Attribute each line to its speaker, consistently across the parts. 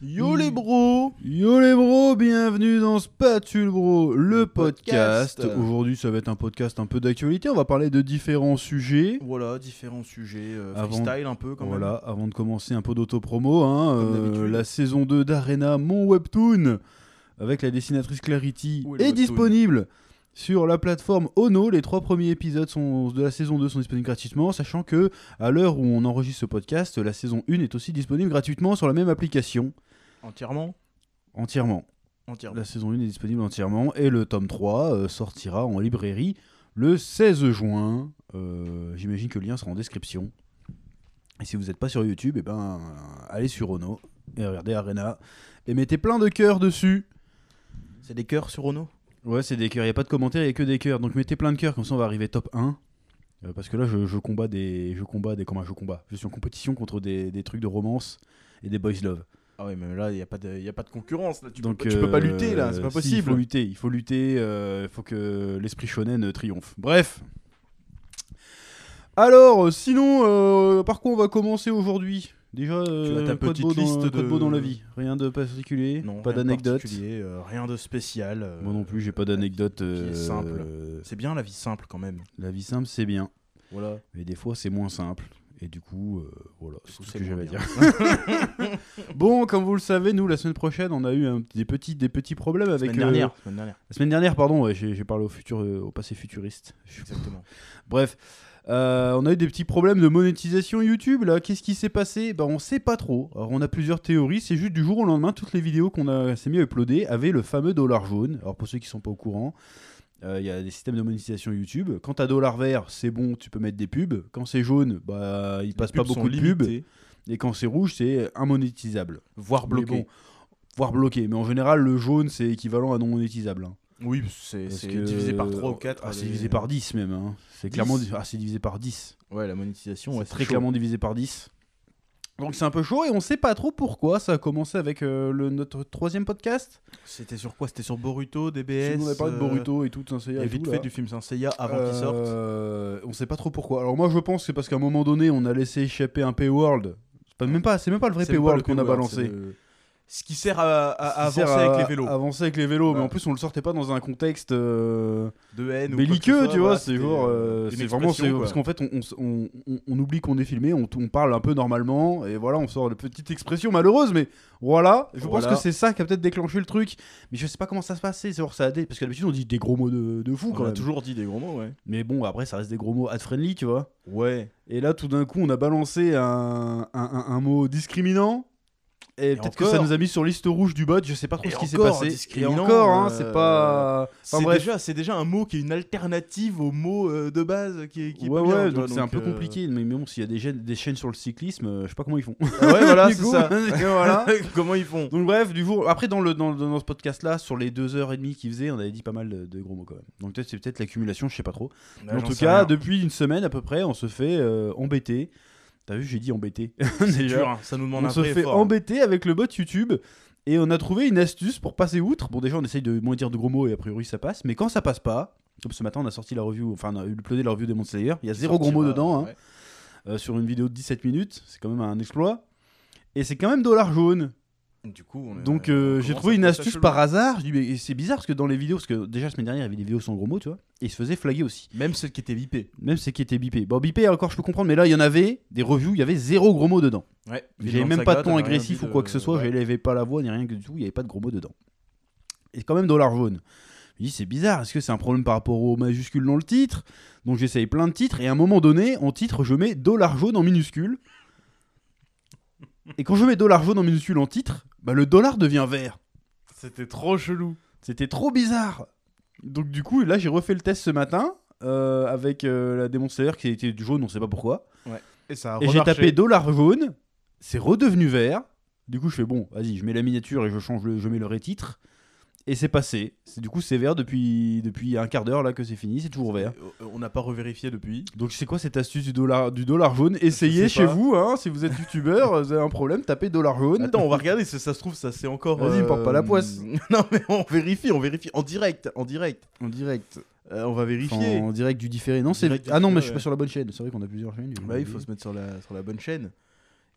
Speaker 1: Yo les bros
Speaker 2: Mm. Yo les bros, bienvenue dans Spatule Bro, le
Speaker 1: podcast.
Speaker 2: podcast. Aujourd'hui, ça va être un podcast un peu d'actualité. On va parler de différents sujets.
Speaker 1: Voilà, différents sujets, euh,
Speaker 2: Avant-
Speaker 1: freestyle un peu quand
Speaker 2: Voilà, avant de commencer, un peu d'autopromo. Hein,
Speaker 1: Comme
Speaker 2: euh,
Speaker 1: d'habitude.
Speaker 2: la saison 2 d'Arena, mon webtoon, avec la dessinatrice Clarity,
Speaker 1: Où
Speaker 2: est,
Speaker 1: est le webtoon
Speaker 2: disponible sur la plateforme Ono. Les trois premiers épisodes sont, de la saison 2 sont disponibles gratuitement, sachant que à l'heure où on enregistre ce podcast, la saison 1 est aussi disponible gratuitement sur la même application,
Speaker 1: même. Entièrement
Speaker 2: entièrement.
Speaker 1: Entièrement.
Speaker 2: La saison 1 est disponible entièrement et le tome 3 euh, sortira en librairie le 16 juin. Euh, J'imagine que le lien sera en description. Et si vous n'êtes pas sur YouTube, eh ben, euh, allez sur Ono et regardez Arena et mettez plein de cœurs dessus.
Speaker 1: C'est des cœurs sur Ono
Speaker 2: Ouais, c'est des cœurs, il n'y a pas de commentaires, il n'y a que des cœurs. Donc mettez plein de cœurs, comme ça on va arriver top 1. Euh, parce que là, je, je combats des. Je combats des. Comment je combats Je suis en compétition contre des, des trucs de romance et des boys love.
Speaker 1: Ah ouais, mais là, il n'y a, pas de- y a pas de concurrence. Là. Tu,
Speaker 2: Donc,
Speaker 1: peux, tu peux pas
Speaker 2: euh,
Speaker 1: lutter là, c'est pas
Speaker 2: si,
Speaker 1: possible.
Speaker 2: il faut lutter, il faut lutter, euh, il faut que l'esprit shonen euh, triomphe. Bref. Alors, euh, sinon, euh, par quoi on va commencer aujourd'hui Déjà, euh,
Speaker 1: as ta
Speaker 2: quoi de
Speaker 1: petite
Speaker 2: beau dans-
Speaker 1: liste
Speaker 2: quoi de
Speaker 1: de-
Speaker 2: beau dans la vie. Rien de particulier,
Speaker 1: Non,
Speaker 2: pas
Speaker 1: rien de
Speaker 2: d'anecdote.
Speaker 1: particulier, euh, rien de spécial. euh,
Speaker 2: Moi non plus, j'ai pas d'anecdote.
Speaker 1: Qui est simple.
Speaker 2: euh,
Speaker 1: C'est bien la vie simple quand même.
Speaker 2: la vie simple, c'est bien.
Speaker 1: Voilà.
Speaker 2: Mais des fois, c'est moins simple. Et du coup, euh, voilà, c'est tout
Speaker 1: coup,
Speaker 2: ce
Speaker 1: c'est
Speaker 2: que
Speaker 1: moins
Speaker 2: j'avais à
Speaker 1: bien.
Speaker 2: dire. bon, comme vous le savez, nous, la semaine prochaine, on a eu un- des, petits, des petits problèmes avec...
Speaker 1: semaine,
Speaker 2: euh,
Speaker 1: dernière, semaine dernière.
Speaker 2: La semaine dernière, pardon, ouais, j'ai j'ai parlé au, futur, euh, au passé futuriste. Je suis-
Speaker 1: Exactement.
Speaker 2: Bref, euh, on a eu des petits problèmes de monétisation YouTube. là. Qu'est-ce qui s'est passé ben, On sait pas trop. Alors, on a plusieurs théories. C'est juste du jour au lendemain, toutes les vidéos qu'on a- s'est mis à uploader avaient le fameux dollar jaune. Alors, pour ceux qui sont pas au courant, euh, il y a des systèmes de monétisation YouTube. Quand t'as dollar vert, c'est bon, tu peux mettre des pubs. Quand c'est jaune, bah, il passe pas
Speaker 1: pubs sont
Speaker 2: beaucoup de pubs.
Speaker 1: limitées,
Speaker 2: Et quand c'est rouge, c'est immonétisable.
Speaker 1: Voire
Speaker 2: Mais
Speaker 1: bloqué.
Speaker 2: bon, voire bloqué. Mais en général, le jaune, c'est équivalent à non monétisable. hein.
Speaker 1: Oui, c'est
Speaker 2: Parce
Speaker 1: c'est
Speaker 2: que-
Speaker 1: divisé par 3 ou hein, 4.
Speaker 2: Ah, c'est divisé par 10 même. hein. C'est
Speaker 1: 10.
Speaker 2: clairement. Ah, c'est divisé par 10.
Speaker 1: Ouais, la monétisation, ouais,
Speaker 2: c'est très
Speaker 1: chaud.
Speaker 2: clairement divisé par 10. Donc c'est un peu chaud et on sait pas trop pourquoi. Ça a commencé avec euh, le, notre troisième podcast.
Speaker 1: C'était sur quoi C'était sur Boruto,
Speaker 2: Si
Speaker 1: DBS.
Speaker 2: on avait parlé de
Speaker 1: euh,
Speaker 2: Boruto et tout, Saint
Speaker 1: Il y
Speaker 2: Seiya
Speaker 1: a
Speaker 2: et
Speaker 1: vite
Speaker 2: tout,
Speaker 1: fait
Speaker 2: là.
Speaker 1: du film Saint Seiya avant qu'il sorte.
Speaker 2: Euh, On sait pas trop pourquoi. Alors moi je pense que c'est parce qu'à un moment donné on a laissé échapper un Payworld. C'est pas- même pas, c'est même pas le vrai
Speaker 1: C'est même pas
Speaker 2: Payworld
Speaker 1: le
Speaker 2: qu'on a
Speaker 1: Payward,
Speaker 2: balancé.
Speaker 1: c'est le- Ce qui sert à, à- à
Speaker 2: Ça sert
Speaker 1: avancer
Speaker 2: à-
Speaker 1: avec les vélos.
Speaker 2: Avancer avec les vélos, mais
Speaker 1: Voilà.
Speaker 2: en plus on le sortait pas dans un contexte. euh,
Speaker 1: De haine ou quoi que ce
Speaker 2: belliqueux,
Speaker 1: soit,
Speaker 2: tu vois,
Speaker 1: voilà,
Speaker 2: c'est
Speaker 1: c'était,
Speaker 2: genre,
Speaker 1: euh,
Speaker 2: euh,
Speaker 1: une
Speaker 2: c'est vraiment, c'est-
Speaker 1: expression,
Speaker 2: parce
Speaker 1: quoi.
Speaker 2: qu'en fait, on, on- on- on oublie qu'on est filmé, on, on parle un peu normalement, et voilà, on sort de petites expressions malheureuses, mais voilà, je
Speaker 1: Voilà.
Speaker 2: pense que c'est ça qui a peut-être déclenché le truc, mais je sais pas comment ça se passait, c'est genre ça a dé- parce que d'habitude on dit des gros mots de, de fou quand
Speaker 1: on a
Speaker 2: même,
Speaker 1: toujours dit des gros mots, ouais.
Speaker 2: mais bon, après ça reste des gros mots ad friendly, tu vois,
Speaker 1: Ouais.
Speaker 2: et là tout d'un coup on a balancé un, un- un- un mot discriminant. Et,
Speaker 1: Et
Speaker 2: peut-être que
Speaker 1: encore.
Speaker 2: ça nous a mis sur liste rouge du bot, je sais pas trop
Speaker 1: Et
Speaker 2: ce qui s'est
Speaker 1: encore,
Speaker 2: passé. Et
Speaker 1: discriminant,
Speaker 2: encore, hein,
Speaker 1: euh,
Speaker 2: c'est pas.
Speaker 1: C'est
Speaker 2: bref.
Speaker 1: déjà, c'est déjà un mot qui est une alternative au mot euh, de base qui est, qui est
Speaker 2: ouais,
Speaker 1: pas bien,
Speaker 2: ouais,
Speaker 1: tu vois,
Speaker 2: donc c'est un peu
Speaker 1: euh,
Speaker 2: compliqué. Mais mais bon, s'il y a des, chaînes- des chaînes sur le cyclisme, euh, je sais pas comment ils font.
Speaker 1: Ah ouais, voilà,
Speaker 2: Du
Speaker 1: c'est
Speaker 2: coup,
Speaker 1: ça.
Speaker 2: et voilà.
Speaker 1: Comment ils font
Speaker 2: Donc bref, du jour. Après, dans, le, dans, dans ce podcast-là, sur les 2h30 qu'il faisait, on avait dit pas mal de, de gros mots quand même. Donc peut-être c'est peut-être l'accumulation, je sais pas trop. Mais en tout cas, depuis une semaine à peu près, on se fait euh, embêter. T'as vu, j'ai dit embêter. Déjà.
Speaker 1: dur, hein, ça nous demande
Speaker 2: On
Speaker 1: un
Speaker 2: se
Speaker 1: vrai
Speaker 2: fait
Speaker 1: effort.
Speaker 2: embêter avec le bot YouTube. Et on a trouvé une astuce pour passer outre. Bon, déjà, on essaye de moins dire de gros mots et a priori ça passe. Mais quand ça passe pas, comme ce matin, on a sorti la review, enfin, on a uploadé la review des Demon Slayer. Il y a zéro gros mot
Speaker 1: Sortira,
Speaker 2: dedans. hein
Speaker 1: ouais.
Speaker 2: euh, sur une vidéo de 17 minutes. C'est quand même un exploit. Et c'est quand même dollar jaune.
Speaker 1: Du coup, on est-
Speaker 2: Donc
Speaker 1: on
Speaker 2: euh,
Speaker 1: commence
Speaker 2: j'ai
Speaker 1: à
Speaker 2: trouvé une
Speaker 1: trouver ça
Speaker 2: astuce
Speaker 1: chelou.
Speaker 2: par hasard. Je dis, mais c'est bizarre parce que dans les vidéos, parce que déjà la semaine dernière, il y avait des vidéos sans gros mots, tu vois. Et ils se faisaient flaguer aussi.
Speaker 1: Même celle qui était bipée.
Speaker 2: Même ceux qui étaient bipés. Bon, bipés encore, je peux comprendre, mais là, il y en avait des reviews, il y avait zéro gros mot dedans.
Speaker 1: Ouais.
Speaker 2: J'avais même pas de ton agressif ou quoi que ce soit, j'élevais pas la voix ni rien que du tout, il y avait pas de gros mots dedans. Et quand même dollar jaune. Je me dis, c'est bizarre, est-ce que c'est un problème par rapport aux majuscules dans le titre Donc j'essaye plein de titres, et à un moment donné, en titre, je mets dollar jaune en minuscule. Et quand je mets dollar jaune en minuscule en titre, bah le dollar devient vert.
Speaker 1: C'était trop chelou.
Speaker 2: C'était trop bizarre. Donc du coup, là, j'ai refait le test ce matin euh, avec euh, la démonstrateur qui était du jaune, on sait pas pourquoi.
Speaker 1: Et ça
Speaker 2: Et j'ai tapé dollar jaune, c'est redevenu vert. Du coup, je fais bon, vas-y, je mets la miniature et je change le, je mets le ré-titre. Et c'est passé. C'est- Du coup, c'est vert depuis, depuis un quart d'heure là que c'est fini, c'est toujours vert.
Speaker 1: Euh, On n'a pas revérifié depuis.
Speaker 2: Donc, c'est quoi cette astuce du dollar, du dollar jaune Essayez
Speaker 1: sais
Speaker 2: chez
Speaker 1: pas.
Speaker 2: vous, hein, si vous êtes youtubeur, vous avez un problème, tapez dollar jaune.
Speaker 1: Attends, on va regarder, si ça se trouve, ça c'est encore.
Speaker 2: Vas-y,
Speaker 1: euh,
Speaker 2: porte pas la poisse.
Speaker 1: non, mais on vérifie, on vérifie. En direct, en direct.
Speaker 2: en direct.
Speaker 1: Euh, on va vérifier.
Speaker 2: En direct du différé. Non, c'est.
Speaker 1: Direct du
Speaker 2: Ah non,
Speaker 1: différé,
Speaker 2: mais je suis
Speaker 1: ouais.
Speaker 2: pas sur la bonne chaîne. C'est vrai qu'on a plusieurs chaînes. j'ai
Speaker 1: Bah, il faut
Speaker 2: oublié.
Speaker 1: se mettre sur la, sur la bonne chaîne.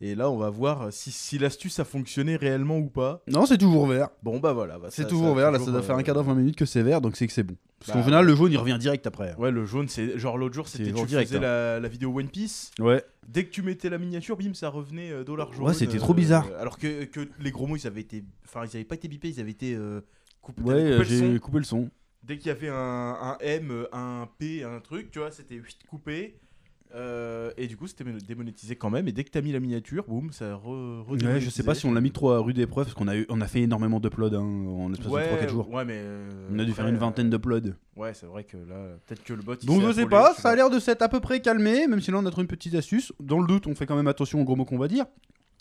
Speaker 1: Et là, on va voir si, si l'astuce a fonctionné réellement ou pas.
Speaker 2: Non, c'est toujours vert.
Speaker 1: Bon, bah voilà. bah,
Speaker 2: C'est
Speaker 1: ça-
Speaker 2: toujours
Speaker 1: ça a
Speaker 2: vert. Là, ça
Speaker 1: toujours,
Speaker 2: doit faire
Speaker 1: euh,
Speaker 2: un quart d'heure, 20 minutes que c'est vert, donc c'est que c'est bon. Parce
Speaker 1: Bah,
Speaker 2: qu'en général, le jaune, il revient direct après.
Speaker 1: Ouais, le jaune, c'est genre l'autre jour, c'était
Speaker 2: C'est
Speaker 1: tu
Speaker 2: genre
Speaker 1: faisais
Speaker 2: direct, hein.
Speaker 1: la, la vidéo One Piece.
Speaker 2: Ouais.
Speaker 1: Dès que tu mettais la miniature, bim, ça revenait euh, dollar jaune.
Speaker 2: Ouais, c'était trop bizarre.
Speaker 1: Alors que, que les gros mots, ils avaient été, enfin, ils avaient pas été bipés, ils avaient été euh, coupés.
Speaker 2: Ouais, euh,
Speaker 1: t'avais coupé le son.
Speaker 2: j'ai coupé le son.
Speaker 1: Dès qu'il y avait un, un M, euh, un P, un truc, tu vois, c'était whitt, coupé. Euh, et du coup, c'était mé- démonétisé quand même. Et dès que t'as mis la miniature, boum, ça re,
Speaker 2: Ouais, je sais pas si on l'a mis trop à rude épreuve, parce qu'on a, eu- on a fait énormément d'uploads hein, en l'espace
Speaker 1: ouais,
Speaker 2: de 3-4 jours.
Speaker 1: Ouais, mais. euh,
Speaker 2: On a dû faire
Speaker 1: après,
Speaker 2: une
Speaker 1: euh,
Speaker 2: vingtaine d'uploads.
Speaker 1: Ouais, c'est vrai que là, peut-être que le bot. il
Speaker 2: Donc
Speaker 1: s'est
Speaker 2: je sais
Speaker 1: affolé,
Speaker 2: pas,
Speaker 1: tu
Speaker 2: ça a
Speaker 1: vois.
Speaker 2: l'air de s'être à peu près calmé, même si là on a trouvé une petite astuce. Dans le doute, on fait quand même attention aux gros mots qu'on va dire.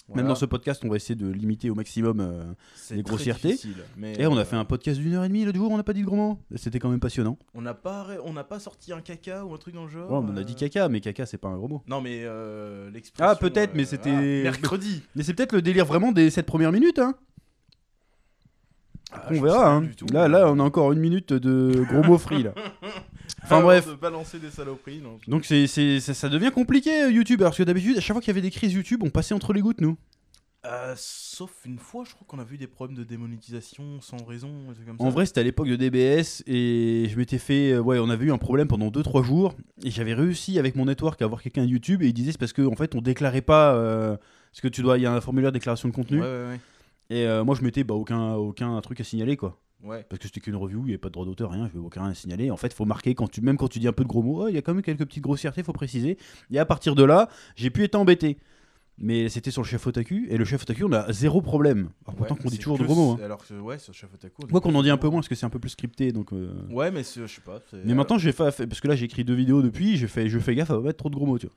Speaker 1: Voilà.
Speaker 2: Même dans ce podcast, on va essayer de limiter au maximum. euh,
Speaker 1: C'est
Speaker 2: les
Speaker 1: très
Speaker 2: grossièretés.
Speaker 1: difficile, Mais
Speaker 2: Et on
Speaker 1: euh,
Speaker 2: a fait un podcast d'une heure et demie l'autre jour, on n'a pas dit de gros mots. C'était quand même passionnant.
Speaker 1: On n'a pas, on n'a pas sorti un caca ou un truc dans le genre.
Speaker 2: Ouais, mais on a
Speaker 1: euh,
Speaker 2: dit caca, mais caca c'est pas un gros mot.
Speaker 1: Non, mais euh, l'expression.
Speaker 2: Ah, peut-être, mais c'était-
Speaker 1: mercredi.
Speaker 2: Mais c'est peut-être le délire vraiment des 7 premières minutes, hein.
Speaker 1: Ah,
Speaker 2: on
Speaker 1: je sais
Speaker 2: verra,
Speaker 1: pas
Speaker 2: hein.
Speaker 1: du tout.
Speaker 2: Là, là, on a encore une minute de gros mots free, là. Enfin
Speaker 1: Avant
Speaker 2: bref.
Speaker 1: De balancer des saloperies. Non, je-
Speaker 2: Donc c'est, c'est- ça, ça devient compliqué euh, YouTube, alors que d'habitude, à chaque fois qu'il y avait des crises YouTube, on passait entre les gouttes, nous.
Speaker 1: Euh, sauf une fois, je crois qu'on a vu des problèmes de démonétisation sans raison. un truc comme
Speaker 2: En
Speaker 1: ça.
Speaker 2: vrai, c'était à l'époque de DBS et je m'étais fait. euh, Ouais, on avait eu un problème pendant 2-3 jours et j'avais réussi avec mon network à avoir quelqu'un à YouTube et il disait c'est parce qu'en en fait on déclarait pas. euh, parce que tu dois. Il y a un formulaire de déclaration de
Speaker 1: Ouais,
Speaker 2: contenu
Speaker 1: ouais,
Speaker 2: et euh, moi je mettais bah, aucun, aucun truc à signaler quoi.
Speaker 1: ouais. ouais.
Speaker 2: Parce que c'était qu'une review, il n'y avait pas de droit d'auteur, rien, je vais aucun rien à signaler. En fait, faut marquer, quand tu, même quand tu dis un peu de gros mots, Oh, il y a quand même quelques petites grossièretés, faut préciser. Et à partir de là, j'ai pu être embêté. Mais c'était sur le chef Otaku et le chef Otaku on a zéro problème. Alors pourtant
Speaker 1: Ouais,
Speaker 2: qu'on dit
Speaker 1: c'est
Speaker 2: toujours de
Speaker 1: que
Speaker 2: gros mots. hein.
Speaker 1: c'est- Alors que, ouais, ce chef otaku. on dit
Speaker 2: Quoi qu'on en dit un peu
Speaker 1: gros
Speaker 2: moins parce que c'est un peu plus scripté donc. euh,
Speaker 1: mots. Ouais, mais c'est- je sais pas. c'est-
Speaker 2: Mais maintenant j'ai fait parce que là j'ai écrit deux vidéos depuis, j'ai fait je fais gaffe à pas mettre trop de gros mots tu vois.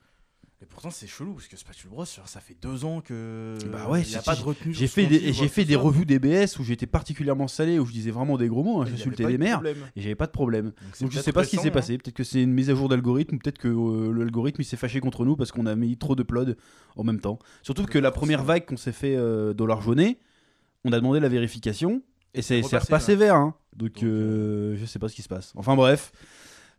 Speaker 1: Et pourtant, c'est chelou parce que Spatule Bros, genre, ça fait deux ans que.
Speaker 2: Bah ouais,
Speaker 1: il n'y a
Speaker 2: c'est-
Speaker 1: pas de retenue.
Speaker 2: J'ai
Speaker 1: sur ce
Speaker 2: fait
Speaker 1: qu'on dit,
Speaker 2: des j'ai
Speaker 1: quoi,
Speaker 2: fait
Speaker 1: tout
Speaker 2: des
Speaker 1: ça.
Speaker 2: revues DBS où j'étais particulièrement salé où je disais vraiment des gros mots, hein,
Speaker 1: Il y avait
Speaker 2: j'insultais
Speaker 1: pas
Speaker 2: les
Speaker 1: de
Speaker 2: mères
Speaker 1: problème.
Speaker 2: et j'avais pas de problème.
Speaker 1: c'est
Speaker 2: Donc je sais
Speaker 1: peut-être
Speaker 2: pas ce qui s'est
Speaker 1: récent,
Speaker 2: passé, peut-être que c'est une mise à jour d'algorithme, peut-être que euh, l'algorithme il s'est fâché contre nous parce qu'on a mis trop de plods en même temps. Surtout que la
Speaker 1: Peut-être
Speaker 2: première
Speaker 1: aussi.
Speaker 2: vague qu'on s'est fait euh, dollar jauné, on a demandé la vérification et c'est c'est
Speaker 1: repassé,
Speaker 2: repassé vert hein. Donc,
Speaker 1: Donc,
Speaker 2: euh, je sais pas ce qui se passe. Enfin bref,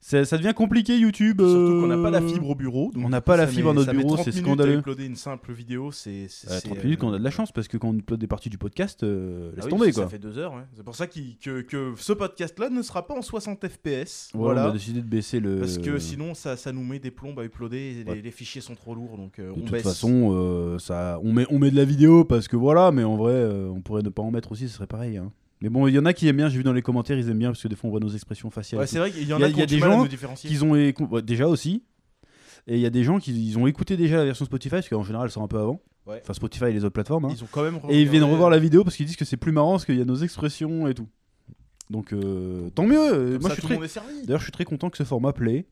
Speaker 2: ça ça devient compliqué YouTube.
Speaker 1: Surtout qu'on n'a pas la
Speaker 2: euh,
Speaker 1: fibre au bureau. donc
Speaker 2: on n'a
Speaker 1: du
Speaker 2: pas
Speaker 1: coup,
Speaker 2: la
Speaker 1: ça
Speaker 2: fibre à
Speaker 1: met-
Speaker 2: notre
Speaker 1: ça met
Speaker 2: bureau,
Speaker 1: 30
Speaker 2: c'est
Speaker 1: minutes
Speaker 2: scandaleux.
Speaker 1: à uploader une simple vidéo, c'est. c'est-
Speaker 2: À
Speaker 1: c'est,
Speaker 2: 30 minutes
Speaker 1: euh,
Speaker 2: quand on a de la chance parce que quand on upload des parties du podcast, euh,
Speaker 1: ah
Speaker 2: laisse
Speaker 1: oui,
Speaker 2: tomber
Speaker 1: parce que
Speaker 2: quoi.
Speaker 1: Ça fait deux heures, ouais. C'est pour ça qu'il- que, que ce podcast-là ne sera pas en 60 FPS.
Speaker 2: Ouais,
Speaker 1: voilà.
Speaker 2: On a décidé de baisser le.
Speaker 1: Parce que sinon, ça, ça nous met des plombes à uploader. et les,
Speaker 2: euh, Ouais.
Speaker 1: les fichiers sont trop lourds, donc euh,
Speaker 2: De
Speaker 1: on
Speaker 2: toute
Speaker 1: baisse.
Speaker 2: façon, euh, ça, on met, on met de la vidéo parce que voilà, mais en vrai, euh, on pourrait ne pas en mettre aussi, ce serait pareil. hein. Mais bon, il y en a qui aiment bien, j'ai vu dans les commentaires, ils aiment bien parce que des fois on voit nos expressions faciales.
Speaker 1: Ouais,
Speaker 2: et
Speaker 1: c'est vrai qu'il y en
Speaker 2: Il y
Speaker 1: a,
Speaker 2: a-
Speaker 1: qui
Speaker 2: il y a
Speaker 1: ont du
Speaker 2: des
Speaker 1: mal à
Speaker 2: gens
Speaker 1: nous différencier.
Speaker 2: qu'ils ont écou- ouais, déjà aussi. Et il y a des gens qui ils ont écouté déjà la version Spotify parce qu'en général, elle sort un peu avant.
Speaker 1: Ouais.
Speaker 2: Enfin, Spotify et les autres plateformes. hein.
Speaker 1: Ils ont quand même.
Speaker 2: Et ils viennent
Speaker 1: regardé-
Speaker 2: revoir la vidéo parce qu'ils disent que c'est plus marrant parce qu'il y a nos expressions et tout. Donc euh, tant mieux. euh,
Speaker 1: Comme
Speaker 2: Moi,
Speaker 1: ça,
Speaker 2: je suis
Speaker 1: tout
Speaker 2: très...
Speaker 1: le monde est servi.
Speaker 2: D'ailleurs, je suis très content que ce format plaît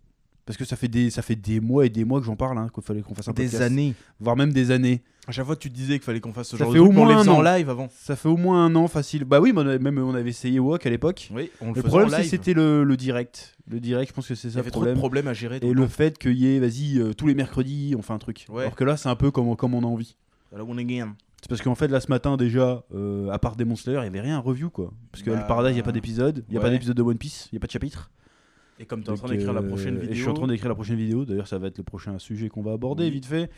Speaker 2: parce que ça fait des ça fait des mois et des mois que j'en parle, hein, qu'il fallait qu'on fasse un podcast,
Speaker 1: années.
Speaker 2: voire même des années.
Speaker 1: À chaque fois, tu te disais qu'il fallait qu'on fasse ce
Speaker 2: Ça
Speaker 1: genre
Speaker 2: fait
Speaker 1: de
Speaker 2: au
Speaker 1: truc, mais on
Speaker 2: moins
Speaker 1: les faisait
Speaker 2: un
Speaker 1: en
Speaker 2: an.
Speaker 1: live avant.
Speaker 2: Ça fait au moins un an facile. Bah oui, mais on avait- même on avait essayé Walk à l'époque.
Speaker 1: Oui, on le,
Speaker 2: Le
Speaker 1: faisait en
Speaker 2: problème, c'est que
Speaker 1: live.
Speaker 2: c'était le, le direct. Le direct, je pense que c'est
Speaker 1: Il
Speaker 2: ça
Speaker 1: y
Speaker 2: le
Speaker 1: avait trop de
Speaker 2: problème.
Speaker 1: problèmes à gérer.
Speaker 2: Et
Speaker 1: donc
Speaker 2: le fait qu'il y ait, vas-y, euh, tous les mercredis, on fait un truc.
Speaker 1: Ouais.
Speaker 2: Alors que là, c'est un peu comme, comme on a envie.
Speaker 1: Voilà, one again.
Speaker 2: C'est parce qu'en fait, là, ce matin, déjà, euh, à part Demon Slayer, il n'y avait rien à review, quoi. Parce que
Speaker 1: Bah,
Speaker 2: le Paradise, il n'y a pas d'épisode. Il n'y a
Speaker 1: ouais.
Speaker 2: pas d'épisode de One Piece. Il n'y a pas de chapitre.
Speaker 1: Et comme tu es en train
Speaker 2: Donc,
Speaker 1: d'écrire la
Speaker 2: euh,
Speaker 1: prochaine
Speaker 2: et
Speaker 1: vidéo.
Speaker 2: Je suis en train d'écrire la prochaine vidéo. D'ailleurs, ça va être le prochain sujet qu'on va aborder,
Speaker 1: Oui.
Speaker 2: vite fait.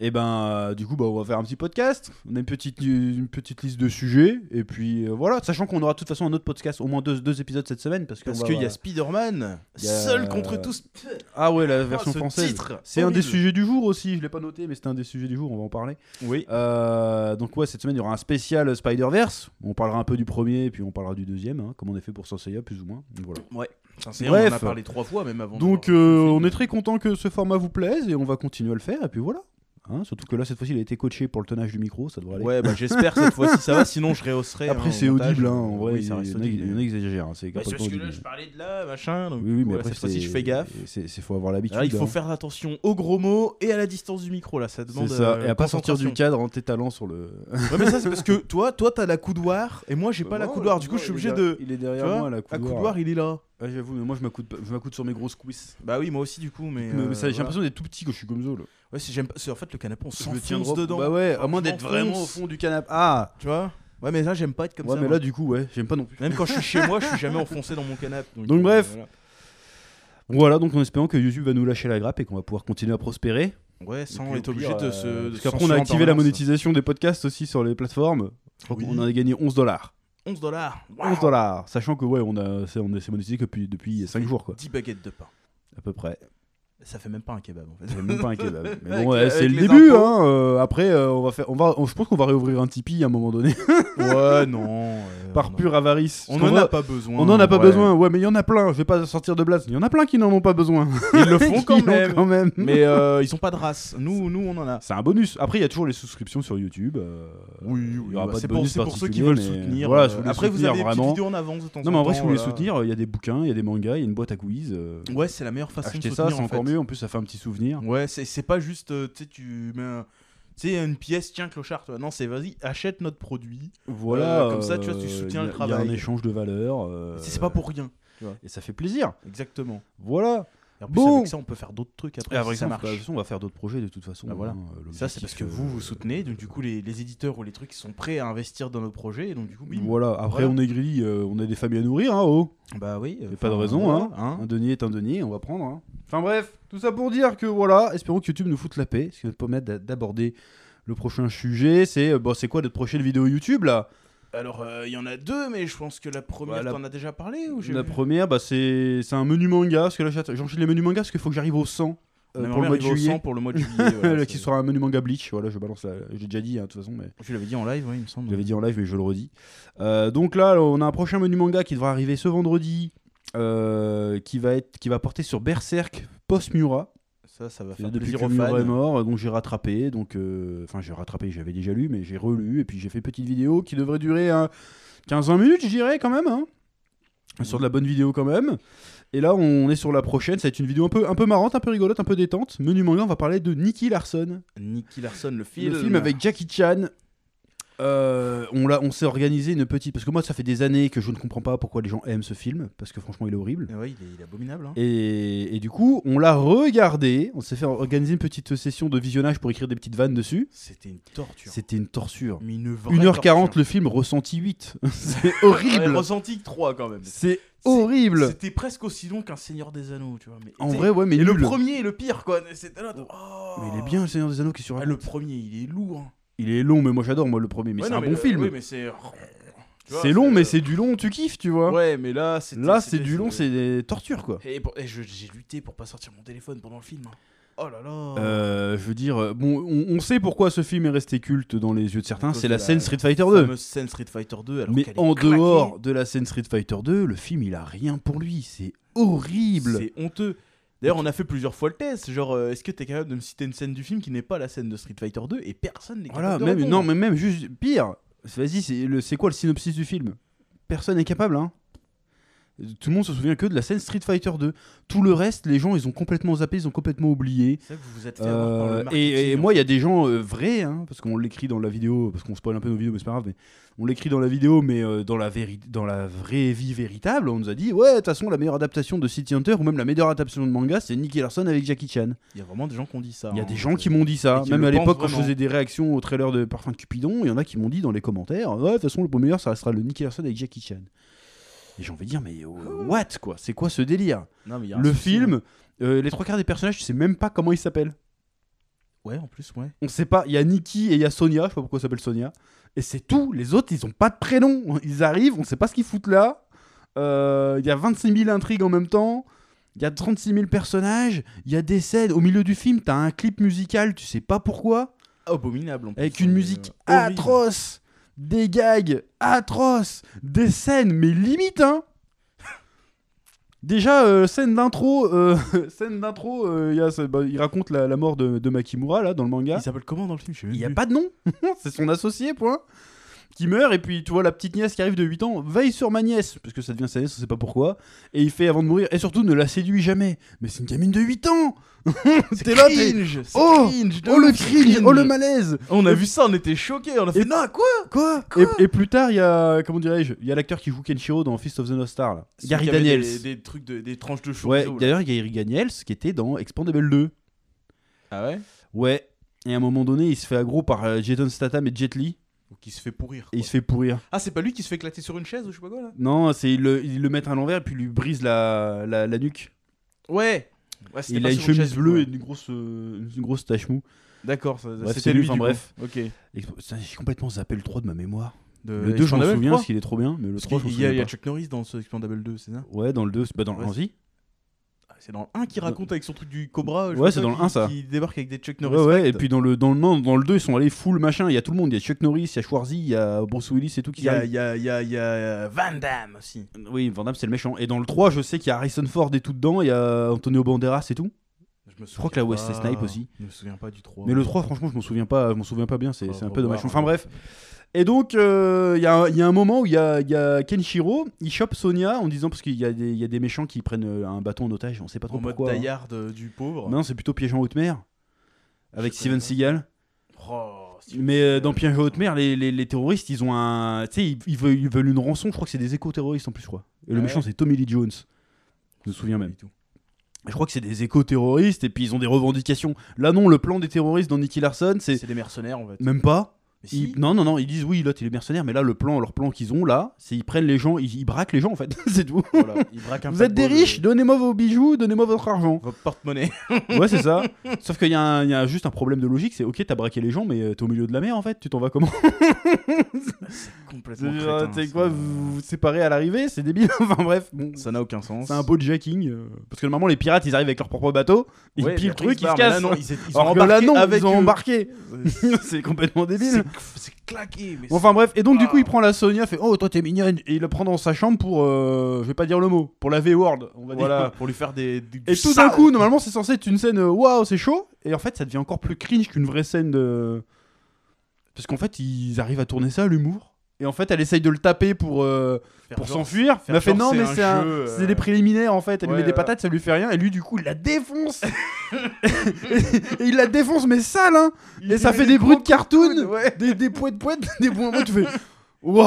Speaker 2: Et ben, euh, du coup, bah, on va faire un petit podcast. On a une petite, une petite liste de sujets. Et puis, euh, voilà. Sachant qu'on aura de toute façon un autre podcast, au moins deux, deux épisodes cette semaine. Parce, qu'on
Speaker 1: Parce
Speaker 2: va-
Speaker 1: qu'il y a Spider-Man,
Speaker 2: Il y a-
Speaker 1: seul contre tous.
Speaker 2: Ah ouais, la
Speaker 1: Oh,
Speaker 2: version
Speaker 1: ce
Speaker 2: française.
Speaker 1: titre
Speaker 2: C'est un des
Speaker 1: horrible.
Speaker 2: sujets du jour aussi. Je l'ai pas noté, mais c'était un des sujets du jour. On va en parler.
Speaker 1: Oui.
Speaker 2: Euh, donc ouais, cette semaine il y aura un spécial Spider-Verse. On parlera un peu du premier et puis on parlera du deuxième, hein, comme on a fait pour Senseiya plus ou moins. Donc, voilà.
Speaker 1: Ouais. Sincèrement,
Speaker 2: Bref.
Speaker 1: on en a parlé trois fois même avant.
Speaker 2: Donc
Speaker 1: d'avoir
Speaker 2: euh,
Speaker 1: fait le
Speaker 2: on
Speaker 1: film.
Speaker 2: est très content que ce format vous plaise et on va continuer à le faire et puis voilà. Hein, surtout que là cette fois-ci il a été coaché pour le tenage du micro, ça devrait aller.
Speaker 1: Ouais, bah j'espère cette fois-ci ça va, sinon je rehausserai.
Speaker 2: euh, Après
Speaker 1: hein,
Speaker 2: c'est
Speaker 1: au montage.
Speaker 2: audible, hein, en vrai,
Speaker 1: Oui,
Speaker 2: il y
Speaker 1: ça
Speaker 2: en a il
Speaker 1: reste
Speaker 2: y en
Speaker 1: audible.
Speaker 2: a qui exagèrent, hein, c'est
Speaker 1: Bah, c'est
Speaker 2: complètement audible.
Speaker 1: parce que là, je parlais de là, machin. Donc,
Speaker 2: Oui, oui, mais
Speaker 1: voilà,
Speaker 2: après
Speaker 1: cette fois-ci,
Speaker 2: c'est-
Speaker 1: je fais gaffe.
Speaker 2: C'est c'est- faut avoir l'habitude.
Speaker 1: Là, il faut
Speaker 2: hein.
Speaker 1: faire attention aux gros mots et à la distance du micro. Là, ça demande.
Speaker 2: C'est ça.
Speaker 1: euh,
Speaker 2: Et à pas sortir du
Speaker 1: concentration.
Speaker 2: cadre en talents sur le.
Speaker 1: Ouais, mais ça, c'est parce que toi, toi, t'as la coudoir et moi, j'ai pas la
Speaker 2: Non,
Speaker 1: coudoir. Du coup, je
Speaker 2: il
Speaker 1: suis
Speaker 2: est
Speaker 1: obligé
Speaker 2: derrière-
Speaker 1: de.
Speaker 2: Il est
Speaker 1: Tu
Speaker 2: derrière
Speaker 1: vois,
Speaker 2: moi
Speaker 1: la
Speaker 2: la
Speaker 1: coudoir, il est là.
Speaker 2: Ouais, j'avoue, mais moi je m'accoude, pas- je m'accoude sur mes grosses cuisses.
Speaker 1: Bah oui, moi aussi, du coup, mais.
Speaker 2: Mais-
Speaker 1: euh,
Speaker 2: mais ça, j'ai
Speaker 1: voilà.
Speaker 2: l'impression d'être tout petit quand je suis comme ça. Là.
Speaker 1: Ouais, c'est- j'aime pas- c'est en fait le canapé, on
Speaker 2: Je me tiens
Speaker 1: s'enfonce
Speaker 2: droit-
Speaker 1: dedans.
Speaker 2: Bah ouais, à
Speaker 1: Je
Speaker 2: moins d'être
Speaker 1: m'enfonce.
Speaker 2: vraiment au fond du canapé. Ah
Speaker 1: Tu vois Ouais, mais là, j'aime pas être comme
Speaker 2: Ouais,
Speaker 1: ça.
Speaker 2: mais
Speaker 1: moi.
Speaker 2: là du coup, ouais, j'aime pas non plus.
Speaker 1: Même quand je suis chez moi, je suis jamais enfoncé dans mon canapé. Donc, euh,
Speaker 2: Donc, bref.
Speaker 1: voilà.
Speaker 2: Voilà, donc en espérant que YouTube va nous lâcher la grappe et qu'on va pouvoir continuer à prospérer.
Speaker 1: Ouais, sans
Speaker 2: puis, au
Speaker 1: être obligé
Speaker 2: pire,
Speaker 1: de
Speaker 2: euh,
Speaker 1: se. de
Speaker 2: Parce
Speaker 1: se
Speaker 2: qu'après, on
Speaker 1: censurer
Speaker 2: a
Speaker 1: en
Speaker 2: activé la
Speaker 1: permanence.
Speaker 2: monétisation des podcasts aussi sur les plateformes. Je crois
Speaker 1: Oui.
Speaker 2: qu'on en a gagné 11 dollars.
Speaker 1: 11 dollars.
Speaker 2: 11 dollars. Sachant que, ouais, on a, c'est, on a- c'est monétisé que depuis, depuis 5 jours, quoi.
Speaker 1: 10 baguettes de pain.
Speaker 2: À peu près.
Speaker 1: Ça fait même pas un kebab en fait.
Speaker 2: C'est même pas un kebab. Mais
Speaker 1: Avec
Speaker 2: bon,
Speaker 1: le-
Speaker 2: ouais, c'est
Speaker 1: avec
Speaker 2: le
Speaker 1: les
Speaker 2: début,
Speaker 1: impôts.
Speaker 2: hein. Euh, après, euh, on va faire, on va, on- je pense qu'on va réouvrir un Tipeee à un moment donné.
Speaker 1: Ouais, non. euh,
Speaker 2: par
Speaker 1: on a-
Speaker 2: pure avarice.
Speaker 1: On
Speaker 2: Parce qu'on
Speaker 1: en
Speaker 2: va-
Speaker 1: a pas besoin.
Speaker 2: On n'en a pas
Speaker 1: ouais.
Speaker 2: besoin, ouais, mais il y en a plein, je vais pas sortir de blase. Il y en a plein qui n'en ont pas besoin.
Speaker 1: Ils le font
Speaker 2: Ils
Speaker 1: quand
Speaker 2: l'ont
Speaker 1: même.
Speaker 2: quand même.
Speaker 1: Mais euh, ils ont pas de race. Nous, nous, on en a.
Speaker 2: C'est un bonus. Après, il y a toujours les souscriptions sur YouTube. euh,
Speaker 1: Oui,
Speaker 2: il y aura
Speaker 1: bah,
Speaker 2: pas de
Speaker 1: c'est pour,
Speaker 2: bonus
Speaker 1: c'est pour ceux qui
Speaker 2: particulier,
Speaker 1: veulent
Speaker 2: mais
Speaker 1: soutenir.
Speaker 2: voilà,
Speaker 1: euh,
Speaker 2: si vous voulez
Speaker 1: après, vous
Speaker 2: soutenir,
Speaker 1: avez des
Speaker 2: vraiment.
Speaker 1: petites vidéos en avance de temps
Speaker 2: Non,
Speaker 1: en
Speaker 2: mais en vrai,
Speaker 1: temps,
Speaker 2: si vous voulez
Speaker 1: voilà.
Speaker 2: soutenir, il y a des bouquins, il y a des mangas, il y a une boîte à quiz. euh,
Speaker 1: Ouais, c'est la meilleure façon
Speaker 2: Acheter
Speaker 1: de
Speaker 2: ça,
Speaker 1: soutenir.
Speaker 2: c'est
Speaker 1: en
Speaker 2: encore
Speaker 1: fait.
Speaker 2: mieux. En plus, ça fait Euh, un petit souvenir.
Speaker 1: Ouais, c'est c'est pas juste, euh, tu sais, tu mets un- tu sais, une pièce, tiens, clochard, toi. Non, c'est vas-y, achète notre produit.
Speaker 2: Voilà.
Speaker 1: Euh, comme ça, tu vois, tu
Speaker 2: euh,
Speaker 1: soutiens
Speaker 2: il y a-
Speaker 1: le
Speaker 2: Il y
Speaker 1: travail.
Speaker 2: a un échange de valeurs. euh,
Speaker 1: C'est pas pour rien.
Speaker 2: Et ça fait plaisir.
Speaker 1: Exactement.
Speaker 2: Voilà.
Speaker 1: Et en plus,
Speaker 2: Bon.
Speaker 1: avec ça, on peut faire d'autres trucs après. si ça
Speaker 2: exemple,
Speaker 1: marche.
Speaker 2: Bah, de toute façon, on va faire d'autres projets de toute façon.
Speaker 1: Bah voilà.
Speaker 2: hein, euh,
Speaker 1: Ça, c'est parce que
Speaker 2: l'objectif,
Speaker 1: vous vous
Speaker 2: euh,
Speaker 1: soutenez, donc du coup, les, les éditeurs ou les trucs qui sont prêts à investir dans nos projets, et donc du coup, bim.
Speaker 2: Voilà, après
Speaker 1: Voilà.
Speaker 2: on est gris, euh, on a des familles à nourrir, hein, oh
Speaker 1: Bah oui.
Speaker 2: Y a
Speaker 1: euh,
Speaker 2: pas de
Speaker 1: enfin,
Speaker 2: raison,
Speaker 1: voilà,
Speaker 2: hein. Un denier est un denier, on va prendre. hein. Enfin bref, tout ça pour dire que voilà, espérons que YouTube nous foute la paix, ce qui va nous permettre d'a- d'aborder le prochain sujet, c'est euh, bon, c'est quoi notre prochaine vidéo YouTube là
Speaker 1: Alors, il y en a deux, mais je pense que la première,
Speaker 2: Bah, la-
Speaker 1: t'en as déjà parlé ou j'ai
Speaker 2: La
Speaker 1: vu
Speaker 2: première, bah, c'est c'est un menu manga, parce que là j'att- j'enchaîne les menus manga parce qu'il faut que j'arrive au 100 euh,
Speaker 1: On aimerait
Speaker 2: pour le
Speaker 1: bien
Speaker 2: mois de
Speaker 1: arriver au
Speaker 2: juillet.
Speaker 1: 100 pour le mois de juillet. voilà,
Speaker 2: qui
Speaker 1: c'est-
Speaker 2: sera un menu manga Bleach, voilà, je balance, la... j'ai déjà dit hein, de toute façon, mais
Speaker 1: Tu l'avais dit en live, ouais, il me semble.
Speaker 2: Je l'avais dit en live, mais je le redis. Euh, donc là, on a un prochain menu manga qui devra arriver ce vendredi, euh, qui, va être, qui va porter sur Berserk post-Mura.
Speaker 1: Ça, ça va faire
Speaker 2: Depuis
Speaker 1: plaisir
Speaker 2: que
Speaker 1: aux
Speaker 2: Mura est
Speaker 1: fans.
Speaker 2: mort, euh, donc j'ai rattrapé. Donc, euh, Enfin, j'ai rattrapé, j'avais déjà lu, mais j'ai relu. Et puis j'ai fait une petite vidéo qui devrait durer hein, 15-20 minutes, je dirais, quand même. hein.
Speaker 1: Mhm.
Speaker 2: Sur de la bonne vidéo, quand même. Et là, on est sur la prochaine. Ça va être une vidéo un peu, un peu marrante, un peu rigolote, un peu détente. Menu manga, on va parler de Nicky Larson.
Speaker 1: Nicky Larson, le
Speaker 2: Le
Speaker 1: film.
Speaker 2: film avec Jackie Chan. Euh, on l'a- on s'est organisé une petite. Parce que moi, ça fait des années que je ne comprends pas pourquoi les gens aiment ce film. Parce que franchement, il est horrible.
Speaker 1: Ah Ouais, il est, il est abominable. hein.
Speaker 2: Et, et du coup, on l'a regardé. On s'est fait organiser une petite session de visionnage pour écrire des petites vannes dessus.
Speaker 1: C'était une torture.
Speaker 2: C'était une torsure.
Speaker 1: Mais une vraie
Speaker 2: 1h40,
Speaker 1: torture.
Speaker 2: le film ressenti 8. C'est
Speaker 1: Ouais,
Speaker 2: horrible.
Speaker 1: ressenti que 3 quand même.
Speaker 2: C'est horrible.
Speaker 1: C'était presque aussi long qu'un Seigneur des Anneaux, tu vois. Mais,
Speaker 2: En
Speaker 1: tu sais,
Speaker 2: vrai, ouais, mais
Speaker 1: et le
Speaker 2: nul.
Speaker 1: premier est le pire, quoi. C'était là, oh.
Speaker 2: Mais il est bien, le Seigneur des Anneaux qui
Speaker 1: Ah,
Speaker 2: surraconte.
Speaker 1: le premier, il est lourd. hein.
Speaker 2: Il est long, mais moi j'adore, moi, le premier. Mais
Speaker 1: Ouais,
Speaker 2: c'est
Speaker 1: non,
Speaker 2: un bon
Speaker 1: le-
Speaker 2: film.
Speaker 1: oui, mais c'est. euh, Tu vois, euh,
Speaker 2: c'est long, mais c'est du long, tu kiffes, tu vois.
Speaker 1: Ouais, mais là, c'était-
Speaker 2: Là, c'est
Speaker 1: c'était- euh,
Speaker 2: du long, c'est des tortures, quoi.
Speaker 1: Et, pour- et je- j'ai lutté pour pas sortir mon téléphone pendant le film. hein. Oh là là.
Speaker 2: Euh, je veux dire, euh, bon, on, on sait pourquoi ce film est resté culte dans les yeux de certains,
Speaker 1: À cause
Speaker 2: c'est
Speaker 1: de
Speaker 2: la,
Speaker 1: la
Speaker 2: scène Street Fighter 2.
Speaker 1: fameuse scène Street Fighter 2. Alors
Speaker 2: Mais
Speaker 1: qu'elle est
Speaker 2: en
Speaker 1: claquée.
Speaker 2: dehors de la scène Street Fighter 2, le film il a rien pour lui, c'est horrible.
Speaker 1: C'est honteux. D'ailleurs, on a fait plusieurs fois le test. Genre, euh, est-ce que t'es capable de me citer une scène du film qui n'est pas la scène de Street Fighter 2 Et personne n'est
Speaker 2: Voilà,
Speaker 1: capable. de
Speaker 2: même,
Speaker 1: répondre.
Speaker 2: non, mais même juste pire, vas-y, c'est le- c'est quoi le synopsis du film Personne n'est capable, hein tout le monde se souvient que de la scène Street Fighter 2. Tout le reste, les gens, ils ont complètement zappé, ils ont complètement oublié.
Speaker 1: C'est ça que vous vous êtes fait avoir par
Speaker 2: Euh,
Speaker 1: le
Speaker 2: et, et
Speaker 1: marketing,
Speaker 2: moi, il y a des gens euh, vrais, hein, parce qu'on l'écrit dans la vidéo, parce qu'on spoil un peu nos vidéos, mais c'est pas grave. Mais on l'écrit dans la vidéo, mais euh, dans, la véri- dans la vraie vie véritable, on nous a dit Ouais, de toute façon, la meilleure adaptation de City Hunter, ou même la meilleure adaptation de manga, c'est Nicky Larson avec Jackie Chan.
Speaker 1: Il y a vraiment des gens qui ont dit ça.
Speaker 2: Il y a
Speaker 1: hein.
Speaker 2: des gens qui m'ont dit ça.
Speaker 1: et qui
Speaker 2: Même
Speaker 1: le
Speaker 2: à l'époque,
Speaker 1: pensent
Speaker 2: quand je
Speaker 1: vraiment.
Speaker 2: faisais des réactions au trailer de Parfum de Cupidon, il y en a qui m'ont dit dans les commentaires Ouais, de toute façon, le meilleur, ça restera le Nicky Larson avec Jackie Chan. Et j'ai envie de dire Mais euh, what, quoi C'est quoi ce délire
Speaker 1: Non, mais il y a un
Speaker 2: Le
Speaker 1: souci, hein.
Speaker 2: film, euh, les trois quarts des personnages, tu sais même pas comment ils s'appellent.
Speaker 1: Ouais, en plus, ouais.
Speaker 2: On sait pas, il y a Nikki et il y a Sonia, je sais pas pourquoi ça s'appelle Sonia. Et c'est tout, les autres ils ont pas de prénom. Ils arrivent, on sait pas ce qu'ils foutent là. Euh, Il y a 26 000 intrigues en même temps. Il y a 36 000 personnages. Il y a des scènes. Au milieu du film, t'as un clip musical, tu sais pas pourquoi.
Speaker 1: Abominable. en plus,
Speaker 2: Avec
Speaker 1: hein,
Speaker 2: une
Speaker 1: mais,
Speaker 2: musique
Speaker 1: euh, horrible.
Speaker 2: atroce. Des gags atroces. Des scènes, mais limite, hein. Déjà, euh, scène d'intro, euh, scène d'intro, euh, il y a ce- bah, il raconte la, la mort de, de Makimura là dans le manga.
Speaker 1: Il s'appelle comment dans le film Je sais même
Speaker 2: Il n'y a
Speaker 1: plus.
Speaker 2: pas de nom. c'est son associé, point. Qui meurt, et puis tu vois la petite nièce qui arrive de 8 ans, veille sur ma nièce, parce que ça devient sa nièce, on sait pas pourquoi, et il fait avant de mourir, et surtout ne la séduit jamais. Mais c'est une gamine de 8 ans T'es là, t'es-
Speaker 1: cringe, c'est
Speaker 2: Oh
Speaker 1: cringe, de
Speaker 2: Oh le
Speaker 1: ouf, c'est
Speaker 2: cringe Oh le
Speaker 1: cringe.
Speaker 2: malaise
Speaker 1: On a vu ça, on était choqués, on a fait non quoi
Speaker 2: Quoi, et, et plus tard, il y a, comment dirais-je, il y a l'acteur qui joue Kenshiro dans Fist of the North Star, là. Gary
Speaker 1: Celui qui avait
Speaker 2: Daniels.
Speaker 1: des, des trucs de, des tranches de chorizo.
Speaker 2: Ouais,
Speaker 1: là.
Speaker 2: d'ailleurs, Gary Daniels qui était dans Expandable 2.
Speaker 1: Ah ouais
Speaker 2: Ouais. Et à un moment donné, il se fait aggro par euh, Jason Statham et Jet Li,
Speaker 1: Ou qui se fait pourrir.
Speaker 2: et
Speaker 1: quoi.
Speaker 2: il se fait pourrir.
Speaker 1: Ah, c'est pas lui qui se fait éclater sur une chaise ou je sais pas quoi là
Speaker 2: Non, c'est ils le, ils le mettent à l'envers puis ils lui brisent la, la, la nuque.
Speaker 1: Ouais Ouais, c'était
Speaker 2: Il
Speaker 1: pas
Speaker 2: a une
Speaker 1: sur
Speaker 2: chemise
Speaker 1: chaise,
Speaker 2: bleue
Speaker 1: quoi.
Speaker 2: et une grosse, euh, une grosse tache mou.
Speaker 1: D'accord, ça-
Speaker 2: Bref, c'est
Speaker 1: c'était
Speaker 2: lui,
Speaker 1: lui.
Speaker 2: enfin,
Speaker 1: du coup.
Speaker 2: bref.
Speaker 1: Ok.
Speaker 2: Expo- Putain, J'ai complètement zappé le 3 de ma mémoire.
Speaker 1: De-
Speaker 2: le 2, je m'en
Speaker 1: Expandable
Speaker 2: souviens
Speaker 1: 3.
Speaker 2: parce qu'il est trop bien, mais le
Speaker 1: Parce
Speaker 2: 3, je m'en
Speaker 1: qu'il y a-
Speaker 2: souviens
Speaker 1: il y a
Speaker 2: pas.
Speaker 1: Chuck Norris dans ce Expandable 2, c'est ça
Speaker 2: Ouais, dans le 2, c'est bah, dans le
Speaker 1: Ouais,
Speaker 2: 1 si.
Speaker 1: Ah, C'est dans le 1 qui raconte avec son truc du Cobra. je
Speaker 2: Ouais,
Speaker 1: sais
Speaker 2: c'est
Speaker 1: pas,
Speaker 2: dans le
Speaker 1: qui-
Speaker 2: 1, ça.
Speaker 1: Qui débarque avec des Chuck
Speaker 2: Ouais,
Speaker 1: Norris.
Speaker 2: ouais,
Speaker 1: Fact.
Speaker 2: et puis dans le, dans, le, non, dans le 2, ils sont allés full machin. Il y a tout le monde. Il y a Chuck Norris, il y a Schwarzy, il y a Bruce Willis et tout
Speaker 1: Il
Speaker 2: qui
Speaker 1: y a,
Speaker 2: arrivent.
Speaker 1: il y, a, il y, a, il y a Van Damme aussi.
Speaker 2: Oui, Van Damme, c'est le méchant. Et dans le 3, je sais qu'il y a Harrison Ford et tout dedans, il y a Antonio Banderas et tout.
Speaker 1: Je me souviens.
Speaker 2: crois que la West
Speaker 1: pas.
Speaker 2: Snipe aussi.
Speaker 1: Je me souviens pas du 3.
Speaker 2: Mais le 3, franchement, je m'en souviens pas, je m'en souviens pas bien, c'est
Speaker 1: Faut
Speaker 2: c'est un peu
Speaker 1: revoir,
Speaker 2: dommage.
Speaker 1: hein.
Speaker 2: Enfin bref. Et donc, euh, il y, a, un- il y a un moment où il y a, il y a Kenshiro, il chope Sonia en disant, parce qu'il y, a des- il y a des méchants qui prennent euh, un bâton en otage, on sait pas trop
Speaker 1: en mode
Speaker 2: pourquoi. hein.
Speaker 1: taillard euh, du pauvre.
Speaker 2: Non, c'est plutôt piège en haute mer, avec
Speaker 1: Je
Speaker 2: Steven
Speaker 1: connais pas.
Speaker 2: Seagal.
Speaker 1: Oh, c'est-
Speaker 2: Mais euh, dans Piège en haute mer, les, les- les terroristes, ils ont un. Tu sais, ils, ils veulent, ils veulent une rançon, je crois que c'est des éco-terroristes en plus, je crois. Et le
Speaker 1: Ah Ouais.
Speaker 2: méchant, c'est Tommy Lee Jones. Je me souviens
Speaker 1: Pas
Speaker 2: même.
Speaker 1: du tout.
Speaker 2: Je crois que c'est des éco-terroristes et puis ils ont des revendications. Là, non, le plan des terroristes dans Nicky Larson, c'est
Speaker 1: C'est des mercenaires en fait.
Speaker 2: même pas.
Speaker 1: Mais si.
Speaker 2: Ils- Non, non, non, ils disent oui, là, t'es les mercenaires, mais là, le plan, leur plan qu'ils ont là, c'est ils prennent les gens, ils, ils braquent les gens en fait, c'est tout.
Speaker 1: Voilà, ils braquent un
Speaker 2: Vous êtes des
Speaker 1: paquebot de-
Speaker 2: riches, donnez-moi vos bijoux, donnez-moi votre argent.
Speaker 1: Votre porte-monnaie.
Speaker 2: Ouais, c'est ça. Sauf qu'il y, a un- il y a juste un problème de logique, c'est ok, t'as braqué les gens, mais euh, t'es au milieu de la mer en fait, tu t'en vas comment
Speaker 1: Complètement. crétin,
Speaker 2: C'est
Speaker 1: ça.
Speaker 2: quoi, vous vous séparez à l'arrivée, c'est débile. enfin bref, bon,
Speaker 1: Ça n'a aucun sens.
Speaker 2: c'est un hijacking. euh, parce que normalement, les pirates, ils arrivent avec leur propre bateau, ils
Speaker 1: Ouais,
Speaker 2: pillent
Speaker 1: mais
Speaker 2: le
Speaker 1: après,
Speaker 2: truc, ils se
Speaker 1: barrent. Mais là,
Speaker 2: cassent.
Speaker 1: non, ils, ils sont
Speaker 2: Alors que là,
Speaker 1: embarqués
Speaker 2: non,
Speaker 1: avec
Speaker 2: ils ont
Speaker 1: eux.
Speaker 2: embarqué.
Speaker 1: C'est-
Speaker 2: c'est complètement débile.
Speaker 1: C'est c'est claqué. Mais
Speaker 2: Bon, Enfin bref, et donc du coup
Speaker 1: Ah.
Speaker 2: il prend la Sonia, fait oh toi t'es mignonne, et il la prend dans sa chambre pour, euh, je vais pas dire le mot, pour la V-Word, on va
Speaker 1: voilà,
Speaker 2: dire.
Speaker 1: pour lui faire des. du-
Speaker 2: Et
Speaker 1: du
Speaker 2: tout d'un
Speaker 1: sale.
Speaker 2: coup, normalement c'est censé être une scène euh, waouh c'est chaud, et en fait ça devient encore plus cringe qu'une vraie scène de... Parce qu'en fait ils arrivent à tourner ça à l'humour, et en fait elle essaye de le taper pour, euh,
Speaker 1: Faire
Speaker 2: pour
Speaker 1: genre,
Speaker 2: s'enfuir,
Speaker 1: faire
Speaker 2: mais elle fait
Speaker 1: genre,
Speaker 2: non
Speaker 1: c'est
Speaker 2: mais
Speaker 1: un
Speaker 2: c'est un-
Speaker 1: jeu,
Speaker 2: c'est
Speaker 1: euh,
Speaker 2: des préliminaires en fait, elle lui
Speaker 1: ouais,
Speaker 2: met des
Speaker 1: ouais.
Speaker 2: patates, ça lui fait rien, et lui du coup il la défonce Et il la défonce mais sale hein
Speaker 1: il
Speaker 2: et ça
Speaker 1: dit,
Speaker 2: fait
Speaker 1: mais
Speaker 2: des bruits de cartoon,
Speaker 1: ouais.
Speaker 2: des, des poètes poètes, des bons moments, tu fais. Wow,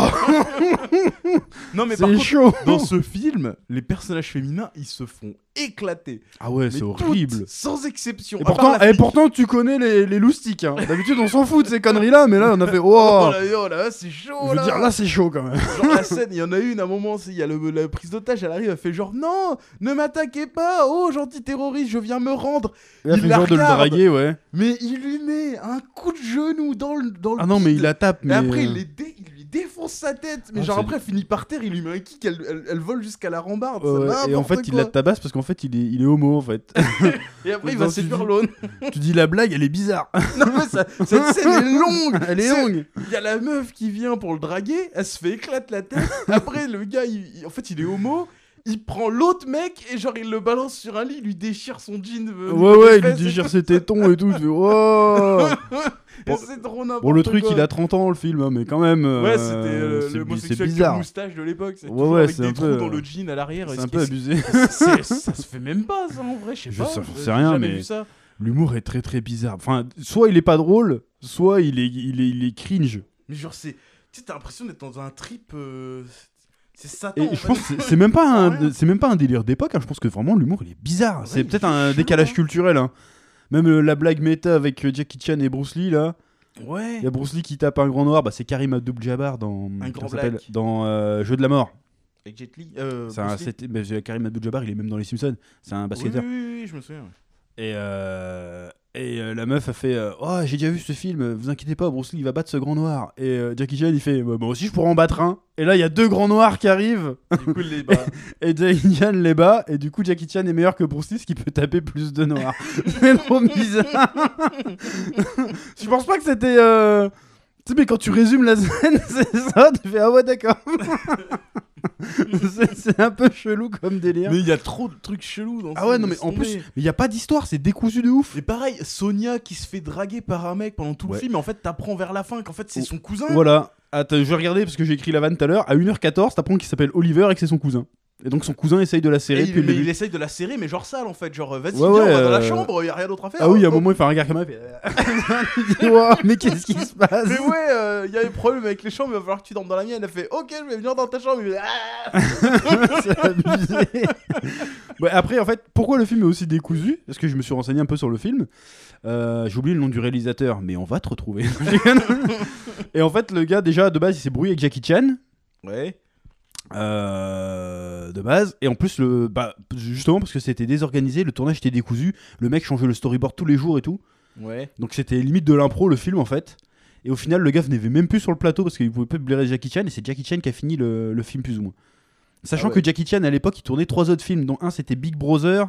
Speaker 1: Non, mais par
Speaker 2: c'est
Speaker 1: contre,
Speaker 2: chaud!
Speaker 1: dans ce film, les personnages féminins, ils se font éclater.
Speaker 2: Ah ouais,
Speaker 1: Mais
Speaker 2: c'est
Speaker 1: toutes,
Speaker 2: horrible!
Speaker 1: Sans exception.
Speaker 2: Et
Speaker 1: à part
Speaker 2: pourtant, eh,
Speaker 1: la
Speaker 2: et
Speaker 1: flic.
Speaker 2: pourtant, tu connais les, les loustiques. hein. D'habitude, on s'en fout de ces conneries-là, mais là, on a fait.
Speaker 1: Oh
Speaker 2: Wow!
Speaker 1: là, oh là, c'est
Speaker 2: Je
Speaker 1: chaud
Speaker 2: veux
Speaker 1: là.
Speaker 2: dire, là, c'est chaud quand même!
Speaker 1: Genre, la scène, il y en a une à un moment, c'est- il y a le- la prise d'otage, elle arrive, elle fait genre non, ne m'attaquez pas, oh gentil terroriste, je viens me rendre.
Speaker 2: Il a
Speaker 1: Il
Speaker 2: fait
Speaker 1: la
Speaker 2: genre de le
Speaker 1: regarde.
Speaker 2: draguer, ouais.
Speaker 1: Mais il lui met un coup de genou dans le dans le
Speaker 2: Ah non, mais
Speaker 1: bide.
Speaker 2: il la tape, mais.
Speaker 1: Et après, il,
Speaker 2: euh,
Speaker 1: les dé- il lui défonce sa tête. Mais
Speaker 2: Ah,
Speaker 1: genre,
Speaker 2: c'est-
Speaker 1: après, elle finit par terre, il lui met un kick, elle, elle- elle vole jusqu'à la rambarde.
Speaker 2: ouais,
Speaker 1: c'est
Speaker 2: et en
Speaker 1: n'importe
Speaker 2: fait, il la
Speaker 1: quoi.
Speaker 2: tabasse parce qu'en fait, il est, il est homo en fait.
Speaker 1: Et après,
Speaker 2: Et
Speaker 1: il va
Speaker 2: donc, tu
Speaker 1: séduire
Speaker 2: dis-
Speaker 1: l'aune.
Speaker 2: tu dis la blague, elle est bizarre.
Speaker 1: non, mais ça- cette scène est longue.
Speaker 2: elle est
Speaker 1: C'est-
Speaker 2: longue.
Speaker 1: Il y a la meuf qui vient pour le draguer, elle se fait éclate la tête. Après, le gars, il- il- en fait, il est homo. Il prend l'autre mec et genre il le balance sur un lit, il lui déchire son jean. euh,
Speaker 2: Ouais, ouais, il
Speaker 1: les
Speaker 2: lui
Speaker 1: fesses et
Speaker 2: déchire
Speaker 1: tout.
Speaker 2: ses tétons et tout. tu fais, wow.
Speaker 1: Et c'est trop n'importe
Speaker 2: Bon, le truc,
Speaker 1: quoi.
Speaker 2: il a 30 ans le film, hein, mais quand même. euh,
Speaker 1: Ouais, c'était euh,
Speaker 2: c'est
Speaker 1: le
Speaker 2: bi-
Speaker 1: homosexuel
Speaker 2: C'est
Speaker 1: avec le
Speaker 2: bizarre.
Speaker 1: moustache de l'époque. C'est
Speaker 2: Ouais,
Speaker 1: toujours
Speaker 2: ouais,
Speaker 1: avec
Speaker 2: c'est
Speaker 1: des
Speaker 2: un
Speaker 1: trous
Speaker 2: peu,
Speaker 1: dans
Speaker 2: euh,
Speaker 1: le jean à l'arrière.
Speaker 2: C'est
Speaker 1: Est-ce
Speaker 2: un
Speaker 1: que
Speaker 2: peu abusé.
Speaker 1: c'est- ça se fait même pas, ça, en vrai. Je sais
Speaker 2: Je
Speaker 1: pas.
Speaker 2: sais-
Speaker 1: j'ai
Speaker 2: sais rien,
Speaker 1: jamais
Speaker 2: mais-
Speaker 1: vu ça.
Speaker 2: L'humour est très très bizarre. Enfin, soit il est pas drôle, soit il est, il est, il est cringe.
Speaker 1: Mais genre, c'est. Tu sais, t'as l'impression d'être dans un trip. euh, C'est Satan.
Speaker 2: Et
Speaker 1: en
Speaker 2: je
Speaker 1: fait.
Speaker 2: pense que c'est- c'est même pas un,
Speaker 1: rien.
Speaker 2: c'est même pas un délire d'époque. hein. Je pense que vraiment l'humour il est bizarre.
Speaker 1: Ouais,
Speaker 2: c'est
Speaker 1: il
Speaker 2: peut-être
Speaker 1: est
Speaker 2: un
Speaker 1: chelou,
Speaker 2: décalage
Speaker 1: hein.
Speaker 2: culturel. hein. Même euh, la blague méta avec euh, Jackie Chan et Bruce Lee là.
Speaker 1: Ouais.
Speaker 2: Il y a Bruce Lee qui tape un grand noir. Bah, c'est Karim Abdul-Jabbar dans
Speaker 1: Un
Speaker 2: comment
Speaker 1: grand
Speaker 2: ça s'appelle
Speaker 1: black.
Speaker 2: dans euh, Jeu de la mort.
Speaker 1: Avec Jet Li. euh,
Speaker 2: C'est un-
Speaker 1: Bruce Lee.
Speaker 2: c'était- mais, euh, Karim Abdul-Jabbar il est même dans les Simpsons. C'est un
Speaker 1: Oui,
Speaker 2: basketteur.
Speaker 1: oui, oui, oui, je me souviens.
Speaker 2: Et, euh, et euh, la meuf a fait euh, Oh, j'ai déjà vu ce film, euh, vous inquiétez pas, Bruce Lee il va battre ce grand noir. Et euh, Jackie Chan il fait Bah, Moi aussi je pourrais en battre un. Et là il y a deux grands noirs qui arrivent,
Speaker 1: Du coup, il les bat.
Speaker 2: et Jackie Chan les bat, et du coup Jackie Chan est meilleur que Bruce Lee, ce qui peut taper plus de noirs. C'est trop bizarre. je pense pas que c'était. euh, Tu sais, mais quand tu résumes la scène, c'est ça, tu fais Ah ouais, d'accord. C'est- c'est un peu chelou comme délire.
Speaker 1: mais il y a trop de trucs chelous dans
Speaker 2: Ah
Speaker 1: ce-
Speaker 2: ouais, non, mais
Speaker 1: laisse
Speaker 2: en plus,
Speaker 1: tomber.
Speaker 2: il n'y a pas d'histoire, c'est décousu de ouf.
Speaker 1: Et pareil, Sonia qui se fait draguer par un mec pendant tout
Speaker 2: Ouais.
Speaker 1: le film, et en fait, t'apprends vers la fin qu'en fait, c'est
Speaker 2: Oh,
Speaker 1: son cousin.
Speaker 2: Voilà. Attends, je vais regarder parce que j'ai écrit la vanne tout à l'heure. À 1h14, t'apprends qu'il s'appelle Oliver et que c'est son cousin. Et donc son cousin essaye de la
Speaker 1: Et
Speaker 2: serrer
Speaker 1: il,
Speaker 2: depuis le
Speaker 1: mais il
Speaker 2: début.
Speaker 1: essaye de la serrer, mais genre sale en fait. Genre, vas-y,
Speaker 2: Ouais,
Speaker 1: viens, on va
Speaker 2: ouais,
Speaker 1: dans la
Speaker 2: euh,
Speaker 1: chambre, il a rien d'autre à faire.
Speaker 2: Ah oui, à un
Speaker 1: Oh,
Speaker 2: moment, il fait un regard comme ça. il fait, euh, il dit, Ouah, mais qu'est-ce qui se passe
Speaker 1: Mais ouais, il y a des problèmes avec les chambres, il va falloir que tu dormes dans la mienne. Elle fait Ok, je vais venir dans ta chambre. Il fait, Ah
Speaker 2: C'est abusé. Ouais, après, en fait, pourquoi le film est aussi décousu Parce que je me suis renseigné un peu sur le film. Euh, J'ai oublié le nom du réalisateur, mais on va te retrouver. et en fait, le gars, déjà, de base, il s'est brouillé avec Jackie Chan.
Speaker 1: Ouais.
Speaker 2: euh, de base. Et en plus, le, bah, justement, parce que c'était désorganisé, le tournage était décousu, le mec changeait le storyboard tous les jours et tout.
Speaker 1: Ouais.
Speaker 2: Donc c'était limite de l'impro, le film en fait. Et au final, le gars n'était même plus sur le plateau parce qu'il pouvait pas blairer Jackie Chan et c'est Jackie Chan qui a fini le, le film plus ou moins. Sachant
Speaker 1: Ah ouais.
Speaker 2: que Jackie Chan à l'époque il tournait trois autres films, dont un c'était Big Brother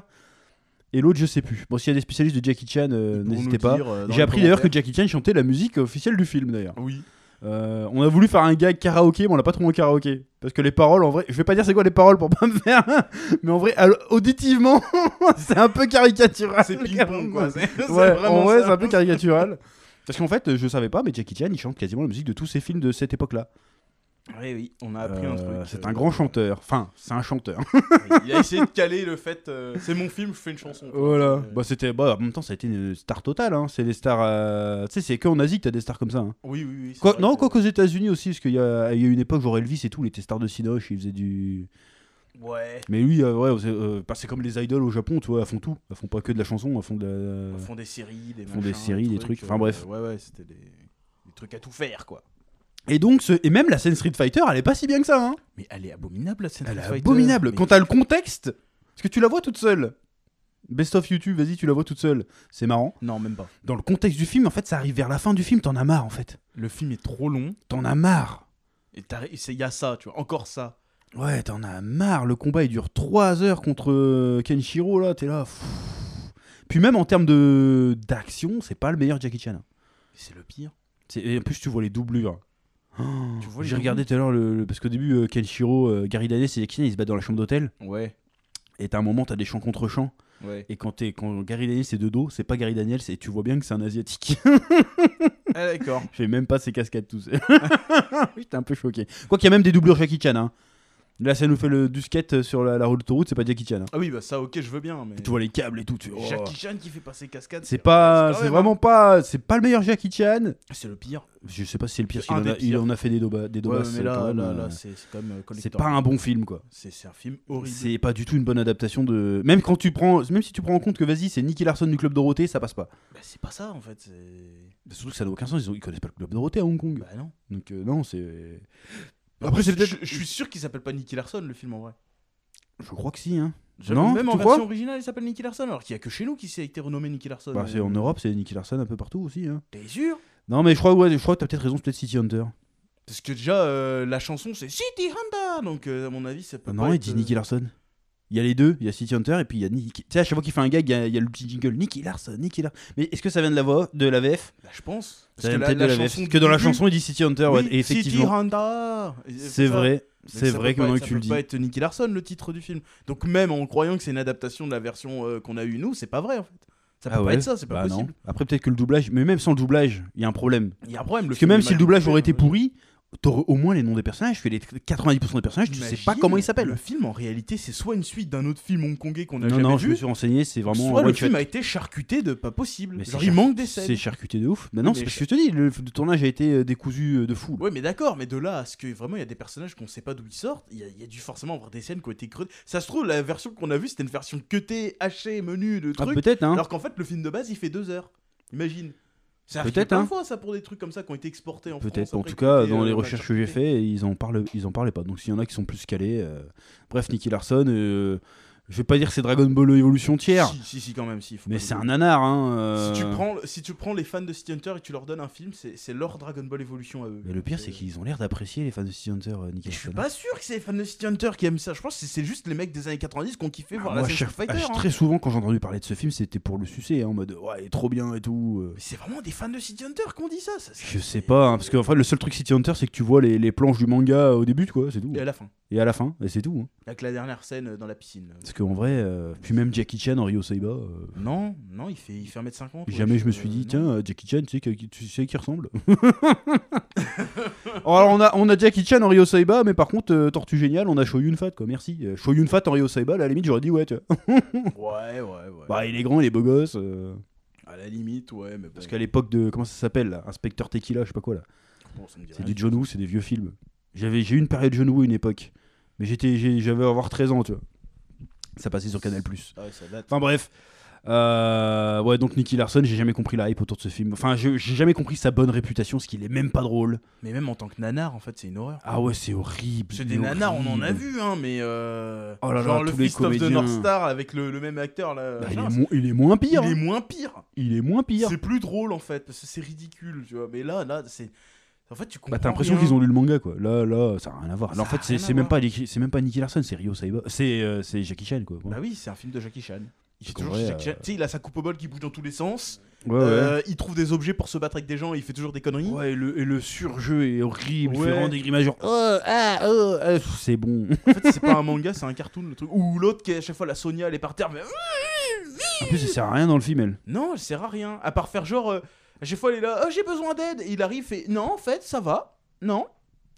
Speaker 2: et l'autre je sais plus. Bon, s'il y a des spécialistes de Jackie Chan, euh,
Speaker 1: Pour
Speaker 2: n'hésitez
Speaker 1: nous
Speaker 2: pas.
Speaker 1: dire, euh, dans
Speaker 2: J'ai
Speaker 1: les
Speaker 2: appris d'ailleurs que
Speaker 1: commentaires.
Speaker 2: Jackie Chan chantait la musique officielle du film d'ailleurs.
Speaker 1: Oui.
Speaker 2: Euh, on a voulu faire un gag karaoké, mais on l'a pas trouvé en karaoké. Parce que les paroles, en vrai, je vais pas dire c'est quoi les paroles pour pas me faire, mais en vrai, al- auditivement, c'est un peu caricatural.
Speaker 1: C'est
Speaker 2: quand
Speaker 1: ping-pong,
Speaker 2: même.
Speaker 1: quoi. C'est c'est
Speaker 2: Ouais, en
Speaker 1: vraiment
Speaker 2: vrai,
Speaker 1: ça.
Speaker 2: c'est un peu caricatural. Parce qu'en fait, je savais pas, mais Jackie Chan, il chante quasiment la musique de tous ses films de cette époque-là.
Speaker 1: Oui, oui, on a appris un
Speaker 2: Euh,
Speaker 1: truc.
Speaker 2: C'est
Speaker 1: euh,
Speaker 2: un grand chanteur. Enfin, c'est un chanteur.
Speaker 1: oui. Il a essayé de caler le fait. euh, c'est mon film, je fais une chanson. quoi.
Speaker 2: voilà.
Speaker 1: Euh,
Speaker 2: Bah, c'était. Bah, en même temps, ça a été une star totale. hein. C'est les stars. euh, Tu sais, c'est que en Asie que t'as des stars comme ça. hein.
Speaker 1: Oui, oui, oui. c'est
Speaker 2: Quoi-
Speaker 1: vrai
Speaker 2: non,
Speaker 1: que-
Speaker 2: quoi qu'aux États-Unis aussi, parce qu'il y, a il y a une époque, genre Elvis et tout, il était star de Cinoche, il faisait du.
Speaker 1: Ouais.
Speaker 2: Mais lui, euh, ouais, c'est euh, bah, c'est comme les idoles au Japon, tu vois, elles font tout. Elles font pas que de la chanson, elles font de la.
Speaker 1: Ils font des séries, des
Speaker 2: font Euh, des
Speaker 1: machins,
Speaker 2: séries, des trucs, enfin, bref.
Speaker 1: euh, Ouais, ouais, c'était des... des trucs à tout faire, quoi.
Speaker 2: Et donc, ce- et même la scène Street Fighter, elle est pas si bien que ça, hein.
Speaker 1: Mais elle est abominable, la scène
Speaker 2: Elle est
Speaker 1: Street Fighter.
Speaker 2: abominable.
Speaker 1: Mais-
Speaker 2: Quand t'as le contexte, parce que tu la vois toute seule. Best of YouTube, vas-y, tu la vois toute seule. C'est marrant.
Speaker 1: Non, même pas.
Speaker 2: Dans le contexte du film, en fait, ça arrive vers la fin du film, t'en as marre, en fait.
Speaker 1: Le film est trop long.
Speaker 2: T'en as marre.
Speaker 1: Et t'arri- c'est- il y a ça, tu vois, encore ça.
Speaker 2: Ouais, t'en as marre. Le combat, il dure 3 heures contre euh, Kenshiro, là, t'es là. pfff. Puis même en termes de d'action, c'est pas le meilleur Jackie Chan. hein.
Speaker 1: Mais C'est le pire.
Speaker 2: C'est- Et en plus, tu vois les doublures. Oh,
Speaker 1: Tu vois les
Speaker 2: J'ai regardé tout à l'heure, le, le- parce qu'au début, euh, Kenshiro, euh, Gary Daniels et Jackie Chan, ils se battent dans la chambre d'hôtel.
Speaker 1: Ouais,
Speaker 2: Et t'as un moment, t'as des champs contre champs.
Speaker 1: ouais.
Speaker 2: Et quand, t'es- quand Gary Daniels est de dos, c'est pas Gary Daniels et tu vois bien que c'est un asiatique.
Speaker 1: ah, d'accord.
Speaker 2: Je fais même pas ses cascades tous. J'étais un peu choqué. Quoi qu'il y a même des doublures Jackie Chan. hein. Là, ça nous fait le, du skate euh, sur la, la route autoroute, c'est pas Jackie Chan. hein.
Speaker 1: Ah oui, bah ça, ok, je veux bien, mais...
Speaker 2: Tu vois les câbles et tout. tu- oh.
Speaker 1: Jackie Chan qui fait passer cascade,
Speaker 2: C'est pas,
Speaker 1: quand
Speaker 2: c'est
Speaker 1: même,
Speaker 2: vraiment pas, c'est pas le meilleur Jackie Chan.
Speaker 1: hein. C'est le pire.
Speaker 2: Je sais pas si c'est le pire.
Speaker 1: C'est
Speaker 2: s'il
Speaker 1: un
Speaker 2: en a,
Speaker 1: des
Speaker 2: il
Speaker 1: pires.
Speaker 2: en a fait des dobas, des
Speaker 1: Ouais,
Speaker 2: dobasses,
Speaker 1: mais là,
Speaker 2: quand même,
Speaker 1: là,
Speaker 2: euh,
Speaker 1: là, c'est c'est quand même euh,
Speaker 2: c'est
Speaker 1: collector.
Speaker 2: pas un bon film quoi.
Speaker 1: C'est c'est un film horrible.
Speaker 2: C'est pas du tout une bonne adaptation de. Même quand tu prends, même si tu prends en compte que vas-y, c'est Nicky Larson du club Dorothée, ça passe pas.
Speaker 1: Bah, c'est pas ça, en fait, c'est...
Speaker 2: Surtout que ça n'a aucun sens. Ils, ont- ils connaissent pas le club Dorothée à Hong Kong.
Speaker 1: Bah non.
Speaker 2: Donc euh, non, c'est.
Speaker 1: Après,
Speaker 2: Après, c'est peut-être.
Speaker 1: Je, je suis sûr qu'il s'appelle pas Nicky Larson, le film, en vrai.
Speaker 2: Je crois que si. Hein.
Speaker 1: Je-
Speaker 2: Non,
Speaker 1: Même en
Speaker 2: tu
Speaker 1: version
Speaker 2: crois
Speaker 1: originale, il s'appelle Nicky Larson, alors qu'il y a que chez nous qui s'est été renommé Nicky Larson.
Speaker 2: Bah, c'est en Europe, c'est Nicky Larson un peu partout aussi. Hein.
Speaker 1: T'es sûr
Speaker 2: Non, mais je crois, ouais, je crois que t'as peut-être raison. c'est Peut-être City Hunter.
Speaker 1: Parce que déjà, euh, la chanson, c'est City Honda Donc, euh, à mon avis, ça peut
Speaker 2: Ah, non,
Speaker 1: pas
Speaker 2: il
Speaker 1: être,
Speaker 2: dit
Speaker 1: euh,
Speaker 2: Nicky Larson. Il y a les deux. Il y a City Hunter et puis il y a Nicky. Tu sais, à chaque fois qu'il fait un gag, il y, a- il y a le petit jingle Nicky Larson, Nicky Larson. Mais est-ce que ça vient de la voix, de la VF
Speaker 1: Bah, je pense.
Speaker 2: Ça vient peut-être de la VF.
Speaker 1: chanson
Speaker 2: Parce que dans la
Speaker 1: du
Speaker 2: chanson, il dit City Hunter.
Speaker 1: début,
Speaker 2: ouais,
Speaker 1: oui,
Speaker 2: et
Speaker 1: City
Speaker 2: effectivement,
Speaker 1: Honda
Speaker 2: c'est vrai. C'est vrai que
Speaker 1: qu'on
Speaker 2: maintenant que tu le dis.
Speaker 1: Ça peut pas être Nicky Larson, le titre du film. Donc, même en croyant que c'est une adaptation de la version euh, qu'on a eue nous, c'est pas vrai, en fait. Ça peut
Speaker 2: Ah
Speaker 1: pas
Speaker 2: ouais
Speaker 1: être ça, c'est pas
Speaker 2: Bah, non.
Speaker 1: possible.
Speaker 2: Après, peut-être que le doublage. Mais même sans le doublage, il y a un problème.
Speaker 1: Il y a un problème.
Speaker 2: Parce que même
Speaker 1: film est
Speaker 2: si le
Speaker 1: mal
Speaker 2: doublage
Speaker 1: fait,
Speaker 2: aurait été
Speaker 1: euh,
Speaker 2: pourri, t'aurais au moins les noms des personnages, que les 90% des personnages, tu sais pas
Speaker 1: Imagine,
Speaker 2: comment ils
Speaker 1: Le
Speaker 2: s'appellent.
Speaker 1: film, en réalité, c'est soit une suite d'un autre film hongkongais qu'on
Speaker 2: Non,
Speaker 1: a jamais
Speaker 2: non, je me
Speaker 1: vu,
Speaker 2: suis renseigné, c'est vraiment.
Speaker 1: soit
Speaker 2: un
Speaker 1: le
Speaker 2: one-shot.
Speaker 1: film a été charcuté de pas possible.
Speaker 2: Mais
Speaker 1: Genre,
Speaker 2: c'est
Speaker 1: il
Speaker 2: char-
Speaker 1: manque des
Speaker 2: C'est
Speaker 1: scènes.
Speaker 2: charcuté de ouf. Mais non,
Speaker 1: Oui,
Speaker 2: c'est
Speaker 1: mais
Speaker 2: parce que je te dis, le, le tournage a été euh, décousu euh, de fou. là.
Speaker 1: Ouais, mais d'accord, mais de là à ce que vraiment il y a des personnages qu'on sait pas d'où ils sortent, il y, a- il y a dû forcément avoir des scènes qui ont été creuses. Ça se trouve, la version qu'on a vue, c'était une version cutée, hachée, menu, de
Speaker 2: Ah,
Speaker 1: trucs.
Speaker 2: peut-être, hein.
Speaker 1: alors qu'en fait, le film de base, il fait deux heures. Imagine. C'est arrivé
Speaker 2: Peut-être,
Speaker 1: plein de
Speaker 2: hein.
Speaker 1: fois, ça, pour des trucs comme ça qui ont été exportés en
Speaker 2: Peut-être.
Speaker 1: France,
Speaker 2: En
Speaker 1: après,
Speaker 2: tout
Speaker 1: qui ont
Speaker 2: cas,
Speaker 1: été,
Speaker 2: dans les
Speaker 1: euh,
Speaker 2: recherches que j'ai
Speaker 1: charcutés.
Speaker 2: fait, ils en parlent, ils en parlaient pas. Donc s'il y en a qui sont plus calés, euh, bref, Nicky Larson, euh, je vais pas dire que c'est Dragon Ball Evolution tiers,
Speaker 1: Si, si, si, quand même, si. faut
Speaker 2: mais
Speaker 1: pas
Speaker 2: c'est un
Speaker 1: l'oublier.
Speaker 2: nanar, hein. euh.
Speaker 1: Si tu, prends, le- si tu prends les fans de City Hunter et que tu leur donnes un film, c'est c'est leur Dragon Ball Evolution à eux.
Speaker 2: Mais le pire, c'est qu'ils ont l'air d'apprécier les fans de City Hunter, euh, Nicky
Speaker 1: Et Euh. Je suis
Speaker 2: Larson.
Speaker 1: pas sûr que c'est les fans de City Hunter qui aiment ça. Je pense que c'est juste les mecs des années 90 qui ont kiffé voir
Speaker 2: Ah, moi,
Speaker 1: la scène
Speaker 2: chaque-
Speaker 1: Street Fighter.
Speaker 2: ah,
Speaker 1: hein.
Speaker 2: Très souvent, quand j'ai entendu parler de ce film, c'était pour le sucer, hein, en mode ouais, il est trop bien et tout. euh.
Speaker 1: Mais c'est vraiment des fans de City Hunter qui ont dit ça. ça,
Speaker 2: Je
Speaker 1: c'est-
Speaker 2: sais pas, hein, parce que en fait, le seul truc City Hunter, c'est que tu vois les, les planches du manga euh, au début, quoi, c'est tout.
Speaker 1: Et à la fin,
Speaker 2: Et à la fin, et c'est tout. hein.
Speaker 1: avec la dernière scène euh, dans la piscine.
Speaker 2: Parce qu'en vrai, euh, puis même Jackie Chan en Rio Saiba, euh,
Speaker 1: Non, non, il fait, il fait 1m50. ouais,
Speaker 2: jamais je me suis
Speaker 1: euh,
Speaker 2: dit,
Speaker 1: non.
Speaker 2: tiens, euh, Jackie Chan, tu sais, que- tu sais qui ressemble Alors, on a, on a Jackie Chan en Rio Saiba, mais par contre, euh, Tortue Géniale, on a Shoyun Fat, quoi, merci. Euh, Shoyun Fat en Rio Saiba, à la limite, j'aurais dit, ouais, tu vois.
Speaker 1: Ouais, ouais, ouais.
Speaker 2: Bah, il est grand, il est beau gosse. euh,
Speaker 1: À la limite, ouais, mais bon.
Speaker 2: Parce qu'à l'époque de. Comment ça s'appelle, là Inspecteur Tequila, je sais pas quoi, là.
Speaker 1: bon, ça me dit
Speaker 2: C'est
Speaker 1: rien.
Speaker 2: du John Woo, c'est des vieux films. J'avais, j'ai eu une période John Woo à une époque, mais j'étais, j'ai- j'avais avoir 13 ans, tu vois. Ça passait sur Canal+.
Speaker 1: Ah ouais, ça date.
Speaker 2: Enfin bref, Euh, ouais, donc Nicky Larson, j'ai jamais compris la hype autour de ce film. Enfin, je- j'ai jamais compris sa bonne réputation, parce qu'il est même pas drôle.
Speaker 1: Mais même en tant que nanar, en fait, c'est une horreur.
Speaker 2: Ah ouais, c'est horrible.
Speaker 1: C'est
Speaker 2: mais
Speaker 1: des nanars, on en a
Speaker 2: horrible.
Speaker 1: vu, hein, mais. euh,
Speaker 2: Oh là là,
Speaker 1: genre le
Speaker 2: tous les
Speaker 1: Fist of the
Speaker 2: comédiens.
Speaker 1: North Star avec le, le même acteur là.
Speaker 2: Bah, il,
Speaker 1: machin,
Speaker 2: est mo- il est moins
Speaker 1: il
Speaker 2: pire.
Speaker 1: est
Speaker 2: hein.
Speaker 1: moins pire.
Speaker 2: Il est moins pire.
Speaker 1: C'est plus drôle en fait, parce que c'est ridicule, tu vois. Mais là, là, c'est. En fait, tu comprends.
Speaker 2: Bah, t'as l'impression
Speaker 1: rien.
Speaker 2: qu'ils ont lu le manga quoi. Là, là, ça a rien à voir. Là, en
Speaker 1: Ça
Speaker 2: fait,
Speaker 1: a
Speaker 2: c'est
Speaker 1: rien à
Speaker 2: c'est même
Speaker 1: voir.
Speaker 2: pas l'écrit- c'est même pas Nicky Larson, c'est Ryo Saiba, c'est euh, c'est Jackie Chan quoi.
Speaker 1: Bah oui, c'est un film de Jackie Chan. Il fait
Speaker 2: Parce qu'en
Speaker 1: toujours chez
Speaker 2: vrai, euh,
Speaker 1: Jackie Chan. Tu sais, il a sa coupe au bol qui bouge dans tous les sens.
Speaker 2: Ouais, ouais.
Speaker 1: Euh, il trouve des objets pour se battre avec des gens et il fait toujours des conneries.
Speaker 2: Ouais, et le, et le surjeu est horrible, il
Speaker 1: Ouais.
Speaker 2: fait vraiment des grimaces genre Oh, ah, oh, ah, pff, c'est bon.
Speaker 1: En fait, euh, c'est pas un manga, c'est un cartoon le truc. Ou l'autre qui à chaque fois la Sonia elle est par terre. Mais...
Speaker 2: En plus, ça sert à rien dans le film, elle.
Speaker 1: Non, elle sert à rien. À part faire genre. euh, à chaque fois elle est là, oh, j'ai besoin d'aide. Et il arrive et non, en fait, ça va. Non,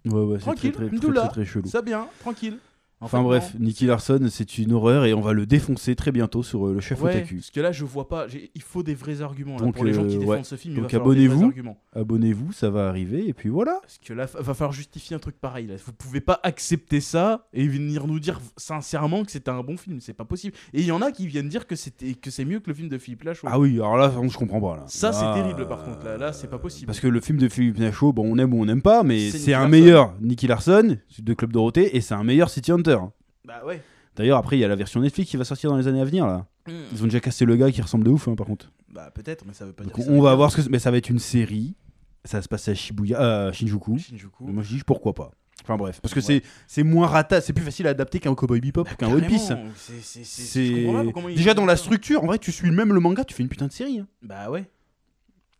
Speaker 2: Ouais, ouais, c'est très
Speaker 1: Tranquille,
Speaker 2: très, très, très,
Speaker 1: Mdoula.
Speaker 2: très, chelou.
Speaker 1: ça bien, tranquille. En
Speaker 2: Enfin
Speaker 1: fait,
Speaker 2: bref,
Speaker 1: non.
Speaker 2: Nicky Larson, c'est une horreur et on va le défoncer très bientôt sur euh, le chef
Speaker 1: Ouais,
Speaker 2: otaku.
Speaker 1: parce que là je vois pas. j'ai- Il faut des vrais arguments là,
Speaker 2: Donc,
Speaker 1: pour les gens qui
Speaker 2: euh,
Speaker 1: défendent
Speaker 2: ouais.
Speaker 1: ce film. il
Speaker 2: Donc,
Speaker 1: va falloir des vrais
Speaker 2: abonnez-vous.
Speaker 1: arguments.
Speaker 2: Abonnez-vous, ça va arriver et puis voilà.
Speaker 1: Parce que là, fa- va falloir justifier un truc pareil. Là. Vous pouvez pas accepter ça et venir nous dire sincèrement que c'était un bon film. C'est pas possible. Et il y en a qui viennent dire que c'était que c'est mieux que le film de Philippe Lachaud.
Speaker 2: Ah oui, alors là, on, je comprends pas. Là.
Speaker 1: Ça, c'est
Speaker 2: Là,
Speaker 1: terrible, par contre. Là- là, c'est pas possible.
Speaker 2: Parce que le film de Philippe Nachaud, bon, on aime ou on n'aime pas, mais
Speaker 1: C'est
Speaker 2: c'est un
Speaker 1: Nicky
Speaker 2: meilleur Nicky Larson de Club Dorothée et c'est un meilleur City Hunter.
Speaker 1: Bah ouais.
Speaker 2: D'ailleurs, après, il y a la version Netflix qui va sortir dans les années à venir. là. Ils ont déjà cassé le gars qui ressemble de ouf, hein, par contre.
Speaker 1: Bah peut-être, mais ça veut pas
Speaker 2: Donc,
Speaker 1: dire. que
Speaker 2: on
Speaker 1: ça-
Speaker 2: va voir ce que c'est- mais ça va être une série. Ça va se passe à Shibuya, euh, à Shinjuku.
Speaker 1: Shinjuku.
Speaker 2: Moi, je dis pourquoi pas. Enfin bref, parce que
Speaker 1: Ouais.
Speaker 2: c'est c'est moins rata, c'est plus facile à adapter qu'un Cowboy Bebop,
Speaker 1: Bah,
Speaker 2: qu'un One
Speaker 1: carrément,
Speaker 2: Piece.
Speaker 1: c'est- c'est- c'est- je
Speaker 2: C'est
Speaker 1: comprends pas comment ils
Speaker 2: déjà
Speaker 1: font
Speaker 2: dans la
Speaker 1: ça.
Speaker 2: structure. En vrai, tu suis même le manga, tu fais une putain de série. hein.
Speaker 1: Bah ouais.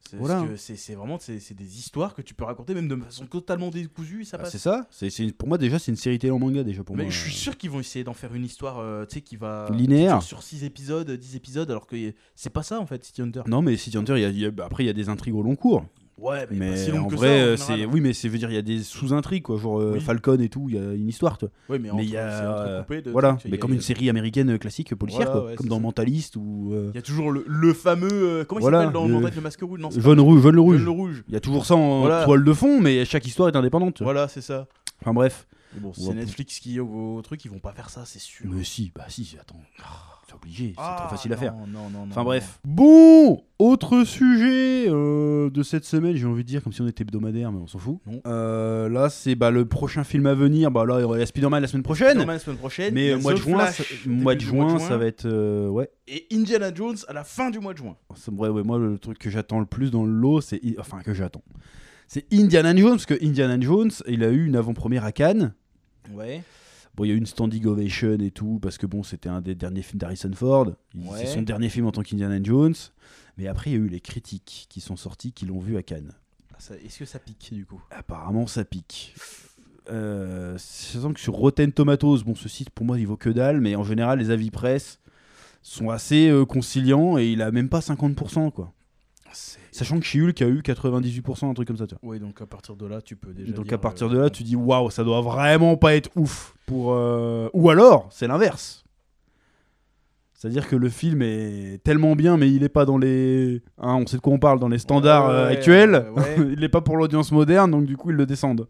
Speaker 1: C'est
Speaker 2: Voilà.
Speaker 1: parce que c'est- c'est vraiment c'est c'est des histoires que tu peux raconter même de façon totalement décousue et ça
Speaker 2: Bah,
Speaker 1: passe.
Speaker 2: c'est ça. C'est c'est- pour moi déjà, c'est une série télé en manga déjà pour
Speaker 1: mais
Speaker 2: moi. euh,
Speaker 1: je suis sûr qu'ils vont essayer d'en faire une histoire euh, tu sais qui va
Speaker 2: Linéaire.
Speaker 1: sur 6 épisodes, 10 épisodes alors que y- c'est pas ça en fait City Hunter.
Speaker 2: Non, mais City Hunter, il y a- il y a- bah, après il y a des intrigues au long cours.
Speaker 1: Ouais, mais,
Speaker 2: Mais
Speaker 1: pas si long
Speaker 2: en
Speaker 1: que
Speaker 2: vrai,
Speaker 1: ça,
Speaker 2: euh,
Speaker 1: en général.
Speaker 2: c'est oui, mais c'est veut dire il y a des sous-intrigues quoi, genre euh,
Speaker 1: Oui.
Speaker 2: Falcon et tout, il y a une histoire. Toi.
Speaker 1: Ouais, mais,
Speaker 2: mais
Speaker 1: entre-
Speaker 2: il y a, euh,
Speaker 1: c'est entrecoupé de
Speaker 2: voilà,
Speaker 1: trucs, tu
Speaker 2: mais
Speaker 1: vois, Euh, il y a-
Speaker 2: comme une série américaine classique policière,
Speaker 1: Voilà,
Speaker 2: quoi.
Speaker 1: ouais,
Speaker 2: comme
Speaker 1: c'est
Speaker 2: dans
Speaker 1: ça.
Speaker 2: Mentalist ou euh,
Speaker 1: Il y a toujours le, le fameux euh, comment
Speaker 2: Voilà,
Speaker 1: il s'appelle dans
Speaker 2: le-
Speaker 1: le mandat de Masque Rouge non, c'est
Speaker 2: Jaune Rouge, Jaune le
Speaker 1: pas-
Speaker 2: Rouge.
Speaker 1: le rouge.
Speaker 2: Il y a toujours ça en
Speaker 1: Voilà.
Speaker 2: toile de fond, mais chaque histoire est indépendante.
Speaker 1: Voilà, c'est ça.
Speaker 2: Enfin bref.
Speaker 1: Mais bon,
Speaker 2: va-
Speaker 1: c'est Netflix qui est au au truc, ils vont pas faire ça, c'est sûr.
Speaker 2: Mais si, bah si, attends. C'est obligé, c'est
Speaker 1: Ah,
Speaker 2: trop facile à
Speaker 1: non,
Speaker 2: faire.
Speaker 1: non, non,
Speaker 2: Enfin
Speaker 1: non,
Speaker 2: bref. Bon, autre sujet euh, de cette semaine, j'ai envie de dire comme si on était hebdomadaire, mais on s'en fout.
Speaker 1: Non.
Speaker 2: Euh, là, c'est bah, le prochain film à venir. Bah là, il y aura Spider-Man la semaine
Speaker 1: non.
Speaker 2: prochaine.
Speaker 1: Spider-Man la semaine prochaine.
Speaker 2: Mais euh, mois de juin, ça- mois de juin, ça va être euh, ouais.
Speaker 1: Et Indiana Jones à la fin du mois de juin.
Speaker 2: Ça- ouais, ouais, moi le truc que j'attends le plus dans le lot, c'est enfin que j'attends. C'est Indiana Jones parce que Indiana Jones, il a eu une avant-première à Cannes.
Speaker 1: Ouais.
Speaker 2: Bon, il y a eu une standing ovation et tout, parce que bon, c'était un des derniers films d'Harrison Ford. Il-
Speaker 1: Ouais.
Speaker 2: C'est son dernier film en tant qu'Indiana Jones. Mais après, il y a eu les critiques qui sont sorties, qui l'ont vu à Cannes.
Speaker 1: Est-ce que Ah, ça pique du coup
Speaker 2: Apparemment, ça pique. Euh, sachant que sur Rotten Tomatoes, bon, ce site pour moi, il vaut que dalle, mais en général, les avis presse sont assez euh, conciliants et il a même pas 50%, quoi. Ah, Sachant que She-Hulk a eu 98%, un truc comme ça, tu vois.
Speaker 1: Ouais, donc à partir de là, tu peux déjà.
Speaker 2: Donc
Speaker 1: dire,
Speaker 2: à partir
Speaker 1: euh,
Speaker 2: de là, tu dis waouh, ça doit vraiment pas être ouf pour euh, ou alors, c'est l'inverse. C'est-à-dire que le film est tellement bien mais il est pas dans les hein, on sait de quoi on parle dans les standards
Speaker 1: Ouais,
Speaker 2: euh,
Speaker 1: ouais,
Speaker 2: actuels.
Speaker 1: ouais, ouais.
Speaker 2: il est pas pour l'audience moderne donc du coup, ils le descendent.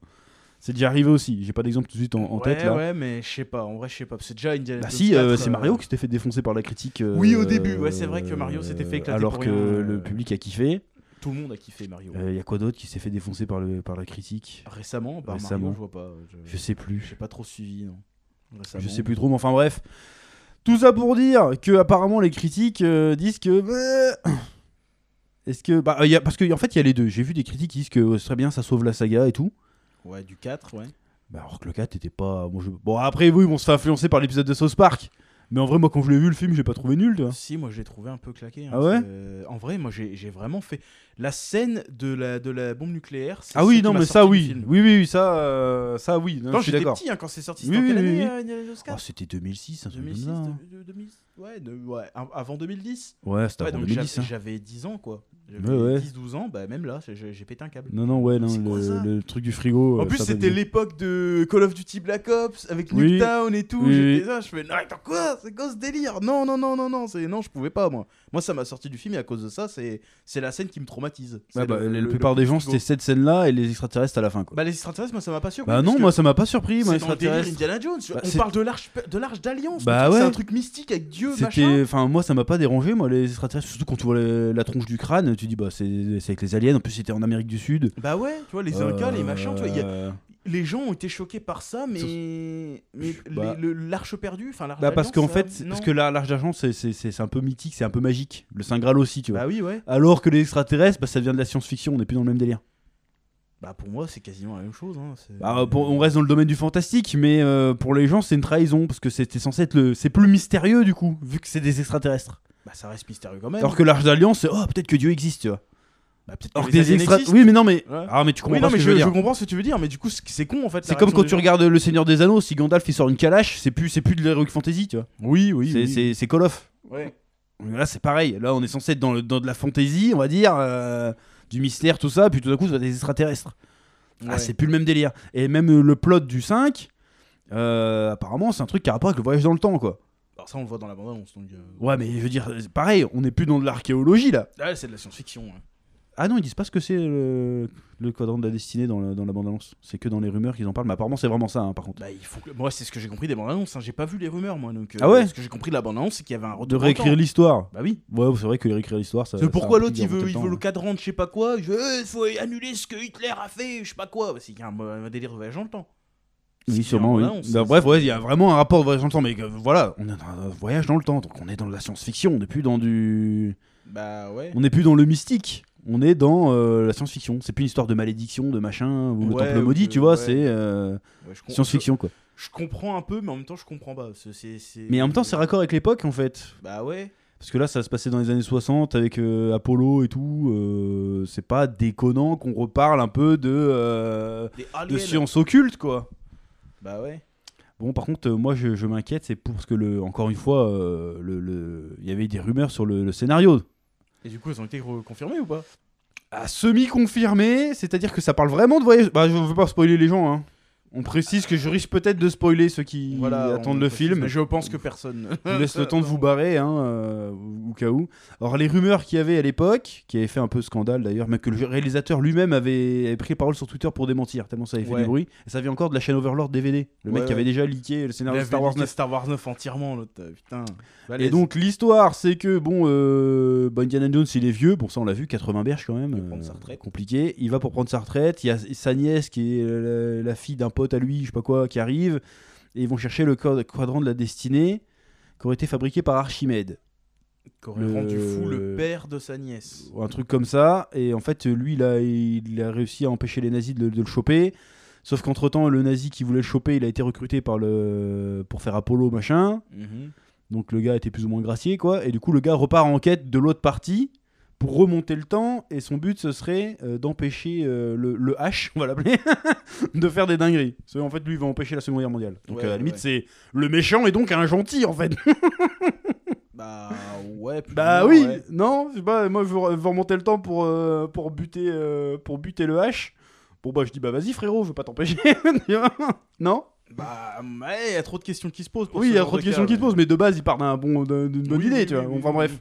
Speaker 2: C'est déjà arrivé aussi, j'ai pas d'exemple tout de suite en, en
Speaker 1: ouais,
Speaker 2: tête là.
Speaker 1: Ouais, mais je sais pas. En vrai, je sais pas. C'est déjà Indiana
Speaker 2: Bah
Speaker 1: Jones
Speaker 2: si, euh,
Speaker 1: 4,
Speaker 2: c'est
Speaker 1: euh,
Speaker 2: Mario qui s'était fait défoncer par la critique. euh,
Speaker 1: Oui, au début, ouais, c'est vrai que Mario s'était fait éclater
Speaker 2: Alors
Speaker 1: pour
Speaker 2: que
Speaker 1: rien, euh.
Speaker 2: le public a kiffé.
Speaker 1: Tout le monde a kiffé Mario.
Speaker 2: Il y a quoi d'autre qui s'est fait défoncer par, le, par la critique
Speaker 1: Récemment, par
Speaker 2: récemment.
Speaker 1: Mario, je vois pas.
Speaker 2: Je
Speaker 1: Je
Speaker 2: sais plus.
Speaker 1: j'ai pas trop suivi. Non. Récemment.
Speaker 2: Je sais plus trop, mais enfin bref. Tout ça pour dire que apparemment les critiques euh, disent que. bah, Est-ce que. Bah, euh, y a- parce qu'en fait, il y a les deux. J'ai vu des critiques qui disent que euh, c'est très bien, ça sauve la saga et tout.
Speaker 1: Ouais, du 4, ouais.
Speaker 2: Bah, alors que le 4 était pas. Bon, je- bon, après, oui, on se fait influencer par l'épisode de South Park. Mais en vrai, moi, quand je l'ai vu, le film, j'ai pas trouvé nul, tu vois.
Speaker 1: Si, moi j'ai trouvé un peu claqué. hein.
Speaker 2: Hein. Ah ouais
Speaker 1: C'est- En vrai, moi j'ai j'ai vraiment fait. La scène de la, de la bombe nucléaire. c'est
Speaker 2: Ah
Speaker 1: ce
Speaker 2: oui,
Speaker 1: qui
Speaker 2: non,
Speaker 1: m'a
Speaker 2: mais
Speaker 1: sorti
Speaker 2: ça,
Speaker 1: du
Speaker 2: oui.
Speaker 1: film.
Speaker 2: Oui, oui, oui, ça, euh, ça, oui. Non,
Speaker 1: Quand
Speaker 2: je suis
Speaker 1: j'étais
Speaker 2: d'accord.
Speaker 1: petit, hein, quand c'est sorti,
Speaker 2: Oui,
Speaker 1: c'était en
Speaker 2: oui,
Speaker 1: quelle
Speaker 2: oui,
Speaker 1: année
Speaker 2: oui.
Speaker 1: euh, Indiana Jones
Speaker 2: Oh,
Speaker 1: 4
Speaker 2: c'était 2006, un truc comme
Speaker 1: 2006,
Speaker 2: ça, hein.
Speaker 1: 2000, ouais, de- ouais, avant 2010.
Speaker 2: Ouais, c'était
Speaker 1: Ouais,
Speaker 2: avant
Speaker 1: donc
Speaker 2: 2010.
Speaker 1: j'avais-
Speaker 2: hein.
Speaker 1: j'avais 10 ans quoi. J'avais
Speaker 2: Ouais, ouais.
Speaker 1: 10-12 ans, bah même là, j'ai j'ai pété un câble.
Speaker 2: Non, non, ouais, non,
Speaker 1: C'est quoi ça
Speaker 2: le, le truc du frigo.
Speaker 1: En
Speaker 2: euh,
Speaker 1: plus,
Speaker 2: ça va
Speaker 1: c'était
Speaker 2: bien.
Speaker 1: l'époque de Call of Duty Black Ops avec
Speaker 2: Oui.
Speaker 1: Nuketown et tout.
Speaker 2: Oui,
Speaker 1: J'étais là, je fais, non, attends, quoi C'est quoi ce délire Non, non, non, non, non, c'est- non, je pouvais pas, moi. Moi, ça m'a sorti du film et à cause de ça, c'est c'est la scène qui me traumatise.
Speaker 2: Ouais,
Speaker 1: C'est
Speaker 2: bah,
Speaker 1: le-
Speaker 2: la
Speaker 1: le-
Speaker 2: plupart
Speaker 1: le
Speaker 2: des gens,
Speaker 1: frigo.
Speaker 2: c'était cette scène-là et les extraterrestres à la fin, quoi.
Speaker 1: Bah, les extraterrestres, moi, ça m'a pas surpris.
Speaker 2: Bah, non,
Speaker 1: parce
Speaker 2: moi,
Speaker 1: que
Speaker 2: ça m'a pas surpris, moi,
Speaker 1: c'est dans le délire
Speaker 2: extraterrestres.
Speaker 1: Indiana Jones. tu vois.
Speaker 2: Bah,
Speaker 1: On
Speaker 2: c'est-
Speaker 1: parle de l'arche de l'arche d'alliance. le
Speaker 2: Bah,
Speaker 1: truc, C'est
Speaker 2: ouais.
Speaker 1: un truc mystique avec Dieu, machin.
Speaker 2: C'était, enfin, moi, ça m'a pas dérangé, moi, les extraterrestres. Surtout quand tu vois le- la tronche du crâne, tu dis, bah, c'est c'est avec les aliens. En plus, c'était en Amérique du Sud.
Speaker 1: Bah ouais, tu vois, les
Speaker 2: Euh,
Speaker 1: Incas, les machins, tu vois, il y a- les gens ont été choqués par ça, mais, mais
Speaker 2: Bah.
Speaker 1: les- le- l'arche perdue, enfin l'arche
Speaker 2: Bah, parce qu'en
Speaker 1: d'alliance, ça,
Speaker 2: fait, c'est- parce
Speaker 1: non.
Speaker 2: que la- l'arche d'argent, c'est- c'est c'est un peu mythique, c'est un peu magique. Le Saint Graal aussi, tu vois.
Speaker 1: bah oui, ouais.
Speaker 2: Alors que les extraterrestres, bah, ça devient de la science-fiction, on n'est plus dans le même délire.
Speaker 1: Bah pour moi, c'est quasiment la même chose. Hein. c'est-
Speaker 2: Bah, euh, pour- on reste dans le domaine du fantastique, mais euh, pour les gens, c'est une trahison parce que c'était censé être le. C'est plus mystérieux du coup, vu que c'est des extraterrestres.
Speaker 1: Bah ça reste mystérieux quand même.
Speaker 2: Alors que l'Arche d'Alliance, c'est oh, peut-être que Dieu existe, tu vois.
Speaker 1: Bah, peut-être
Speaker 2: Alors que
Speaker 1: les
Speaker 2: des
Speaker 1: aliens
Speaker 2: extraterrestres.
Speaker 1: existent.
Speaker 2: Oui, mais non, mais.
Speaker 1: Ouais.
Speaker 2: Ah, mais tu comprends
Speaker 1: Oui, non,
Speaker 2: pas ce
Speaker 1: mais
Speaker 2: que
Speaker 1: je,
Speaker 2: je veux
Speaker 1: je
Speaker 2: dire.
Speaker 1: comprends ce que tu veux dire, mais du coup, c'est c'est con en fait. la
Speaker 2: C'est comme
Speaker 1: réaction
Speaker 2: quand
Speaker 1: des
Speaker 2: tu
Speaker 1: gens.
Speaker 2: regardes Le Seigneur des Anneaux, si Gandalf il sort une calache, c'est plus, c'est plus de l'heroic fantasy, tu vois.
Speaker 1: Oui, oui.
Speaker 2: c'est,
Speaker 1: oui.
Speaker 2: c'est, c'est Call of.
Speaker 1: Ouais.
Speaker 2: Là, c'est pareil. Là, on est censé être dans, le, dans de la fantasy, on va dire, euh, du mystère, tout ça, puis tout d'un coup, ça va être des extraterrestres. Ah,
Speaker 1: Ouais.
Speaker 2: c'est plus le même délire. Et même euh, le plot du 5, euh, apparemment, c'est un truc qui a rapport avec le voyage dans le temps, quoi.
Speaker 1: Alors Bah, ça, on le voit dans la bande-annonce. donc, euh,
Speaker 2: Ouais, mais je veux dire, c'est pareil, on n'est plus dans de l'archéologie, là.
Speaker 1: Ah, c'est de la science-fiction. hein.
Speaker 2: Ah non, ils disent pas ce que c'est le, le quadrant de la destinée dans, le- dans la bande-annonce. C'est que dans les rumeurs qu'ils en parlent, mais apparemment, c'est vraiment ça, hein, par contre.
Speaker 1: Bah, il faut que... Moi, c'est ce que j'ai compris des bandes-annonces. hein. J'ai pas vu les rumeurs, moi. Donc, euh,
Speaker 2: Ah ouais
Speaker 1: Ce que j'ai compris de la bande-annonce, c'est qu'il y avait un
Speaker 2: De
Speaker 1: retour. dans le
Speaker 2: réécrire
Speaker 1: temps.
Speaker 2: l'histoire.
Speaker 1: Bah oui.
Speaker 2: Ouais, c'est vrai que réécrire l'histoire, ça.
Speaker 1: C'est
Speaker 2: ça
Speaker 1: pourquoi
Speaker 2: implique
Speaker 1: l'autre il
Speaker 2: d'inventer
Speaker 1: veut,
Speaker 2: le
Speaker 1: il
Speaker 2: temps,
Speaker 1: veut le
Speaker 2: hein.
Speaker 1: cadran de je sais pas quoi, il veut, euh, faut annuler ce que Hitler a fait, je sais pas quoi. Bah, C'est qu'il y a un, un délire de voyage dans le temps.
Speaker 2: Oui, sûrement, oui. Bah, bref, ouais, il y a vraiment un rapport de voyage dans le temps, mais euh, voilà, on est dans un voyage dans le temps, donc on est dans de la science-fiction, on n'est plus dans du.
Speaker 1: Bah ouais.
Speaker 2: On n'est plus dans le mystique, on est dans euh, la science-fiction. C'est plus une histoire de malédiction, de machin, ou de
Speaker 1: Ouais,
Speaker 2: temple
Speaker 1: ou
Speaker 2: maudit,
Speaker 1: de-
Speaker 2: tu vois,
Speaker 1: ouais.
Speaker 2: c'est euh,
Speaker 1: Ouais, je com-
Speaker 2: science-fiction quoi.
Speaker 1: Je, je comprends un peu, mais en même temps, je comprends pas. C'est- c'est- c'est-
Speaker 2: Mais en même temps, c'est raccord avec l'époque en fait.
Speaker 1: Bah ouais.
Speaker 2: Parce que là, ça se passait dans les années 60 avec euh, Apollo et tout. euh, c'est pas déconnant qu'on reparle un peu de, euh,
Speaker 1: Des
Speaker 2: de
Speaker 1: aliens.
Speaker 2: science occulte quoi.
Speaker 1: Bah ouais.
Speaker 2: Bon, par contre, euh, moi je, je m'inquiète, c'est parce que, le, encore une fois, euh, le- le- il y avait des rumeurs sur le, le scénario.
Speaker 1: Et du coup, elles ont été confirmées ou pas
Speaker 2: à semi-confirmé, c'est-à-dire que ça parle vraiment de voyage. Bah, je veux pas spoiler les gens, hein. On précise que je risque peut-être de spoiler ceux qui attendent
Speaker 1: on
Speaker 2: le
Speaker 1: précise,
Speaker 2: film.
Speaker 1: mais Je pense que personne.
Speaker 2: Je vous laisse le temps de vous barrer, hein, euh, au au cas où. Alors, les rumeurs qu'il y avait à l'époque, qui avaient fait un peu scandale d'ailleurs, mais que le réalisateur lui-même avait, avait pris la parole sur Twitter pour démentir, tellement ça avait fait
Speaker 1: Ouais.
Speaker 2: du bruit. Et ça vient encore de la chaîne Overlord DVD, le
Speaker 1: Ouais,
Speaker 2: mec qui
Speaker 1: ouais.
Speaker 2: avait déjà leaké le
Speaker 1: Il
Speaker 2: scénario
Speaker 1: avait
Speaker 2: de Star Wars
Speaker 1: niqué
Speaker 2: 9.
Speaker 1: Star Wars 9 entièrement, l'autre. euh, Putain.
Speaker 2: Et
Speaker 1: Balèze.
Speaker 2: donc, l'histoire, c'est que, bon, euh, bah, Indiana Jones, il est vieux, bon, ça on l'a vu, 80 berges quand même. euh,
Speaker 1: Il va prendre sa retraite.
Speaker 2: compliqué. Il va pour prendre sa retraite. Il y a sa nièce qui est la, la fille d'un pote à lui, je sais pas quoi, qui arrive. Et ils vont chercher le quad- quadrant de la destinée qui aurait été fabriqué par Archimède.
Speaker 1: Qu'aurait
Speaker 2: le-
Speaker 1: rendu fou le père de sa nièce.
Speaker 2: Ou Un truc comme ça. Et en fait, lui, il a, il a réussi à empêcher les nazis de, le- de le choper. Sauf qu'entre temps, le nazi qui voulait le choper, il a été recruté par le... pour faire Apollo, machin.
Speaker 1: Mhm.
Speaker 2: Donc le gars était plus ou moins gracié, quoi. Et du coup, le gars repart en quête de l'autre partie pour remonter le temps. Et son but, ce serait euh, d'empêcher euh, le, le H, on va l'appeler, de faire des dingueries. Parce que, en fait, lui, il va empêcher la Seconde Guerre mondiale. Donc
Speaker 1: Ouais,
Speaker 2: euh, à la
Speaker 1: ouais,
Speaker 2: limite,
Speaker 1: ouais.
Speaker 2: c'est le méchant et donc un gentil, en fait.
Speaker 1: Bah ouais. plus
Speaker 2: bah
Speaker 1: ou moins,
Speaker 2: oui,
Speaker 1: ouais.
Speaker 2: non, je sais pas, moi, je veux, je veux remonter le temps pour, euh, pour, buter, euh, pour buter le H. Bon, bah, je dis, bah, vas-y, frérot, je veux pas t'empêcher. tu vois. non
Speaker 1: Bah ouais, il y a trop de questions qui se posent. pour
Speaker 2: Oui,
Speaker 1: ce
Speaker 2: il y a
Speaker 1: genre
Speaker 2: trop de
Speaker 1: cas,
Speaker 2: questions qui se
Speaker 1: mais-
Speaker 2: posent, mais de base, il part d'un bon- d'un- d'une bonne
Speaker 1: Oui,
Speaker 2: idée,
Speaker 1: oui,
Speaker 2: tu vois.
Speaker 1: oui,
Speaker 2: Bon,
Speaker 1: oui,
Speaker 2: enfin,
Speaker 1: oui.
Speaker 2: bref.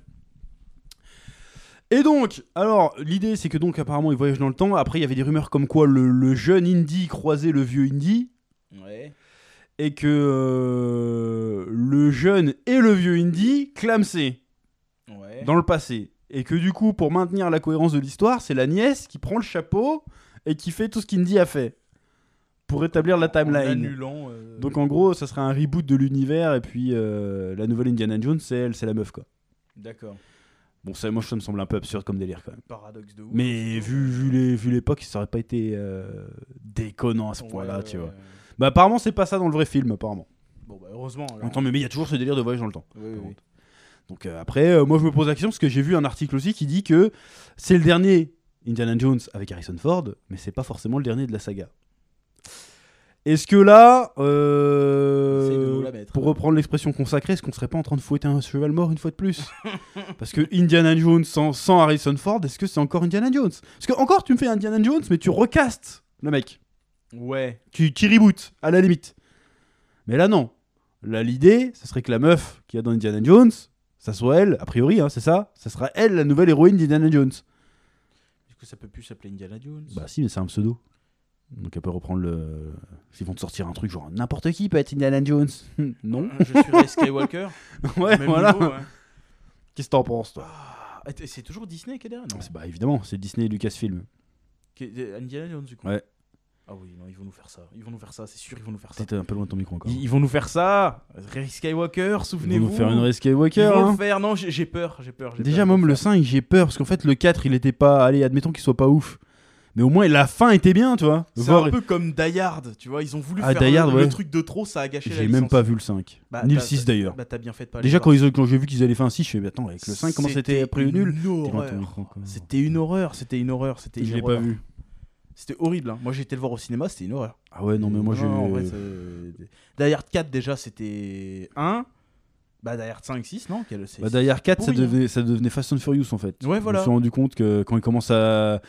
Speaker 2: Et donc, alors, l'idée, c'est que donc, apparemment, il voyage dans le temps. Après, il y avait des rumeurs comme quoi le, le jeune Indy croisait le vieux Indy.
Speaker 1: Ouais.
Speaker 2: Et que euh, le jeune et le vieux Indy clamsaient
Speaker 1: Ouais.
Speaker 2: dans le passé. Et que du coup, pour maintenir la cohérence de l'histoire, c'est la nièce qui prend le chapeau et qui fait tout ce qu'Indy a fait. Pour rétablir la
Speaker 1: En
Speaker 2: timeline.
Speaker 1: annulant, euh,
Speaker 2: Donc en gros, ça serait un reboot de l'univers et puis euh, la nouvelle Indiana Jones, c'est elle, c'est la meuf quoi.
Speaker 1: D'accord.
Speaker 2: Bon, ça, moi ça me semble un peu absurde comme délire quand même.
Speaker 1: Paradoxe de ouf.
Speaker 2: Mais vu, vu les- vu l'époque, ça aurait pas été euh, déconnant à ce
Speaker 1: Ouais,
Speaker 2: point-là, tu
Speaker 1: ouais,
Speaker 2: vois.
Speaker 1: ouais.
Speaker 2: Bah apparemment, c'est pas ça dans le vrai film, apparemment.
Speaker 1: Bon bah heureusement. alors.
Speaker 2: Attends, mais mais il y a toujours ce délire de voyage dans le temps.
Speaker 1: Oui, oui, oui.
Speaker 2: Donc euh, après, euh, moi je me pose la question parce que j'ai vu un article aussi qui dit que c'est le dernier Indiana Jones avec Harrison Ford, mais c'est pas forcément le dernier de la saga. Est-ce que là,
Speaker 1: Essaye de
Speaker 2: euh,
Speaker 1: nous la mettre.
Speaker 2: pour reprendre l'expression consacrée, est-ce qu'on serait pas en train de fouetter un cheval mort une fois de plus Parce que Indiana Jones sans, sans Harrison Ford, est-ce que c'est encore Indiana Jones Parce que encore, tu me fais Indiana Jones, mais tu recastes le mec.
Speaker 1: Ouais.
Speaker 2: Tu, tu rebootes, à la limite. Mais là, non. Là, l'idée, ce serait que la meuf qu'il y a dans Indiana Jones, ça soit elle, a priori, hein, c'est ça Ça sera elle, la nouvelle héroïne d'Indiana Jones.
Speaker 1: Du coup, ça peut plus s'appeler Indiana Jones.
Speaker 2: Bah si, mais c'est un pseudo. Donc elle peut reprendre le... S'ils vont te sortir un truc genre n'importe qui peut être Indiana Jones. non.
Speaker 1: Euh, Je suis Ray Skywalker.
Speaker 2: Ouais,
Speaker 1: Même
Speaker 2: voilà.
Speaker 1: niveau, ouais.
Speaker 2: Qu'est-ce que t'en penses toi
Speaker 1: Ah, et c'est toujours Disney qui est derrière, non
Speaker 2: C'est- Bah évidemment, c'est Disney et
Speaker 1: Bah,
Speaker 2: Lucasfilm.
Speaker 1: Qui est- euh, Indiana Jones, du coup.
Speaker 2: Ouais.
Speaker 1: Ah oui, non, ils vont nous faire ça. Ils vont nous faire ça, c'est sûr, ils vont nous faire ça.
Speaker 2: C'était un peu loin de ton micro encore.
Speaker 1: Ils, ils vont nous faire ça Ray Skywalker,
Speaker 2: Ils vont
Speaker 1: souvenez-vous.
Speaker 2: nous faire une Ray
Speaker 1: Ils
Speaker 2: Skywalker.
Speaker 1: vont le
Speaker 2: hein.
Speaker 1: faire, non, j'ai j'ai peur, j'ai peur. j'ai
Speaker 2: Déjà
Speaker 1: peur.
Speaker 2: même le 5, j'ai peur parce qu'en fait le 4, il était pas allez, admettons qu'il soit pas ouf. Mais au moins la fin était bien, tu vois.
Speaker 1: C'est
Speaker 2: Voir-
Speaker 1: un peu comme Die Hard, tu vois, ils ont voulu
Speaker 2: Ah,
Speaker 1: faire le,
Speaker 2: Die Hard,
Speaker 1: le
Speaker 2: ouais.
Speaker 1: truc de trop, ça a gâché la
Speaker 2: J'ai même
Speaker 1: licence.
Speaker 2: pas vu le 5,
Speaker 1: Bah,
Speaker 2: ni le
Speaker 1: t'as-
Speaker 2: 6 d'ailleurs.
Speaker 1: Bah t'as bien fait de pas aller
Speaker 2: Déjà
Speaker 1: voir.
Speaker 2: quand, ils ont- quand j'ai vu qu'ils allaient faire un 6, je fais mais attends avec le 5 comment c'était après le nul
Speaker 1: une
Speaker 2: T'es loin de ton
Speaker 1: horreur.
Speaker 2: micro encore.
Speaker 1: Oh, C'était une horreur, c'était une horreur, c'était une
Speaker 2: Je l'ai pas
Speaker 1: horreur.
Speaker 2: vu.
Speaker 1: C'était horrible, hein. moi j'ai été le voir au cinéma, c'était une horreur.
Speaker 2: Ah ouais non mais moi j'ai
Speaker 1: en vrai, c'est- Die Hard 4, déjà, c'était 1. Bah, Die Hard 5, 6, non quel- c'est-
Speaker 2: Bah, d'ailleurs 4, ça
Speaker 1: pourri, hein.
Speaker 2: devenait, ça devenait Fast and Furious en fait.
Speaker 1: Ouais,
Speaker 2: Je me
Speaker 1: voilà.
Speaker 2: suis rendu compte que quand il commence à.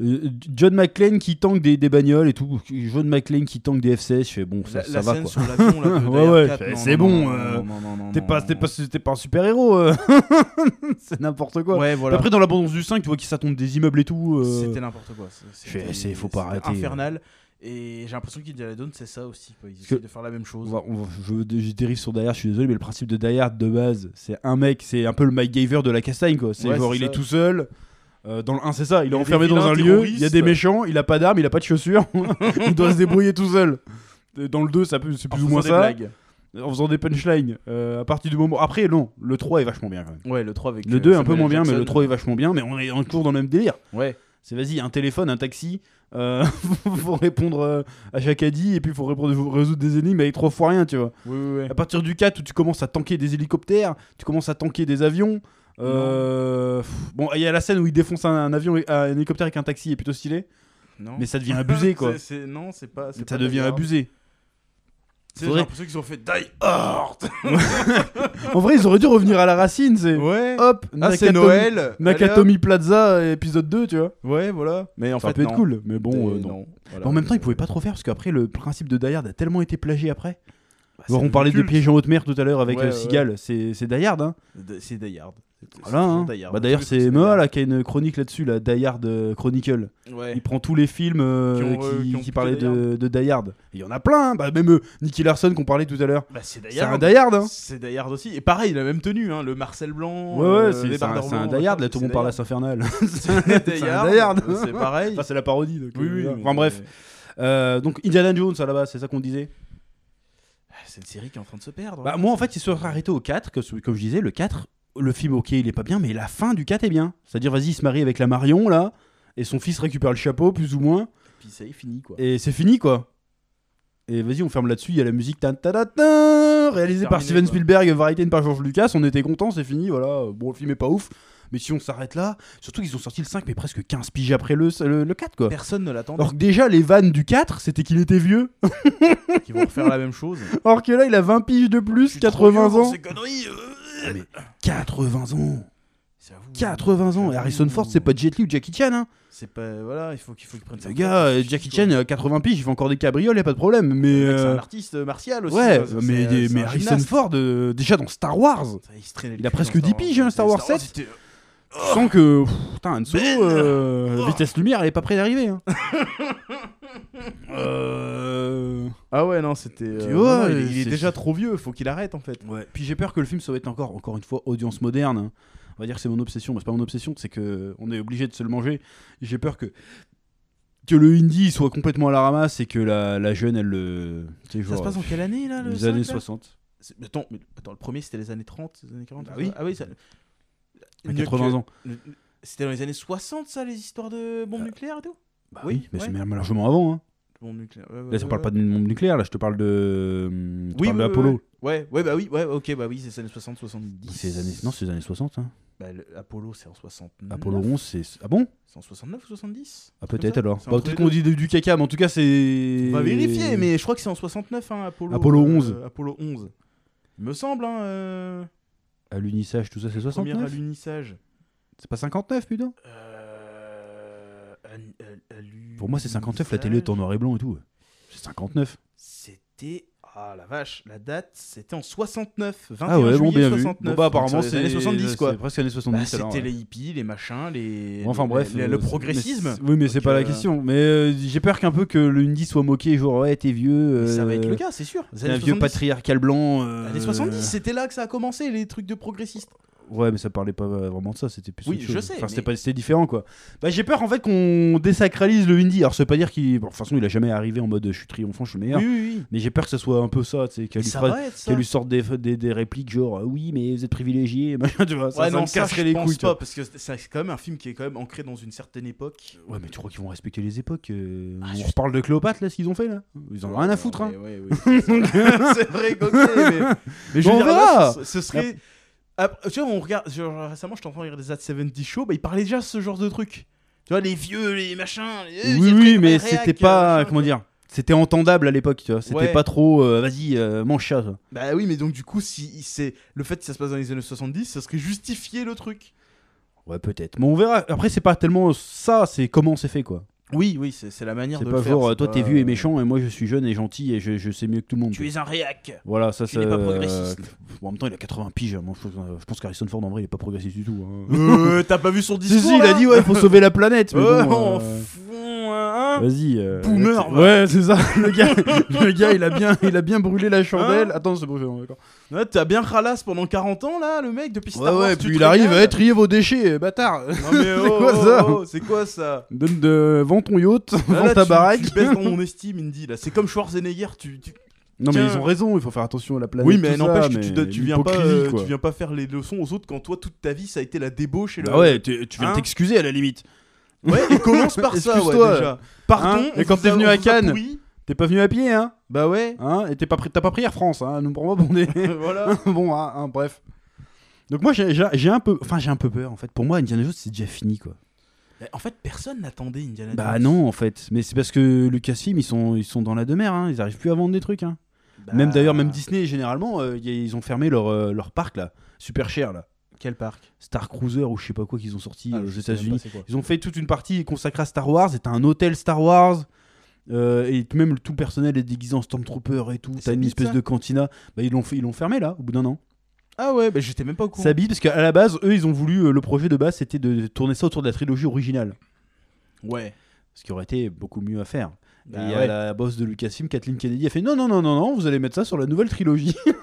Speaker 2: Euh, John McClane qui tangue des, des bagnoles et tout. John McClane qui tangue des FCS, je fais bon, ça,
Speaker 1: La,
Speaker 2: ça
Speaker 1: la
Speaker 2: va
Speaker 1: scène
Speaker 2: quoi.
Speaker 1: sur l'avion, là, de Die
Speaker 2: Ouais,
Speaker 1: Hard
Speaker 2: ouais,
Speaker 1: 4, non,
Speaker 2: c'est
Speaker 1: non,
Speaker 2: bon,
Speaker 1: non,
Speaker 2: euh,
Speaker 1: non, non, non, non,
Speaker 2: T'es
Speaker 1: non,
Speaker 2: pas,
Speaker 1: non.
Speaker 2: t'es pas, t'es pas un super héros. c'est n'importe quoi.
Speaker 1: Ouais, voilà.
Speaker 2: Après, dans l'abondance du 5, tu vois qu'il s'attombe des immeubles et tout. euh,
Speaker 1: C'était n'importe quoi. c'est-
Speaker 2: fais,
Speaker 1: c'était-
Speaker 2: c'est- faut pas
Speaker 1: c'était
Speaker 2: arrêter. hein.
Speaker 1: infernal. Et j'ai l'impression qu'Indiana Jones, c'est ça aussi. Quoi. Ils
Speaker 2: que-
Speaker 1: essaient de faire la même
Speaker 2: on
Speaker 1: chose.
Speaker 2: va- on va- je, je dérive sur Die Hard, je suis désolé, mais le principe de Die Hard de base, c'est un mec, c'est un peu le Mike Gaver de la castagne quoi. C'est
Speaker 1: Ouais,
Speaker 2: genre,
Speaker 1: c'est
Speaker 2: il
Speaker 1: ça.
Speaker 2: est tout seul. Euh, dans le 1, c'est ça, il
Speaker 1: y
Speaker 2: est
Speaker 1: a des
Speaker 2: enfermé dans
Speaker 1: vilains
Speaker 2: un lieu, il y a des
Speaker 1: terroristes.
Speaker 2: méchants, il a pas d'armes, il a pas de chaussures, il doit se débrouiller tout seul. Dans le 2, ça peut- c'est
Speaker 1: En
Speaker 2: plus ou
Speaker 1: faisant
Speaker 2: moins
Speaker 1: des
Speaker 2: ça.
Speaker 1: blagues.
Speaker 2: en faisant des punchlines. euh, à partir du moment. Après, non, le 3 est vachement bien quand même.
Speaker 1: Ouais, le 3 avec.
Speaker 2: Le
Speaker 1: euh,
Speaker 2: 2 est un peu
Speaker 1: Samuel
Speaker 2: moins bien, mais
Speaker 1: Jackson.
Speaker 2: le 3 est vachement bien. Mais on est toujours dans le même délire.
Speaker 1: Ouais.
Speaker 2: C'est vas-y, un téléphone, un taxi. Euh, faut répondre euh, à chaque adie et puis faut répondre, faut résoudre des énigmes avec trois fois rien, tu vois.
Speaker 1: Oui, oui, oui.
Speaker 2: À partir du 4 où tu commences à tanker des hélicoptères, tu commences à tanker des avions. euh, pff, bon, il y a la scène où il défonce un, un avion, et- un hélicoptère avec un taxi, est plutôt stylé.
Speaker 1: Non.
Speaker 2: Mais ça devient abusé quoi.
Speaker 1: C'est- c'est- Non, c'est pas. c'est
Speaker 2: ça
Speaker 1: pas Die
Speaker 2: devient
Speaker 1: Hard.
Speaker 2: abusé.
Speaker 1: Tu sais, J'ai
Speaker 2: Faudrait-
Speaker 1: l'impression qu'ils ont fait Die Hard.
Speaker 2: En vrai, ils auraient dû revenir à la racine. C'est
Speaker 1: Ouais.
Speaker 2: hop,
Speaker 1: Ah, c'est
Speaker 2: Nakatomi-
Speaker 1: Noël. Allez, hop.
Speaker 2: Nakatomi Plaza épisode 2, tu vois.
Speaker 1: Ouais, voilà. Mais en
Speaker 2: ça
Speaker 1: fait,
Speaker 2: peut
Speaker 1: non.
Speaker 2: être cool, mais bon,
Speaker 1: T'es-
Speaker 2: euh, non.
Speaker 1: non, voilà.
Speaker 2: Mais en même temps, ils pouvaient pas trop faire parce qu'après, le principe de Die Hard a tellement été plagié après.
Speaker 1: Bah, c'est
Speaker 2: Alors, on
Speaker 1: devenu
Speaker 2: parlait de
Speaker 1: culte.
Speaker 2: piège en haute mer tout à l'heure avec
Speaker 1: Ouais,
Speaker 2: euh,
Speaker 1: ouais.
Speaker 2: Seagal, c'est c'est Die Hard. Hein.
Speaker 1: De- C'est Die Hard. C'est- c'est
Speaker 2: Voilà, hein.
Speaker 1: toujours Die Hard.
Speaker 2: Bah, D'ailleurs,
Speaker 1: Tous
Speaker 2: c'est
Speaker 1: les trucs,
Speaker 2: Moa là, qui a une chronique là-dessus, la Die Hard euh, Chronicle.
Speaker 1: Die Hard. Ouais.
Speaker 2: Il prend tous les films euh,
Speaker 1: Qui
Speaker 2: qui,
Speaker 1: ont, euh, qui ont
Speaker 2: qui
Speaker 1: plutôt
Speaker 2: parlaient
Speaker 1: Die
Speaker 2: de, de Die Hard. Il y en a plein, hein. bah, même euh, Nicky Larson qu'on parlait tout à l'heure.
Speaker 1: Bah, c'est Die
Speaker 2: C'est un
Speaker 1: Hard.
Speaker 2: Die Hard. Hein.
Speaker 1: C'est Die Hard aussi. Et pareil, la même tenue, hein, le Marcel Blanc.
Speaker 2: Ouais,
Speaker 1: euh,
Speaker 2: ouais, c'est-
Speaker 1: les
Speaker 2: c'est un,
Speaker 1: Barbers
Speaker 2: c'est un
Speaker 1: Blancs,
Speaker 2: Die Hard,
Speaker 1: machin,
Speaker 2: là, tout le monde parle à Infernal.
Speaker 1: C'est un Die Hard.
Speaker 2: Die Hard.
Speaker 1: C'est pareil.
Speaker 2: Enfin, c'est la parodie. donc,
Speaker 1: Oui,
Speaker 2: euh,
Speaker 1: oui.
Speaker 2: voilà.
Speaker 1: mais-
Speaker 2: Enfin, bref. Euh, donc, Indiana Jones à la base, c'est ça qu'on disait
Speaker 1: C'est une série qui est en train de se perdre.
Speaker 2: Bah, moi, en fait, ils se sont arrêtés au 4, que, comme je disais, le 4, le film, ok, il est pas bien, mais la fin du 4 est bien. C'est-à-dire, vas-y, il se marie avec la Marion, là, et son fils récupère le chapeau, plus ou moins,
Speaker 1: Puis ça y est, fini quoi.
Speaker 2: et c'est fini, quoi. Et vas-y, on ferme là-dessus, il y a la musique tan, tan, tan, tan, réalisée par
Speaker 1: Terminé,
Speaker 2: Steven
Speaker 1: quoi.
Speaker 2: Spielberg, variété par George Lucas, on était content, c'est fini, voilà, bon, le film est pas ouf, mais si on s'arrête là, surtout qu'ils ont sorti le 5, mais presque 15 piges après le, le, le 4, quoi.
Speaker 1: Personne ne l'attendait.
Speaker 2: Alors que déjà, les vannes du 4, c'était qu'il était vieux,
Speaker 1: Ils vont refaire la même chose.
Speaker 2: alors que là, il a 20 piges de
Speaker 1: Je
Speaker 2: plus,
Speaker 1: suis trop
Speaker 2: 80
Speaker 1: vieux pour
Speaker 2: ans.
Speaker 1: Ces conneries. euh.
Speaker 2: Ah, mais 80 ans
Speaker 1: J'avoue.
Speaker 2: 80 ans Et Harrison Ford, c'est pas Jet Li ou Jackie Chan. Hein.
Speaker 1: C'est pas. Voilà, il faut qu'il faut qu'il prenne sa
Speaker 2: Le gars, euh,
Speaker 1: retraite,
Speaker 2: Jackie
Speaker 1: quoi.
Speaker 2: Chan, euh, 80 piges, il fait encore des cabrioles, y a pas de problème. Mais.
Speaker 1: C'est
Speaker 2: euh,
Speaker 1: un artiste martial aussi.
Speaker 2: ouais,
Speaker 1: quoi. C'est-
Speaker 2: mais,
Speaker 1: c'est- euh,
Speaker 2: des-
Speaker 1: c'est
Speaker 2: mais
Speaker 1: un
Speaker 2: Harrison
Speaker 1: gymnaste.
Speaker 2: Ford, euh, déjà dans Star Wars,
Speaker 1: Ça, Il, se traînait le
Speaker 2: Il a
Speaker 1: cul
Speaker 2: presque
Speaker 1: dans
Speaker 2: 10 piges, hein, Star Wars sept.
Speaker 1: c'était- euh,
Speaker 2: tu sens que. pff, Putain, Han Solo,
Speaker 1: Ben
Speaker 2: euh,
Speaker 1: Oh
Speaker 2: vitesse lumière, elle est pas près d'arriver. hein. Euh,
Speaker 1: Ah ouais, non, c'était. euh,
Speaker 2: Tu
Speaker 1: non,
Speaker 2: vois,
Speaker 1: non, il, est-
Speaker 2: euh,
Speaker 1: il est
Speaker 2: c'est-
Speaker 1: déjà trop vieux, faut qu'il arrête en fait.
Speaker 2: Ouais. Puis j'ai peur que le film soit encore, encore une fois, audience moderne. hein. On va dire que c'est mon obsession, mais c'est pas mon obsession, c'est que on est obligé de se le manger. J'ai peur que que le indie soit complètement à la ramasse et que la, la jeune, elle le. tu sais,
Speaker 1: Ça se
Speaker 2: genre, euh,
Speaker 1: passe en quelle année là le
Speaker 2: les
Speaker 1: 5,
Speaker 2: années
Speaker 1: là
Speaker 2: 60.
Speaker 1: C'est- mais Attends, mais- attends, le premier c'était les années 30, les années 40
Speaker 2: Bah
Speaker 1: ça
Speaker 2: oui.
Speaker 1: Ah oui, ça.
Speaker 2: à 80 ans.
Speaker 1: Le- C'était dans les années 60 ça, les histoires de bombes nucléaires et tout
Speaker 2: Bah
Speaker 1: oui,
Speaker 2: mais
Speaker 1: ouais.
Speaker 2: c'est même largement avant. hein.
Speaker 1: bombe nucléaire. Ouais, ouais,
Speaker 2: Là, on
Speaker 1: ouais,
Speaker 2: parle
Speaker 1: ouais.
Speaker 2: pas d'une bombe nucléaire, là, je te parle de. je te
Speaker 1: Oui,
Speaker 2: parle de
Speaker 1: oui, oui,
Speaker 2: Apollo.
Speaker 1: Ouais, ouais, bah oui, ouais, ok, bah oui, c'est les années 60, 70.
Speaker 2: C'est les années... Non, c'est les années 60. Hein.
Speaker 1: Bah, le- Apollo, c'est en 69.
Speaker 2: Apollo 11, c'est. Ah bon
Speaker 1: Mmh. C'est en 69 ou 70
Speaker 2: Ah,
Speaker 1: Comme
Speaker 2: peut-être
Speaker 1: ça
Speaker 2: alors.
Speaker 1: C'est
Speaker 2: Bah,
Speaker 1: entre
Speaker 2: peut-être
Speaker 1: les
Speaker 2: qu'on
Speaker 1: deux.
Speaker 2: dit du caca, mais en tout cas, c'est.
Speaker 1: On va vérifier, mais je crois que c'est en 69, hein, Apollo.
Speaker 2: Apollo
Speaker 1: euh,
Speaker 2: 11.
Speaker 1: Apollo 11. Il me semble, hein. Euh...
Speaker 2: À l'unissage, tout ça, c'est
Speaker 1: Première
Speaker 2: 69
Speaker 1: alunissage.
Speaker 2: C'est pas 59, putain
Speaker 1: Euh... al- al- alunissage.
Speaker 2: Pour moi, c'est 59, la télé est en noir et blanc et tout. C'est 59.
Speaker 1: C'était. Ah la vache, la date, c'était en 69. 21
Speaker 2: Ah ouais, bon,
Speaker 1: juillet
Speaker 2: bien vu.
Speaker 1: 69.
Speaker 2: Bon, bah,
Speaker 1: Donc,
Speaker 2: apparemment,
Speaker 1: les
Speaker 2: c'est.
Speaker 1: années 70,
Speaker 2: C'est
Speaker 1: quoi.
Speaker 2: presque années 70.
Speaker 1: Bah, c'était
Speaker 2: alors, ouais.
Speaker 1: les hippies, les machins, les.
Speaker 2: Enfin
Speaker 1: les-
Speaker 2: bref,
Speaker 1: les-
Speaker 2: euh,
Speaker 1: le
Speaker 2: c'est- mais
Speaker 1: progressisme.
Speaker 2: c'est- Oui, mais c'est
Speaker 1: Donc,
Speaker 2: pas
Speaker 1: euh,
Speaker 2: la question. Mais euh, j'ai peur qu'un peu que le lundi soit moqué, genre ouais, t'es vieux. euh,
Speaker 1: Ça va être le cas, c'est sûr. Les
Speaker 2: T'es un
Speaker 1: années
Speaker 2: vieux
Speaker 1: 70,
Speaker 2: patriarcal blanc. euh,
Speaker 1: Années 70, c'était là que ça a commencé, les trucs de progressistes.
Speaker 2: Ouais, mais ça parlait pas vraiment de ça, c'était plus.
Speaker 1: Oui,
Speaker 2: autre chose.
Speaker 1: je sais,
Speaker 2: Enfin, c'était
Speaker 1: mais-
Speaker 2: pas- c'était différent quoi. Bah, j'ai peur en fait qu'on désacralise le Windy. Alors, c'est pas dire qu'il. bon, de toute façon, il a jamais arrivé en mode je suis triomphant, je suis le meilleur.
Speaker 1: Oui, oui,
Speaker 2: Mais j'ai peur que ça soit un peu ça, tu sais,
Speaker 1: oui.
Speaker 2: qu'elle lui,
Speaker 1: Ça
Speaker 2: fasse-
Speaker 1: va être ça.
Speaker 2: qu'elle lui sorte des, des, des répliques genre euh, oui, mais vous êtes privilégié, machin, tu vois. ça,
Speaker 1: Ouais,
Speaker 2: ça
Speaker 1: non,
Speaker 2: me
Speaker 1: ça,
Speaker 2: casserait
Speaker 1: je
Speaker 2: les
Speaker 1: pense
Speaker 2: couilles. tu
Speaker 1: pas, parce que c'est- c'est quand même un film qui est quand même ancré dans une certaine époque.
Speaker 2: vois. Ouais, mais tu crois qu'ils vont respecter les époques euh,
Speaker 1: Ah,
Speaker 2: On
Speaker 1: juste-
Speaker 2: reparle de Cléopâtre là, ce qu'ils ont fait là Ils en ont rien à foutre, hein.
Speaker 1: Ouais, ouais, ouais, c'est vrai. c'est vrai, ok, mais, mais je
Speaker 2: Bon,
Speaker 1: veux
Speaker 2: on
Speaker 1: dire,
Speaker 2: verra.
Speaker 1: là, ce, ce serait. Après, tu vois, on regarde. genre, récemment, je t'entends regarder des At 70 Show, bah, ils parlaient déjà de ce genre de truc. Tu vois, les vieux, les machins. les- euh,
Speaker 2: Oui,
Speaker 1: les
Speaker 2: oui,
Speaker 1: trucs,
Speaker 2: mais
Speaker 1: les réacs,
Speaker 2: c'était
Speaker 1: euh,
Speaker 2: pas.
Speaker 1: machin,
Speaker 2: Comment
Speaker 1: quoi.
Speaker 2: dire C'était entendable à l'époque, tu vois. C'était
Speaker 1: Ouais.
Speaker 2: pas trop. euh, Vas-y, euh, mange ça. ça.
Speaker 1: Bah oui, mais donc, du coup, si c'est le fait que ça se passe dans les années 70, ça serait justifier le truc.
Speaker 2: Ouais, peut-être. Mais on verra. Après, c'est pas tellement ça, c'est comment c'est fait, quoi.
Speaker 1: Oui, oui, c'est c'est la manière
Speaker 2: C'est
Speaker 1: de
Speaker 2: pas
Speaker 1: le faire.
Speaker 2: genre, euh,
Speaker 1: c'est
Speaker 2: toi,
Speaker 1: pas-
Speaker 2: t'es vieux et méchant, et moi, je suis jeune et gentil, et je, je sais mieux que tout le monde.
Speaker 1: Tu es un réac.
Speaker 2: Voilà, ça,
Speaker 1: tu
Speaker 2: ça,
Speaker 1: n'es pas
Speaker 2: euh,
Speaker 1: progressiste.
Speaker 2: bon, en même temps, il a 80 piges. hein. Moi, je, pense- euh, je pense qu'Harrison Ford, en vrai, il est pas progressiste du tout. hein.
Speaker 1: Euh, T'as pas vu son
Speaker 2: si,
Speaker 1: discours
Speaker 2: si, il a
Speaker 1: là
Speaker 2: dit, ouais, faut sauver la planète. mais
Speaker 1: Ouais,
Speaker 2: bon,
Speaker 1: en
Speaker 2: euh,
Speaker 1: fond, hein, hein.
Speaker 2: Vas-y. euh,
Speaker 1: Boomer,
Speaker 2: ouais, Ouais, c'est ça. Le gars, le gars, il a bien, il a bien brûlé la chandelle.
Speaker 1: Hein
Speaker 2: Attends, c'est bon, c'est bon, d'accord.
Speaker 1: Ouais, T'as bien ralasse pendant 40 ans là, le mec, depuis Star
Speaker 2: Ouais,
Speaker 1: Wars.
Speaker 2: ouais,
Speaker 1: tu
Speaker 2: puis
Speaker 1: te
Speaker 2: il arrive à
Speaker 1: régales.
Speaker 2: trier vos déchets, bâtard.
Speaker 1: Non, mais oh,
Speaker 2: quoi
Speaker 1: oh,
Speaker 2: ça
Speaker 1: oh, C'est quoi ça
Speaker 2: Donne de, vends ton yacht,
Speaker 1: Là,
Speaker 2: vends
Speaker 1: là,
Speaker 2: ta
Speaker 1: tu-
Speaker 2: baraque.
Speaker 1: Tu baisses dans mon estime, Indy là. C'est comme Schwarzenegger, tu. tu-
Speaker 2: Non, mais
Speaker 1: Tiens.
Speaker 2: ils ont raison, il faut faire attention à la planète.
Speaker 1: Oui, mais
Speaker 2: Bah, tout
Speaker 1: n'empêche,
Speaker 2: ça,
Speaker 1: tu,
Speaker 2: mais
Speaker 1: tu, tu viens pas,
Speaker 2: l'hypocrisie,
Speaker 1: euh,
Speaker 2: quoi.
Speaker 1: tu viens pas faire les leçons aux autres quand toi toute ta vie ça a été la débauche et le.
Speaker 2: Ah ouais, tu, tu viens
Speaker 1: Hein
Speaker 2: t'excuser à la limite.
Speaker 1: Ouais, et commence par ça, ouais,
Speaker 2: Excuse-toi.
Speaker 1: déjà. Partons.
Speaker 2: Hein
Speaker 1: on
Speaker 2: Et quand
Speaker 1: vous
Speaker 2: t'es
Speaker 1: a-
Speaker 2: venu
Speaker 1: on
Speaker 2: à
Speaker 1: vous a
Speaker 2: Cannes
Speaker 1: pourri.
Speaker 2: T'es pas venu à pied, hein
Speaker 1: Bah ouais.
Speaker 2: Hein Et t'es pas pri- t'as pas pris Air France, hein Nous, pour moi, bon, on est-
Speaker 1: Voilà.
Speaker 2: bon, hein, hein, bref. Donc moi, j'ai- j'ai j'ai un peu, enfin, j'ai un peu peur en fait. Pour moi, Indiana Jones, c'est déjà fini, quoi.
Speaker 1: Bah, En fait, personne n'attendait Indiana
Speaker 2: Bah
Speaker 1: Jones.
Speaker 2: non, en fait. Mais c'est parce que Lucasfilm, ils sont, ils sont dans la demeure, hein. Ils arrivent plus à vendre des trucs, hein.
Speaker 1: Bah,
Speaker 2: Même d'ailleurs, même Disney, généralement, euh, y a- ils ont fermé leur, euh, leur parc là, super cher là,
Speaker 1: Quel parc
Speaker 2: Star Cruiser ou je sais pas quoi qu'ils ont sorti
Speaker 1: Ah,
Speaker 2: euh, aux
Speaker 1: je sais même
Speaker 2: États-Unis.
Speaker 1: pas c'est quoi.
Speaker 2: Ils ont fait toute une partie consacrée à Star Wars. Et t'as un hôtel Star Wars. euh, et tout- même le- tout le personnel est déguisé en Stormtrooper et tout.
Speaker 1: Ça
Speaker 2: T'as une
Speaker 1: bite,
Speaker 2: espèce
Speaker 1: ça
Speaker 2: de cantina. Bah, ils l'ont fait- ils l'ont fermé là, au bout d'un an.
Speaker 1: Ah ouais, bah j'étais même pas au courant.
Speaker 2: Ça bite parce qu'à la base, eux, ils ont voulu. euh, le projet de base, c'était de tourner ça autour de la trilogie originale.
Speaker 1: Ouais.
Speaker 2: Ce qui aurait été beaucoup mieux à faire.
Speaker 1: Bah
Speaker 2: et à
Speaker 1: ouais.
Speaker 2: la boss de Lucasfilm, Kathleen Kennedy, a fait non, non, non, non, non, vous allez mettre ça sur la nouvelle trilogie. Donc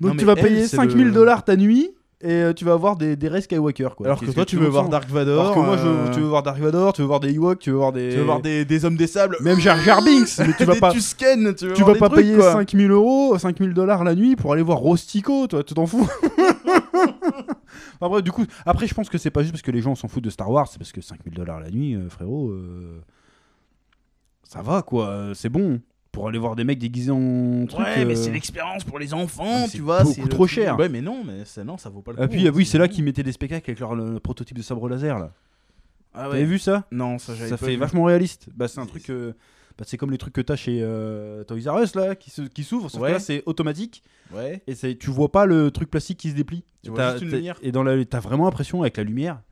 Speaker 1: Non, mais
Speaker 2: tu vas
Speaker 1: elle,
Speaker 2: payer
Speaker 1: c'est
Speaker 2: 5000
Speaker 1: le-
Speaker 2: dollars ta nuit et euh, tu vas avoir des, des Rey Skywalker. Quoi.
Speaker 1: Alors que
Speaker 2: Qu'est-ce
Speaker 1: toi, tu veux
Speaker 2: en
Speaker 1: voir
Speaker 2: sens
Speaker 1: Dark Vador.
Speaker 2: Alors que moi, je-
Speaker 1: euh,
Speaker 2: tu veux voir Dark Vador, tu veux voir des Ewoks, tu veux voir des.
Speaker 1: tu veux voir des, des hommes des sables.
Speaker 2: Même Jar Jar Binks, mais tu vas
Speaker 1: Des
Speaker 2: pas.
Speaker 1: Tusken, tu, veux
Speaker 2: Tu
Speaker 1: voir
Speaker 2: vas
Speaker 1: des
Speaker 2: pas
Speaker 1: trucs,
Speaker 2: payer
Speaker 1: quoi.
Speaker 2: 5000 euros, 5000 dollars la nuit pour aller voir Rostico, toi, tu t'en fous Après, du coup, après, je pense que c'est pas juste parce que les gens s'en foutent de Star Wars, c'est parce que 5000 dollars la nuit, euh, frérot, euh, ça va quoi, euh, c'est bon. Pour aller voir des mecs déguisés en truc.
Speaker 1: Ouais, mais
Speaker 2: euh,
Speaker 1: c'est l'expérience pour les enfants,
Speaker 2: mais c'est
Speaker 1: tu vois.
Speaker 2: beaucoup
Speaker 1: le
Speaker 2: trop
Speaker 1: truc.
Speaker 2: cher.
Speaker 1: Ouais, mais non, mais ça, non, ça vaut pas le coup.
Speaker 2: Ah puis, ah
Speaker 1: hein,
Speaker 2: oui, c'est là
Speaker 1: bon.
Speaker 2: qu'ils mettaient des spectacles avec leur le prototype de sabre laser là.
Speaker 1: Ah
Speaker 2: T'avais
Speaker 1: ouais.
Speaker 2: vu ça
Speaker 1: Non, ça j'avais
Speaker 2: ça
Speaker 1: pas
Speaker 2: fait
Speaker 1: vu.
Speaker 2: vachement réaliste. Bah, c'est un
Speaker 1: C'est-
Speaker 2: truc. euh, bah, c'est comme les trucs que t'as chez euh, Toys R Us là, qui se- qui s'ouvrent, sauf
Speaker 1: Ouais.
Speaker 2: que là c'est automatique
Speaker 1: Ouais.
Speaker 2: et c'est- tu vois pas le truc plastique qui se déplie.
Speaker 1: Tu vois
Speaker 2: T'as-
Speaker 1: juste une
Speaker 2: t'as-
Speaker 1: lumière.
Speaker 2: Et dans la, t'as vraiment l'impression avec la lumière,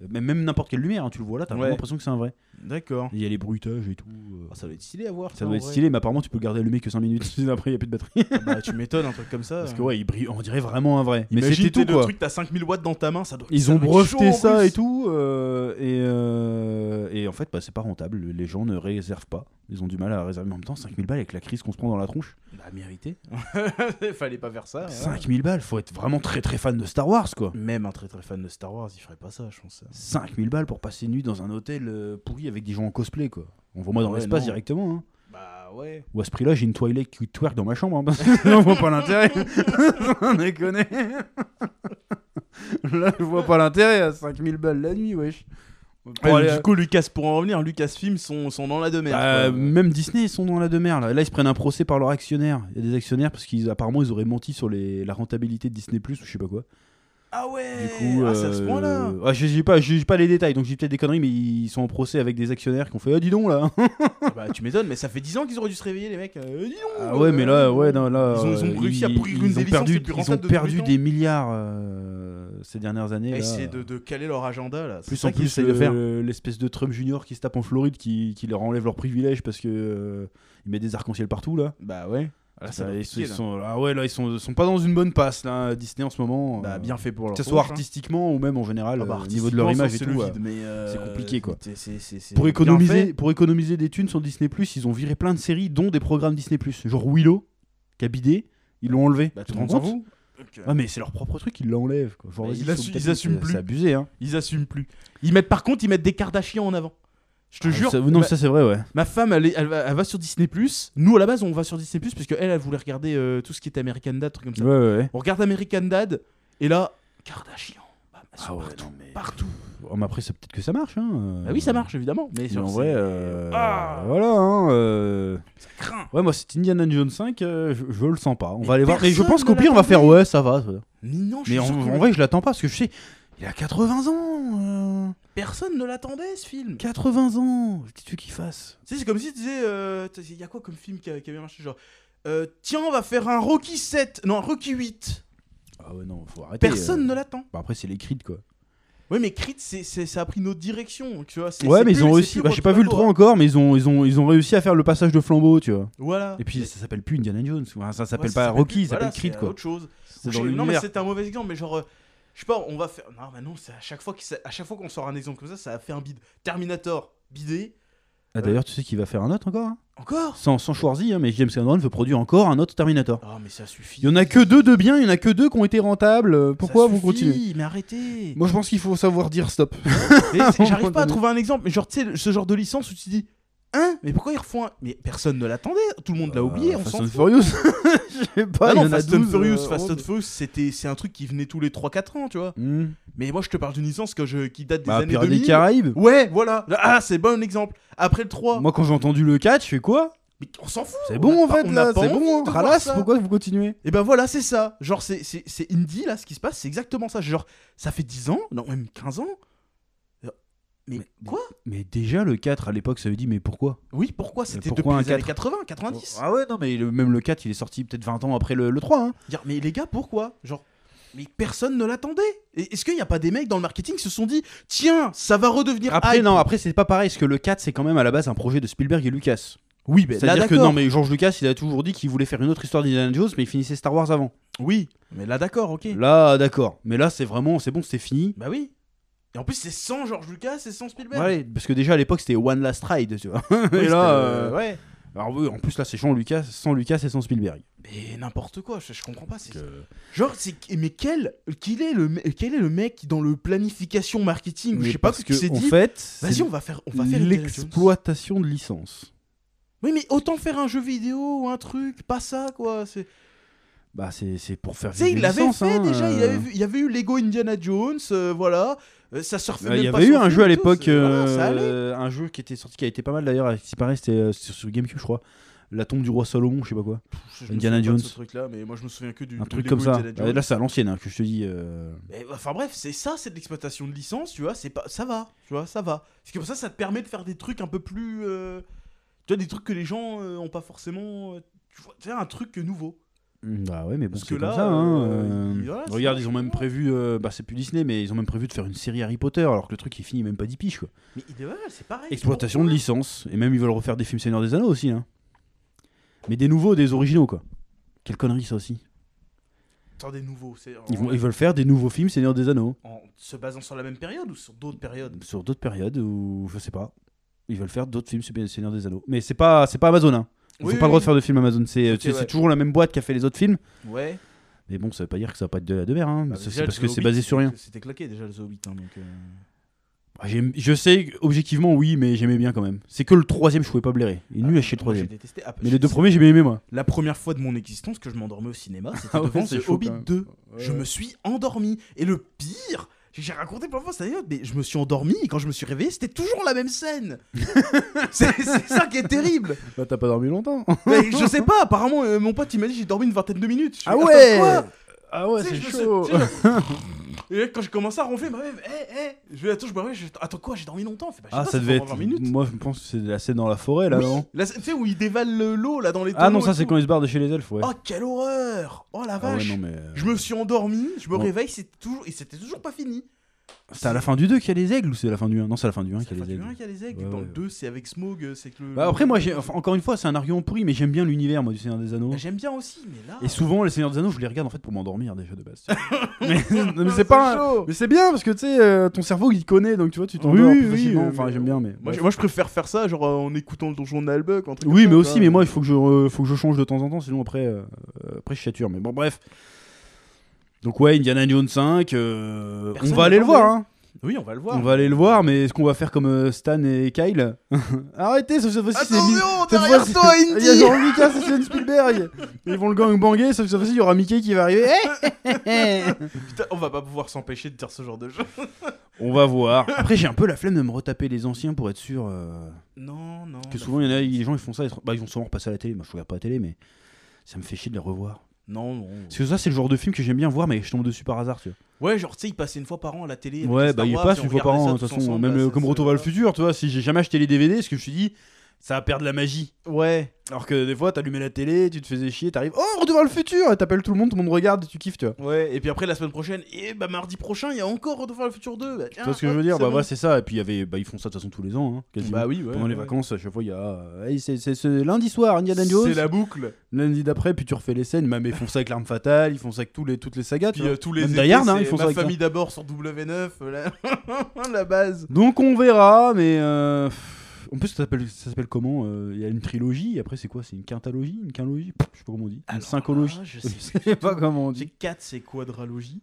Speaker 2: euh, même, même n'importe quelle lumière, hein, tu le vois là, t'as
Speaker 1: Ouais.
Speaker 2: vraiment l'impression que c'est un vrai.
Speaker 1: D'accord.
Speaker 2: Il y a les bruitages et tout. euh,
Speaker 1: Ah, ça doit être stylé à voir.
Speaker 2: ça
Speaker 1: en
Speaker 2: doit être
Speaker 1: vrai.
Speaker 2: stylé, mais apparemment tu peux le garder allumé que 5 minutes. Après, il y a plus de batterie.
Speaker 1: Ah Bah, tu m'étonnes, un truc comme ça.
Speaker 2: Parce que ouais, il brille, on dirait vraiment un vrai. Mais
Speaker 1: Imagine,
Speaker 2: c'était
Speaker 1: t'es
Speaker 2: tout
Speaker 1: le
Speaker 2: quoi.
Speaker 1: truc, t'as 5000 watts dans ta main, ça doit
Speaker 2: Ils
Speaker 1: ça
Speaker 2: ont
Speaker 1: doit être
Speaker 2: breveté
Speaker 1: chaud, en
Speaker 2: ça
Speaker 1: plus.
Speaker 2: et tout, euh, et, euh, et en fait, bah, c'est pas rentable. Les gens ne réservent pas. Ils ont du mal à réserver. Mais en même temps, 5000 balles avec la crise qu'on se prend dans la tronche.
Speaker 1: Bah, mérité. Fallait pas faire ça. Ah, ouais.
Speaker 2: 5000 balles, faut être vraiment très très fan de Star Wars quoi.
Speaker 1: Même un très très fan de Star Wars, il ferait pas ça, je pense.
Speaker 2: 5000 balles pour passer nuit dans un hôtel euh, pourri avec des gens en cosplay quoi. On voit moi dans
Speaker 1: Ouais,
Speaker 2: l'espace
Speaker 1: non.
Speaker 2: directement. Hein.
Speaker 1: Bah ouais.
Speaker 2: Ou à ce prix-là, j'ai une Twilight qui twerk dans ma chambre. hein, parce que là, on voit pas l'intérêt. On déconne. Là, je vois pas l'intérêt à 5000 balles la nuit, wesh. Pour
Speaker 1: Ouais,
Speaker 2: aller-
Speaker 1: du coup, Lucas, pour en revenir, Lucasfilm sont, sont dans la demeure.
Speaker 2: Bah, même Disney, ils sont dans la demeure. Là. là, ils se prennent un procès par leurs actionnaires. Il y a des actionnaires parce qu'ils apparemment ils auraient menti sur les, la rentabilité de Disney Plus ou je sais pas quoi.
Speaker 1: Ah ouais
Speaker 2: Du coup,
Speaker 1: ah, c'est à ce
Speaker 2: euh,
Speaker 1: point-là
Speaker 2: ouais, je j'ai pas, j'ai pas les détails, donc j'ai peut-être des conneries, mais ils sont en procès avec des actionnaires qui ont fait, ah dis donc là.
Speaker 1: Ah Bah, tu m'étonnes, mais ça fait 10 ans qu'ils auraient dû se réveiller, les mecs. Euh, dis donc,
Speaker 2: Ah ouais, mais là, ouais, non, là,
Speaker 1: Ils ont- ils ont
Speaker 2: euh,
Speaker 1: réussi à pourrir une
Speaker 2: ils
Speaker 1: des
Speaker 2: ont
Speaker 1: licences les
Speaker 2: perdu,
Speaker 1: plus
Speaker 2: ils ont
Speaker 1: rentables de
Speaker 2: perdu
Speaker 1: tous les
Speaker 2: des milliards euh, ces dernières années. là.
Speaker 1: Essayer de, de caler leur agenda, là. C'est
Speaker 2: Plus
Speaker 1: ça
Speaker 2: en
Speaker 1: qu'ils
Speaker 2: plus, euh,
Speaker 1: essayent de faire.
Speaker 2: le- l'espèce de Trump Junior qui se tape en Floride, qui, qui leur enlève leurs privilèges parce que euh, il met des arcs-en-ciel partout là.
Speaker 1: Bah ouais. Là, ça
Speaker 2: Bah,
Speaker 1: doit
Speaker 2: ils,
Speaker 1: piquer,
Speaker 2: ils
Speaker 1: là.
Speaker 2: sont, ah ouais, là, ils sont, sont pas dans une bonne passe là, Disney en ce moment.
Speaker 1: Bah,
Speaker 2: euh,
Speaker 1: bien fait pour leur
Speaker 2: que ce soit
Speaker 1: poche, hein.
Speaker 2: artistiquement ou même en général,
Speaker 1: Ah bah,
Speaker 2: euh, au niveau de leur image
Speaker 1: artistiquement, ça,
Speaker 2: et
Speaker 1: c'est
Speaker 2: tout.
Speaker 1: le
Speaker 2: ouais.
Speaker 1: vide, mais, euh,
Speaker 2: c'est compliqué, quoi.
Speaker 1: c'est- c'est- c'est- c'est
Speaker 2: Pour
Speaker 1: bien
Speaker 2: économiser,
Speaker 1: fait.
Speaker 2: pour économiser des thunes sur Disney ils ont viré plein de séries, dont des programmes Disney Genre Willow, qui a bidé, ils l'ont enlevé.
Speaker 1: Bah,
Speaker 2: Tu te
Speaker 1: tout le
Speaker 2: rends
Speaker 1: monde s'en
Speaker 2: compte
Speaker 1: fout.
Speaker 2: Ah, mais c'est leur propre truc, ils l'enlèvent. quoi. Genre,
Speaker 1: Mais
Speaker 2: vas-y,
Speaker 1: ils
Speaker 2: faut
Speaker 1: assu-
Speaker 2: peut-être-
Speaker 1: ils assument
Speaker 2: c'est-
Speaker 1: plus.
Speaker 2: C'est abusé, hein.
Speaker 1: Ils assument plus. Ils mettent, par contre, ils mettent des Kardashians en avant. Je te
Speaker 2: Ah,
Speaker 1: jure, Bah,
Speaker 2: ça- non,
Speaker 1: ma,
Speaker 2: ça c'est vrai, ouais.
Speaker 1: ma femme, elle, est- elle va, elle va sur Disney. Nous, à la base, on va sur Disney, parce qu'elle, elle voulait regarder euh, tout ce qui était American Dad, truc comme ça.
Speaker 2: Ouais, ouais, ouais.
Speaker 1: On regarde American Dad, et là, Kardashian. Bah, bah, c'est
Speaker 2: Ah ouais,
Speaker 1: partout.
Speaker 2: non, mais-
Speaker 1: partout.
Speaker 2: Oh, mais après, ça- peut-être que ça marche, hein. euh.
Speaker 1: Bah oui, ça marche, évidemment. Mais,
Speaker 2: Mais
Speaker 1: genre,
Speaker 2: en
Speaker 1: c'est-
Speaker 2: vrai, euh,
Speaker 1: Ah
Speaker 2: voilà, hein. euh,
Speaker 1: Ça craint.
Speaker 2: Ouais, moi, c'est Indiana Jones 5, euh, je, je le sens pas. On
Speaker 1: Mais
Speaker 2: va aller voir. Mais je
Speaker 1: personne
Speaker 2: pense
Speaker 1: ne
Speaker 2: qu'au pire, on va faire
Speaker 1: l'attendait.
Speaker 2: ouais, ça va. ça va.
Speaker 1: Mais non, je
Speaker 2: Mais
Speaker 1: suis
Speaker 2: en,
Speaker 1: sûr que
Speaker 2: en vrai, je l'attends pas parce que je sais, il a 80 ans. euh,
Speaker 1: personne ne l'attendait, ce film.
Speaker 2: 80 ans. Qu'est-ce que tu qu'il fasse
Speaker 1: Tu sais, c'est comme si tu disais, euh, il y a quoi comme film qui, a- qui avait marché Genre, euh, tiens, on va faire un Rocky 7, non, un Rocky 8.
Speaker 2: Ah ouais, non, faut arrêter.
Speaker 1: Personne
Speaker 2: euh.
Speaker 1: ne l'attend.
Speaker 2: Bah après, c'est les Creed, quoi.
Speaker 1: Ouais, mais Creed, c'est, c'est- ça a pris une autre direction, tu vois. c'est-
Speaker 2: Ouais,
Speaker 1: c'est
Speaker 2: mais
Speaker 1: plus-
Speaker 2: ils ont
Speaker 1: c'est
Speaker 2: réussi.
Speaker 1: plus
Speaker 2: Bah, j'ai pas vu le 3
Speaker 1: Rocky
Speaker 2: encore, mais ils ont, ils, ont, ils ont réussi à faire le passage de flambeau, tu vois.
Speaker 1: Balboa. Voilà.
Speaker 2: Et puis, ça s'appelle plus Indiana Jones. ou, hein, Ça
Speaker 1: Ouais,
Speaker 2: s'appelle
Speaker 1: ça
Speaker 2: pas
Speaker 1: s'appelle
Speaker 2: Rocky,
Speaker 1: plus-
Speaker 2: ça s'appelle
Speaker 1: voilà,
Speaker 2: Creed,
Speaker 1: c'est
Speaker 2: quoi.
Speaker 1: autre chose.
Speaker 2: C'est dans
Speaker 1: Ou je- Non, mais
Speaker 2: l'univers.
Speaker 1: c'était un mauvais exemple, mais genre, euh, je sais pas, on va faire. Non, mais non, c'est à chaque fois, que ça- à chaque fois qu'on sort un exemple comme ça, ça a fait un bide. Terminator, bidé.
Speaker 2: Ah, D'ailleurs, tu sais qu'il va faire un autre encore. hein.
Speaker 1: Encore
Speaker 2: Sans, sans Schwarzy, hein, mais James Cameron veut produire encore un autre Terminator.
Speaker 1: Ah, mais ça suffit.
Speaker 2: Il y en a que deux de bien, il y en a que deux qui ont été rentables. euh, Pourquoi
Speaker 1: Ça
Speaker 2: vous
Speaker 1: suffit,
Speaker 2: continuez
Speaker 1: Mais arrêtez
Speaker 2: Moi, je pense qu'il faut savoir dire stop.
Speaker 1: Et c'est- J'arrive pas à
Speaker 2: Pardon.
Speaker 1: trouver un exemple, mais genre, tu sais, ce genre de licence où tu dis. Hein Mais pourquoi ils refont un... Mais personne ne l'attendait, tout le monde l'a oublié,
Speaker 2: Euh,
Speaker 1: on
Speaker 2: Fast
Speaker 1: s'en
Speaker 2: and
Speaker 1: fout.
Speaker 2: Furious Je sais pas,
Speaker 1: Ah
Speaker 2: il y
Speaker 1: non,
Speaker 2: en a
Speaker 1: Fast
Speaker 2: 12,
Speaker 1: and Furious,
Speaker 2: euh,
Speaker 1: Fast
Speaker 2: ouais.
Speaker 1: and Furious, c'était c'est un truc qui venait tous les 3-4 ans, tu vois.
Speaker 2: Hmm.
Speaker 1: Mais moi, je te parle d'une licence que je, qui date des
Speaker 2: Bah,
Speaker 1: années
Speaker 2: Pirates des
Speaker 1: 2000.
Speaker 2: Caraïbes
Speaker 1: Ouais, voilà. Ah, c'est bon exemple. Après le 3,
Speaker 2: Moi, quand j'ai entendu le catch, je fais quoi
Speaker 1: mais on s'en fout.
Speaker 2: C'est
Speaker 1: on
Speaker 2: bon,
Speaker 1: a
Speaker 2: en
Speaker 1: pas-
Speaker 2: fait,
Speaker 1: on a
Speaker 2: là,
Speaker 1: pas
Speaker 2: c'est
Speaker 1: envie
Speaker 2: bon.
Speaker 1: de
Speaker 2: hein.
Speaker 1: voir
Speaker 2: Ralas,
Speaker 1: ça.
Speaker 2: pourquoi vous continuez
Speaker 1: Et ben voilà, c'est ça. Genre, c'est c'est- c'est indie, là, ce qui se passe, c'est exactement ça. Genre, ça fait 10 ans, non, même 15 ans. Euh, Mais,
Speaker 2: mais-
Speaker 1: quoi
Speaker 2: Mais déjà, le 4, à l'époque, ça veut dire, mais pourquoi
Speaker 1: Oui, pourquoi C'était depuis
Speaker 2: pourquoi
Speaker 1: les
Speaker 2: un
Speaker 1: années
Speaker 2: quatre
Speaker 1: 80, 90.
Speaker 2: Ah ouais, non, mais le- même le 4, il est sorti peut-être 20 ans après le, le 3. hein.
Speaker 1: Dire, mais les gars, pourquoi Genre, mais personne ne l'attendait. Et Est-ce qu'il n'y a pas des mecs dans le marketing qui se sont dit, tiens, ça va redevenir
Speaker 2: Après,
Speaker 1: hype.
Speaker 2: non, après, c'est pas pareil, parce que le 4, c'est quand même à la base un projet de Spielberg et Lucas.
Speaker 1: Oui, mais là,
Speaker 2: C'est-à-dire que
Speaker 1: d'accord.
Speaker 2: non, mais George Lucas, il a toujours dit qu'il voulait faire une autre histoire d'Indiana Jones, mais il finissait Star Wars avant.
Speaker 1: Oui, mais là, d'accord, ok.
Speaker 2: Là, d'accord. Mais là, c'est vraiment, c'est bon, c'est fini.
Speaker 1: Bah oui. Et en plus, c'est sans George Lucas et sans Spielberg.
Speaker 2: Ouais, parce que déjà à l'époque c'était One Last Ride, tu vois.
Speaker 1: Oui,
Speaker 2: et
Speaker 1: c'était,
Speaker 2: là,
Speaker 1: euh,
Speaker 2: euh,
Speaker 1: ouais.
Speaker 2: alors oui, en plus là c'est Jean Lucas, sans Lucas et sans Spielberg.
Speaker 1: Mais n'importe quoi, je, je comprends pas. c'est-
Speaker 2: Donc, euh,
Speaker 1: Genre, c'est mais quel, quel est le, me- quel est le mec qui, dans le planification marketing, ou je
Speaker 2: mais
Speaker 1: sais pas,
Speaker 2: parce
Speaker 1: qui s'est
Speaker 2: en
Speaker 1: dit,
Speaker 2: fait,
Speaker 1: vas-y,
Speaker 2: c'est
Speaker 1: on va faire, on va faire Indiana Jones.
Speaker 2: l'exploitation de licence.
Speaker 1: Oui, mais autant faire un jeu vidéo ou un truc, pas ça, quoi. C'est,
Speaker 2: Bah c'est c'est pour faire.
Speaker 1: tu sais,
Speaker 2: vivre
Speaker 1: il
Speaker 2: les
Speaker 1: l'avait
Speaker 2: licences,
Speaker 1: fait
Speaker 2: hein,
Speaker 1: déjà. Il,
Speaker 2: euh.
Speaker 1: avait, vu- il y avait eu Lego Indiana Jones, euh, voilà. euh, ça surfait
Speaker 2: Euh,
Speaker 1: même
Speaker 2: Il y
Speaker 1: pas
Speaker 2: avait
Speaker 1: sur
Speaker 2: eu un
Speaker 1: film
Speaker 2: jeu à
Speaker 1: et tout,
Speaker 2: l'époque,
Speaker 1: c'est- voilà, ça allait.
Speaker 2: euh, un jeu qui était sorti, qui a été pas mal d'ailleurs, si pareil c'était euh, sur, sur GameCube je crois, la tombe du roi Salomon, je sais pas quoi,
Speaker 1: Je me
Speaker 2: Indiana
Speaker 1: souviens pas de
Speaker 2: Jones.
Speaker 1: ce truc-là, mais moi je me souviens que du.
Speaker 2: un
Speaker 1: de
Speaker 2: truc
Speaker 1: Lego
Speaker 2: comme ça.
Speaker 1: Indiana
Speaker 2: Euh,
Speaker 1: Jones.
Speaker 2: Là c'est à l'ancienne hein, que je te dis. euh,
Speaker 1: Mais, enfin bref, c'est ça, c'est de l'exploitation de licence, tu vois, c'est pas, ça va, tu vois, ça va. Parce que comme ça, ça te permet de faire des trucs un peu plus, euh, tu vois, des trucs que les gens euh, ont pas forcément, euh, tu vois, faire un truc nouveau.
Speaker 2: Mm, Bah ouais, mais bon,
Speaker 1: Parce
Speaker 2: c'est
Speaker 1: que
Speaker 2: comme
Speaker 1: là,
Speaker 2: ça. hein,
Speaker 1: euh,
Speaker 2: euh,
Speaker 1: il- voilà,
Speaker 2: regarde,
Speaker 1: c'est-
Speaker 2: ils ont même prévu, euh, bah c'est plus Disney, mais ils ont même prévu de faire une série Harry Potter, alors que le truc il finit même pas 10 piges quoi.
Speaker 1: Mais Ideal, c'est pareil.
Speaker 2: Exploitation de
Speaker 1: Pourquoi
Speaker 2: licence, et même ils veulent refaire des films Seigneur des Anneaux aussi. Hein. Mais des nouveaux, des originaux quoi. Quelle connerie ça aussi.
Speaker 1: Attends, des nouveaux, c'est en,
Speaker 2: Ils, vont- ils veulent faire des nouveaux films Seigneur des Anneaux,
Speaker 1: en se basant sur la même période ou sur d'autres périodes.
Speaker 2: sur d'autres périodes, ou je sais pas. Ils veulent faire d'autres films Seigneur- Seigneur des Anneaux. Mais c'est pas, c'est pas Amazon, hein. Ils
Speaker 1: Oui,
Speaker 2: ont pas le droit
Speaker 1: oui,
Speaker 2: de faire de films Amazon, c'est euh,
Speaker 1: Ok,
Speaker 2: c'est- c'est
Speaker 1: ouais.
Speaker 2: toujours la même boîte qui a fait les autres films.
Speaker 1: Ouais.
Speaker 2: Mais bon, ça veut pas dire que ça va pas être de la demeure, hein.
Speaker 1: Bah,
Speaker 2: Ça,
Speaker 1: déjà,
Speaker 2: c'est
Speaker 1: le
Speaker 2: parce que c'est
Speaker 1: Hobbit,
Speaker 2: basé sur rien.
Speaker 1: C'était claqué déjà le The Hobbit, hein, donc. euh,
Speaker 2: Bah, j'aime- Je sais, objectivement, oui, mais j'aimais bien quand même. C'est que le troisième, je pouvais pas blairer. Il est nul à chier le
Speaker 1: moi, j'ai
Speaker 2: troisième.
Speaker 1: détesté. Ah,
Speaker 2: Mais
Speaker 1: je-
Speaker 2: les deux premiers, Ah, j'ai bien aimé, moi.
Speaker 1: La première fois de mon existence que je m'endormais au cinéma, c'était
Speaker 2: Ah ouais,
Speaker 1: devant
Speaker 2: c'est
Speaker 1: The
Speaker 2: chaud,
Speaker 1: Hobbit
Speaker 2: quand même.
Speaker 1: 2. Je me suis endormi. Et le pire, J'ai raconté plein de fois cette anecdote, mais je me suis endormi et quand je me suis réveillé, c'était toujours la même scène. c'est c'est ça qui est terrible.
Speaker 2: Bah, t'as pas dormi longtemps.
Speaker 1: Mais je sais pas, apparemment, euh, mon pote il m'a dit j'ai dormi une vingtaine de minutes. Je fais,
Speaker 2: Ah
Speaker 1: Attends,
Speaker 2: ouais
Speaker 1: quoi
Speaker 2: Ah ouais,
Speaker 1: Tu sais,
Speaker 2: c'est
Speaker 1: je me
Speaker 2: chaud.
Speaker 1: suis- tu sais, Et là, quand je commençais à ronfler, ma mère, hé, hé, Eh, je vais, attends, je me réveille, je fais, attends quoi, j'ai dormi longtemps. Je fais, bah, je sais
Speaker 2: Ah,
Speaker 1: pas,
Speaker 2: ça devait
Speaker 1: 20
Speaker 2: être.
Speaker 1: minutes.
Speaker 2: Moi, je pense que c'est la scène dans la forêt, là,
Speaker 1: Oui,
Speaker 2: non
Speaker 1: la scène, Tu sais, où il dévale le- l'eau, là, dans les
Speaker 2: Ah non,
Speaker 1: tonneaux
Speaker 2: ça,
Speaker 1: et
Speaker 2: c'est
Speaker 1: tout.
Speaker 2: quand ils se barrent de chez les elfes, ouais.
Speaker 1: Oh, quelle horreur Oh la
Speaker 2: Ah ouais,
Speaker 1: vache
Speaker 2: non, mais. euh,
Speaker 1: Je me suis endormi, je me
Speaker 2: Bon.
Speaker 1: réveille, c'était toujours... et c'était toujours pas fini.
Speaker 2: C'est à la fin du 2 qu'il y a les aigles ou c'est à la fin du 1 Non, c'est à la fin du 1
Speaker 1: C'est
Speaker 2: Ah, qu'il y
Speaker 1: la
Speaker 2: a
Speaker 1: fin
Speaker 2: les
Speaker 1: du
Speaker 2: aigles.
Speaker 1: un qu'il y a les aigles.
Speaker 2: Ouais,
Speaker 1: Dans
Speaker 2: ouais.
Speaker 1: le 2, c'est avec Smog, euh, c'est que le.
Speaker 2: Bah, après, moi, j'ai- enfin, encore une fois, c'est un argument pourri, mais j'aime bien l'univers, moi, du Seigneur des Anneaux.
Speaker 1: J'aime bien aussi, mais là.
Speaker 2: Et souvent, les Seigneurs des Anneaux, je les regarde en fait pour m'endormir déjà de base. mais non, mais
Speaker 1: Ah,
Speaker 2: c'est pas. un-
Speaker 1: chaud.
Speaker 2: Mais c'est bien parce que tu sais, euh, ton cerveau il connaît, donc tu vois, tu t'endors
Speaker 1: Oui,
Speaker 2: plus
Speaker 1: oui,
Speaker 2: facilement.
Speaker 1: euh,
Speaker 2: enfin,
Speaker 1: mais-
Speaker 2: j'aime bien, mais.
Speaker 1: Moi,
Speaker 2: bref.
Speaker 1: je- moi, je préfère faire ça, genre euh, en écoutant le donjon de Nalbuck. un truc
Speaker 2: Bah, Oui,
Speaker 1: comme
Speaker 2: mais
Speaker 1: ça,
Speaker 2: aussi,
Speaker 1: quoi.
Speaker 2: mais moi, il faut que je, re- faut que je change de temps en temps, sinon après, euh, euh, après je chature. Mais bon, bref. Donc ouais, Indiana Jones 5, euh, on
Speaker 1: Personne
Speaker 2: va aller le voir.
Speaker 1: n'attendait.
Speaker 2: Hein.
Speaker 1: Oui, on va le voir.
Speaker 2: On va aller le voir, mais est-ce qu'on va faire comme euh, Stan et Kyle Arrêtez, sauf cette fois-ci, c'est Vin-
Speaker 1: Attention,
Speaker 2: cette
Speaker 1: derrière
Speaker 2: fois-ci-
Speaker 1: toi,
Speaker 2: Il y a
Speaker 1: Indy
Speaker 2: Jean Lucas et Steven Spielberg. Ils vont le gangbanger, sauf que cette fois-ci, il y aura Mickey qui va arriver. Eh Hé, hé, hé, hé.
Speaker 1: Putain, on va pas pouvoir s'empêcher de dire ce genre de jeu.
Speaker 2: On va voir. Après, j'ai un peu la flemme de me retaper les anciens pour être sûr euh,
Speaker 1: Non, non.
Speaker 2: que
Speaker 1: bah,
Speaker 2: souvent, il y en a, les gens, ils font ça. Ils, sont- bah, ils vont souvent repasser à la télé. Moi, je regarde pas la télé, mais ça me fait chier de les revoir.
Speaker 1: Non, non.
Speaker 2: Parce que ça, c'est le genre de film que j'aime bien voir, mais je tombe dessus par hasard, tu vois.
Speaker 1: Ouais, genre, tu sais, il passait une fois par an à la télé. avec les
Speaker 2: ouais, bah,
Speaker 1: Star
Speaker 2: il
Speaker 1: Wars,
Speaker 2: passe
Speaker 1: et
Speaker 2: une
Speaker 1: on
Speaker 2: fois par an,
Speaker 1: regardait ça
Speaker 2: de toute
Speaker 1: tous
Speaker 2: façon.
Speaker 1: ensemble, bah,
Speaker 2: Même
Speaker 1: là,
Speaker 2: euh,
Speaker 1: ça
Speaker 2: comme
Speaker 1: se-
Speaker 2: Retour vers le futur, tu vois, si j'ai jamais acheté les DVD, ce que je me suis dit, ça va perdre la magie.
Speaker 1: Ouais.
Speaker 2: Alors que des fois, t'allumais la télé, tu te faisais chier, t'arrives, oh, Retour vers le futur Et T'appelles tout le monde, tout le monde regarde, et tu kiffes, tu vois.
Speaker 1: Ouais, et puis après la semaine prochaine, et bah mardi prochain, il y a encore Retour vers le futur 2. Bah,
Speaker 2: Tu vois ce que je veux dire Bah, ouais, c'est ça. Et puis, il y avait, bah, ils font ça de toute façon tous les ans, hein, quasiment.
Speaker 1: Bah oui, ouais.
Speaker 2: Pendant les vacances, à chaque fois, il y a. euh, Hey, c'est c'est ce lundi soir, Indiana Jones.
Speaker 1: C'est la boucle.
Speaker 2: Lundi d'après, puis tu refais les scènes. Bah, mais ils font ça avec l'arme fatale, ils font ça avec tous les, toutes les sagas. tu
Speaker 1: Puis
Speaker 2: vois.
Speaker 1: euh, tous les
Speaker 2: Même
Speaker 1: étés,
Speaker 2: Die Hard, hein,
Speaker 1: c'est
Speaker 2: ils font ça
Speaker 1: ma
Speaker 2: avec ça.
Speaker 1: famille d'abord sur W9, euh, la... la base.
Speaker 2: Donc, on verra, mais. euh, pff, En plus, ça s'appelle ça s'appelle comment Euh, Il y a une trilogie, et après, c'est quoi C'est une quintalogie Une quinlogie Pff, Je sais pas comment on dit. Une
Speaker 1: Alors euh, là,
Speaker 2: syncologie
Speaker 1: je
Speaker 2: Je
Speaker 1: sais
Speaker 2: sais pas comment on
Speaker 1: J'ai
Speaker 2: dit.
Speaker 1: 4, c'est quadralogie.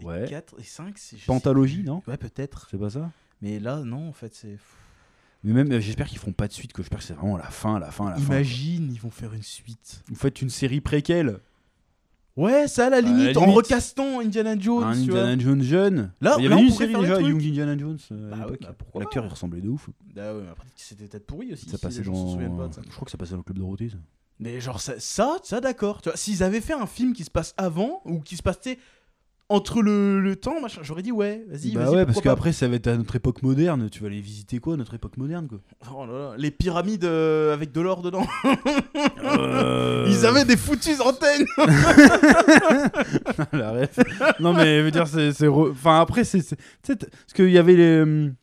Speaker 1: Et
Speaker 2: Ouais.
Speaker 1: 4 et 5, c'est. je sais
Speaker 2: Pentalogie,
Speaker 1: plus.
Speaker 2: non
Speaker 1: Ouais, peut-être.
Speaker 2: C'est pas ça
Speaker 1: Mais là, non, en fait, c'est.
Speaker 2: Mais même, euh, j'espère qu'ils feront pas de suite, que j'espère que c'est vraiment la fin, la fin, la fin.
Speaker 1: Imagine, ils vont faire une suite.
Speaker 2: Vous faites une série préquelle.
Speaker 1: Ouais, ça à la
Speaker 2: Bah, la
Speaker 1: limite, en
Speaker 2: limite.
Speaker 1: recastant Indiana Jones.
Speaker 2: un
Speaker 1: tu vois.
Speaker 2: Indiana Jones jeune.
Speaker 1: Là-
Speaker 2: il y avait
Speaker 1: là, on
Speaker 2: une
Speaker 1: pourrait
Speaker 2: série
Speaker 1: faire des
Speaker 2: déjà,
Speaker 1: trucs.
Speaker 2: Young Indiana Jones euh,
Speaker 1: Bah
Speaker 2: à
Speaker 1: ouais,
Speaker 2: l'époque.
Speaker 1: bah pourquoi
Speaker 2: L'acteur
Speaker 1: pas.
Speaker 2: il ressemblait de ouf.
Speaker 1: Ah ouais, mais après, c'était peut-être pourri aussi.
Speaker 2: Ça
Speaker 1: si
Speaker 2: passait
Speaker 1: les gens
Speaker 2: dans.
Speaker 1: se souviennent pas de ça.
Speaker 2: Je crois que ça passait dans le club Dorothée. Ça.
Speaker 1: Mais genre ça, ça, ça, d'accord. Tu vois, s'ils avaient fait un film qui se passe avant ou qui se passe tu sais, entre le, le temps, machin, j'aurais dit ouais, vas-y,
Speaker 2: bah
Speaker 1: vas-y.
Speaker 2: ouais, parce
Speaker 1: pourquoi pas.
Speaker 2: qu'après ça va être à notre époque moderne. Tu vas aller visiter quoi, notre époque moderne quoi
Speaker 1: Oh là là, les pyramides euh, avec de l'or dedans.
Speaker 2: Euh,
Speaker 1: Ils avaient des foutues antennes.
Speaker 2: la ref. Non mais je veux dire c'est, c'est re- enfin après c'est, c'est... tu sais, t- ce qu'il y avait les. hum,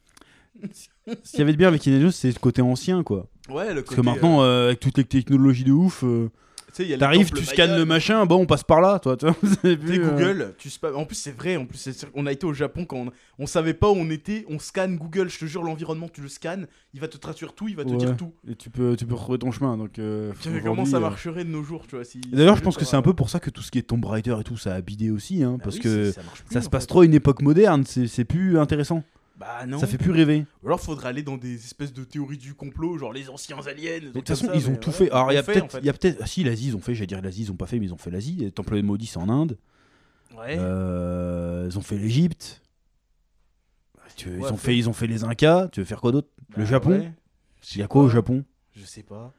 Speaker 2: Ce qu'il y avait de bien avec Indiana Jones, c'est le côté ancien quoi.
Speaker 1: Ouais, le
Speaker 2: Parce que maintenant, euh, avec toutes les technologies de ouf, euh, t'arrives, tu scannes le machin, bon, on passe par là, toi. Tu vois, c'est
Speaker 1: Tu sais,
Speaker 2: plus, euh,
Speaker 1: Google, tu spam- en plus c'est vrai, en plus c'est- on a été au Japon quand on, on savait pas où on était, on scanne Google, je te jure l'environnement, tu le scannes, il va te traduire tout, il va te
Speaker 2: Ouais.
Speaker 1: dire tout.
Speaker 2: Et tu peux, tu peux retrouver ton chemin. Donc, euh,
Speaker 1: Tu sais, comment
Speaker 2: aujourd'hui,
Speaker 1: ça
Speaker 2: euh,
Speaker 1: marcherait de nos jours, tu vois si-
Speaker 2: Et D'ailleurs,
Speaker 1: si
Speaker 2: je pense que
Speaker 1: t'auras-
Speaker 2: c'est un peu pour ça que tout ce qui est Tomb Raider et tout, ça a bidé aussi, hein,
Speaker 1: euh, Bah
Speaker 2: parce
Speaker 1: oui,
Speaker 2: que
Speaker 1: c'est- ça, marche plus,
Speaker 2: ça se
Speaker 1: en
Speaker 2: passe
Speaker 1: fait.
Speaker 2: trop à une époque moderne, c'est c'est plus intéressant,
Speaker 1: Bah non.
Speaker 2: ça fait plus rêver.
Speaker 1: Ou alors faudrait aller dans des espèces de théories du complot, genre les anciens
Speaker 2: Mais
Speaker 1: aliens.
Speaker 2: De toute façon, ils ont tout fait. Alors, il y a peut-être, il y a peut-être, ah, si l'Asie, ils ont fait, j'allais dire l'Asie, ils ont pas fait, mais ils ont fait l'Asie. Les Temples maudits, c'est en Inde.
Speaker 1: Ouais.
Speaker 2: Euh, ils ont fait l'Égypte. Tu veux-
Speaker 1: Ouais,
Speaker 2: ils ont
Speaker 1: fait-
Speaker 2: fait, ils ont fait les Incas. Tu veux faire quoi d'autre
Speaker 1: Bah
Speaker 2: Le Japon.
Speaker 1: ouais. Je sais
Speaker 2: Il y a quoi
Speaker 1: pas.
Speaker 2: au Japon
Speaker 1: Je sais pas.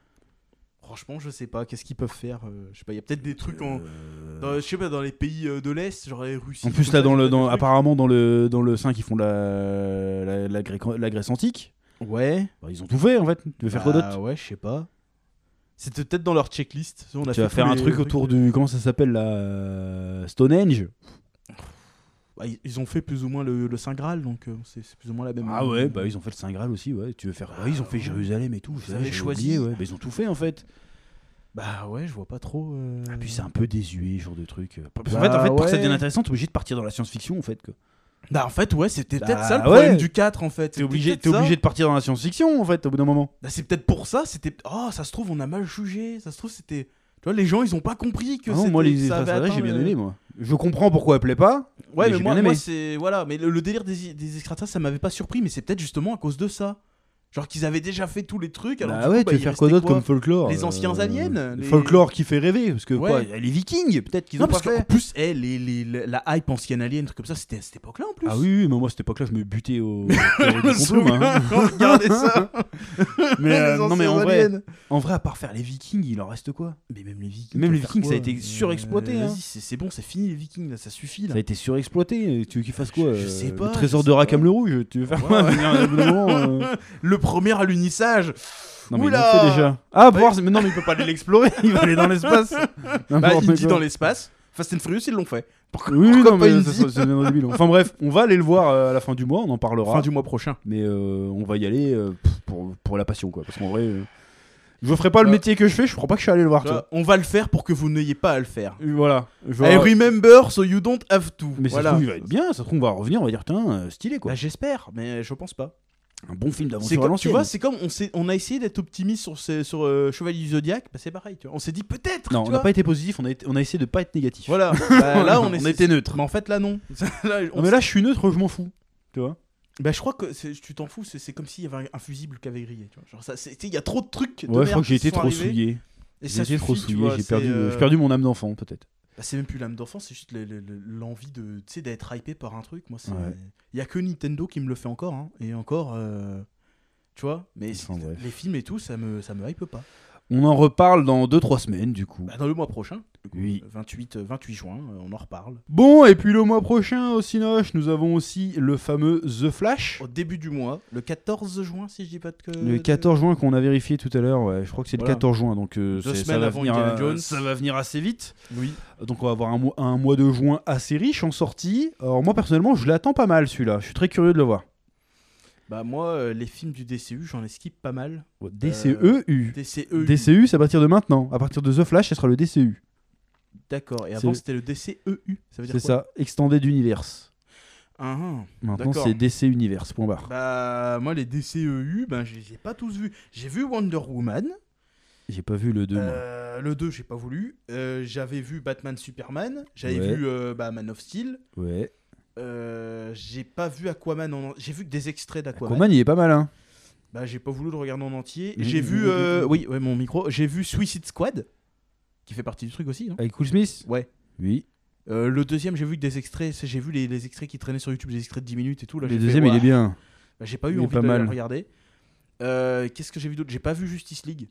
Speaker 1: Franchement, je sais pas. Qu'est-ce qu'ils peuvent faire euh, Je sais pas. Il y a peut-être des trucs en.
Speaker 2: Euh,
Speaker 1: dans- je sais pas, dans les pays euh, de l'Est, genre les Russie.
Speaker 2: En plus
Speaker 1: tout
Speaker 2: là
Speaker 1: ça,
Speaker 2: dans
Speaker 1: il y a
Speaker 2: le dans,
Speaker 1: peut-être des
Speaker 2: apparemment dans le dans le 5 ils font la la, la Gré- la Grèce antique.
Speaker 1: trucs. Ouais.
Speaker 2: Bah, ils ont tout fait en fait. Tu veux faire quoi
Speaker 1: Bah
Speaker 2: d'autre
Speaker 1: Ouais, je sais pas. C'était peut-être dans leur checklist. Tu sais, on a
Speaker 2: Tu
Speaker 1: fait
Speaker 2: vas
Speaker 1: tous
Speaker 2: faire un
Speaker 1: les
Speaker 2: truc
Speaker 1: trucs,
Speaker 2: autour
Speaker 1: euh,
Speaker 2: du comment ça s'appelle la Stonehenge.
Speaker 1: bah, ils- ils ont fait plus ou moins le, le Saint Graal, donc euh, c'est c'est plus ou moins la même.
Speaker 2: Ah ouais, bah ils ont fait le Saint Graal aussi, ouais. Tu veux faire ouais, ils ont fait Jérusalem et tout.
Speaker 1: Ah, Vous
Speaker 2: c'est vrai,
Speaker 1: avez
Speaker 2: j'avais
Speaker 1: choisi. Ah,
Speaker 2: oublié, ouais. Bah, ils ont tout fait en fait.
Speaker 1: Bah ouais, je vois pas trop. euh,
Speaker 2: Ah, puis c'est un peu désuet ce genre de truc. Parce qu'en
Speaker 1: Bah
Speaker 2: fait, en fait pour que ça
Speaker 1: ouais.
Speaker 2: devienne intéressant, t'es obligé de partir dans la science-fiction en fait. quoi.
Speaker 1: Bah en fait ouais c'était peut-être
Speaker 2: Bah,
Speaker 1: ça le problème
Speaker 2: ouais.
Speaker 1: du 4 en fait.
Speaker 2: T'es obligé,
Speaker 1: C'était
Speaker 2: t'es
Speaker 1: peut-être ça.
Speaker 2: obligé de partir dans la science-fiction en fait au bout d'un moment.
Speaker 1: Bah, c'est peut-être pour ça c'était oh ça se trouve on a mal jugé ça se trouve c'était tu vois les gens ils ont pas compris que
Speaker 2: Ah non, moi
Speaker 1: c'était-
Speaker 2: les
Speaker 1: ça avait
Speaker 2: extraterrestres, j'ai
Speaker 1: atteint
Speaker 2: bien
Speaker 1: le-
Speaker 2: aimé moi. Je comprends pourquoi elle plaît pas. mais
Speaker 1: Ouais mais,
Speaker 2: j'ai
Speaker 1: moi,
Speaker 2: bien
Speaker 1: moi,
Speaker 2: aimé.
Speaker 1: c'est voilà mais le, le délire des, des extraterrestres ça m'avait pas surpris mais c'est peut-être justement à cause de ça. Genre qu'ils avaient déjà fait tous les trucs. Alors
Speaker 2: Bah
Speaker 1: du
Speaker 2: ouais,
Speaker 1: coup, bah,
Speaker 2: tu veux
Speaker 1: il
Speaker 2: faire
Speaker 1: restait
Speaker 2: quoi d'autre comme folklore
Speaker 1: Les anciens aliens,
Speaker 2: le
Speaker 1: les-
Speaker 2: Folklore qui fait rêver, parce que
Speaker 1: Ouais.
Speaker 2: quoi, les Vikings, peut-être qu'ils
Speaker 1: Non,
Speaker 2: ont
Speaker 1: parce
Speaker 2: pas
Speaker 1: qu'en
Speaker 2: fait.
Speaker 1: plus, eh, les, les- les- la hype ancienne alien, truc comme ça, c'était à cette époque-là en plus.
Speaker 2: Ah oui, oui, mais moi à cette époque-là, je me butais au.
Speaker 1: Je me souviens quand on regardait ça.
Speaker 2: hein. Mais,
Speaker 1: Les
Speaker 2: euh, non, mais
Speaker 1: anciens
Speaker 2: en vrai,
Speaker 1: aliens.
Speaker 2: en vrai, à part faire les Vikings, il en reste quoi
Speaker 1: Mais même les Vikings.
Speaker 2: Même
Speaker 1: tu
Speaker 2: les
Speaker 1: vas faire
Speaker 2: Vikings, ça a
Speaker 1: quoi
Speaker 2: été surexploité, hein.
Speaker 1: Vas-y, c'est c'est bon, c'est fini les Vikings, là, ça suffit. Là.
Speaker 2: Ça a été surexploité. Tu veux qu'il fasse quoi
Speaker 1: Je- je
Speaker 2: euh,
Speaker 1: sais pas,
Speaker 2: Le trésor
Speaker 1: je
Speaker 2: de
Speaker 1: sais
Speaker 2: Rakam
Speaker 1: pas.
Speaker 2: le Rouge Tu veux faire
Speaker 1: Ouais,
Speaker 2: quoi
Speaker 1: ouais.
Speaker 2: venir, au bout d'un moment, euh,
Speaker 1: Le premier à l'unissage.
Speaker 2: Non, mais il
Speaker 1: Oula
Speaker 2: l'a fait déjà. Ah,
Speaker 1: Ouais.
Speaker 2: voir, mais non, mais il peut pas aller l'explorer. Il va aller dans l'espace.
Speaker 1: Bah,
Speaker 2: N'importe
Speaker 1: il dit
Speaker 2: quoi.
Speaker 1: dans l'espace. Fast and Furious, ils l'ont fait. Pourquoi,
Speaker 2: Oui,
Speaker 1: pourquoi
Speaker 2: non,
Speaker 1: pas
Speaker 2: mais
Speaker 1: une
Speaker 2: ça,
Speaker 1: vie
Speaker 2: ça, ça devient débile. Enfin bref, on va aller le voir euh, à la fin du mois, on en parlera.
Speaker 1: Fin du mois prochain.
Speaker 2: Mais euh, on va y aller euh, pff, pour, pour la passion, quoi. Parce qu'en vrai, euh, je ferai pas le
Speaker 1: Ah.
Speaker 2: métier que je fais, je crois pas que je suis allé le voir, toi.
Speaker 1: Voilà, on va le faire pour que vous n'ayez pas à le faire.
Speaker 2: Euh, Voilà. Genre,
Speaker 1: I remember, so you don't have to.
Speaker 2: Mais ça se
Speaker 1: Eh voilà.
Speaker 2: trouve, il va être bien, ça se trouve, on va revenir, on va dire, tiens, euh, stylé, quoi. Bah,
Speaker 1: Bah, J'espère, mais je pense pas.
Speaker 2: Un bon film
Speaker 1: C'est
Speaker 2: d'aventure à
Speaker 1: comme, tu
Speaker 2: l'ancienne.
Speaker 1: vois, c'est comme on, s'est- on a essayé d'être optimiste sur, ces- sur euh, Chevalier du Zodiac, bah, c'est pareil. Tu vois. On s'est dit peut-être.
Speaker 2: Non,
Speaker 1: tu
Speaker 2: on n'a
Speaker 1: vois.
Speaker 2: pas été positif, on a, été- on a essayé de pas être négatif.
Speaker 1: hein. Voilà. Bah, là, on,
Speaker 2: On
Speaker 1: essaie-
Speaker 2: était neutre.
Speaker 1: Mais en fait, là, non. Là, on
Speaker 2: Non, mais là, je suis neutre, je m'en fous. Tu vois
Speaker 1: Bah, je crois que c'est- tu t'en fous, c'est c'est comme s'il y avait un- un fusible qui avait grillé. tu vois. Genre, ça, c'est- tu sais, il y a trop de trucs. de
Speaker 2: Ouais, je
Speaker 1: merde
Speaker 2: crois que j'ai
Speaker 1: qui
Speaker 2: été
Speaker 1: sont
Speaker 2: trop
Speaker 1: arrivés,
Speaker 2: souillé.
Speaker 1: et
Speaker 2: J'ai
Speaker 1: ça
Speaker 2: été trop
Speaker 1: suffit, tu
Speaker 2: souillé,
Speaker 1: vois,
Speaker 2: j'ai
Speaker 1: c'est,
Speaker 2: perdu,
Speaker 1: euh,
Speaker 2: j'ai perdu mon âme d'enfant, peut-être.
Speaker 1: bah, c'est même plus l'âme d'enfant, c'est juste le- le- le- l'envie de, tu sais, d'être hypé par un truc. Moi, c'est.
Speaker 2: Ouais.
Speaker 1: Il y a que Nintendo qui me le fait encore, hein. et encore. euh, Tu vois, mais
Speaker 2: Enfin,
Speaker 1: c'est-
Speaker 2: bref.
Speaker 1: les films et tout, ça me, ça me hype pas.
Speaker 2: On en reparle dans 2-3 semaines, du coup.
Speaker 1: Bah, dans le mois prochain,
Speaker 2: Oui.
Speaker 1: 28, euh, 28 juin, euh, on en reparle.
Speaker 2: Bon, et puis le mois prochain, au Cinoche, nous avons aussi le fameux The Flash.
Speaker 1: Au début du mois, le 14 juin, si je dis pas de que.
Speaker 2: Le 14 juin qu'on a vérifié tout à l'heure, ouais, je crois que c'est
Speaker 1: Voilà.
Speaker 2: le 14 juin, donc euh,
Speaker 1: Deux
Speaker 2: c'est- ça,
Speaker 1: semaines
Speaker 2: va
Speaker 1: avant
Speaker 2: venir,
Speaker 1: Indiana
Speaker 2: euh,
Speaker 1: Jones.
Speaker 2: ça va venir assez vite.
Speaker 1: Oui.
Speaker 2: Donc on va avoir un mois, un mois de juin assez riche en sortie. Alors moi personnellement, je l'attends pas mal celui-là, je suis très curieux de le voir.
Speaker 1: Bah, moi, euh, les films du DCU, j'en esquipe pas mal. E
Speaker 2: DCEU.
Speaker 1: DCEU.
Speaker 2: DCU, E c'est à partir de maintenant. À partir de The Flash, ce sera le E DCU.
Speaker 1: D'accord. Et
Speaker 2: C'est-
Speaker 1: avant, c'était le DCEU. Ça veut dire
Speaker 2: C'est
Speaker 1: quoi
Speaker 2: ça, Extended Universe.
Speaker 1: Ah,
Speaker 2: Maintenant,
Speaker 1: D'accord.
Speaker 2: c'est DC Universe, point barre.
Speaker 1: ah. Bah, moi, les DCEU, ben, je les ai pas tous vus. J'ai vu Wonder Woman.
Speaker 2: J'ai pas vu le 2, moi.
Speaker 1: Euh, le 2, j'ai pas voulu. Euh, j'avais vu Batman Superman. J'avais
Speaker 2: Ouais.
Speaker 1: vu euh, bah, Man of Steel.
Speaker 2: Ouais.
Speaker 1: Euh, j'ai pas vu Aquaman. En... J'ai vu que des extraits d'Aquaman.
Speaker 2: Aquaman, il est pas mal, hein.
Speaker 1: Bah, j'ai pas voulu le regarder en entier.
Speaker 2: Mm,
Speaker 1: J'ai
Speaker 2: mm,
Speaker 1: vu.
Speaker 2: mm,
Speaker 1: euh,
Speaker 2: mm.
Speaker 1: oui, ouais, mon micro. J'ai vu Suicide Squad, qui fait partie du truc aussi. non
Speaker 2: Avec Cool Smith
Speaker 1: Ouais.
Speaker 2: Oui.
Speaker 1: Euh, le deuxième, j'ai vu que des extraits. c'est- J'ai vu les, les extraits qui traînaient sur YouTube, des extraits de 10 minutes et tout. Là,
Speaker 2: le
Speaker 1: j'ai fait,
Speaker 2: deuxième, il
Speaker 1: Ouah.
Speaker 2: est bien.
Speaker 1: Bah, j'ai pas
Speaker 2: il
Speaker 1: eu
Speaker 2: est
Speaker 1: envie
Speaker 2: pas
Speaker 1: de
Speaker 2: mal.
Speaker 1: le regarder. Euh, Qu'est-ce que j'ai vu d'autre J'ai pas vu Justice League.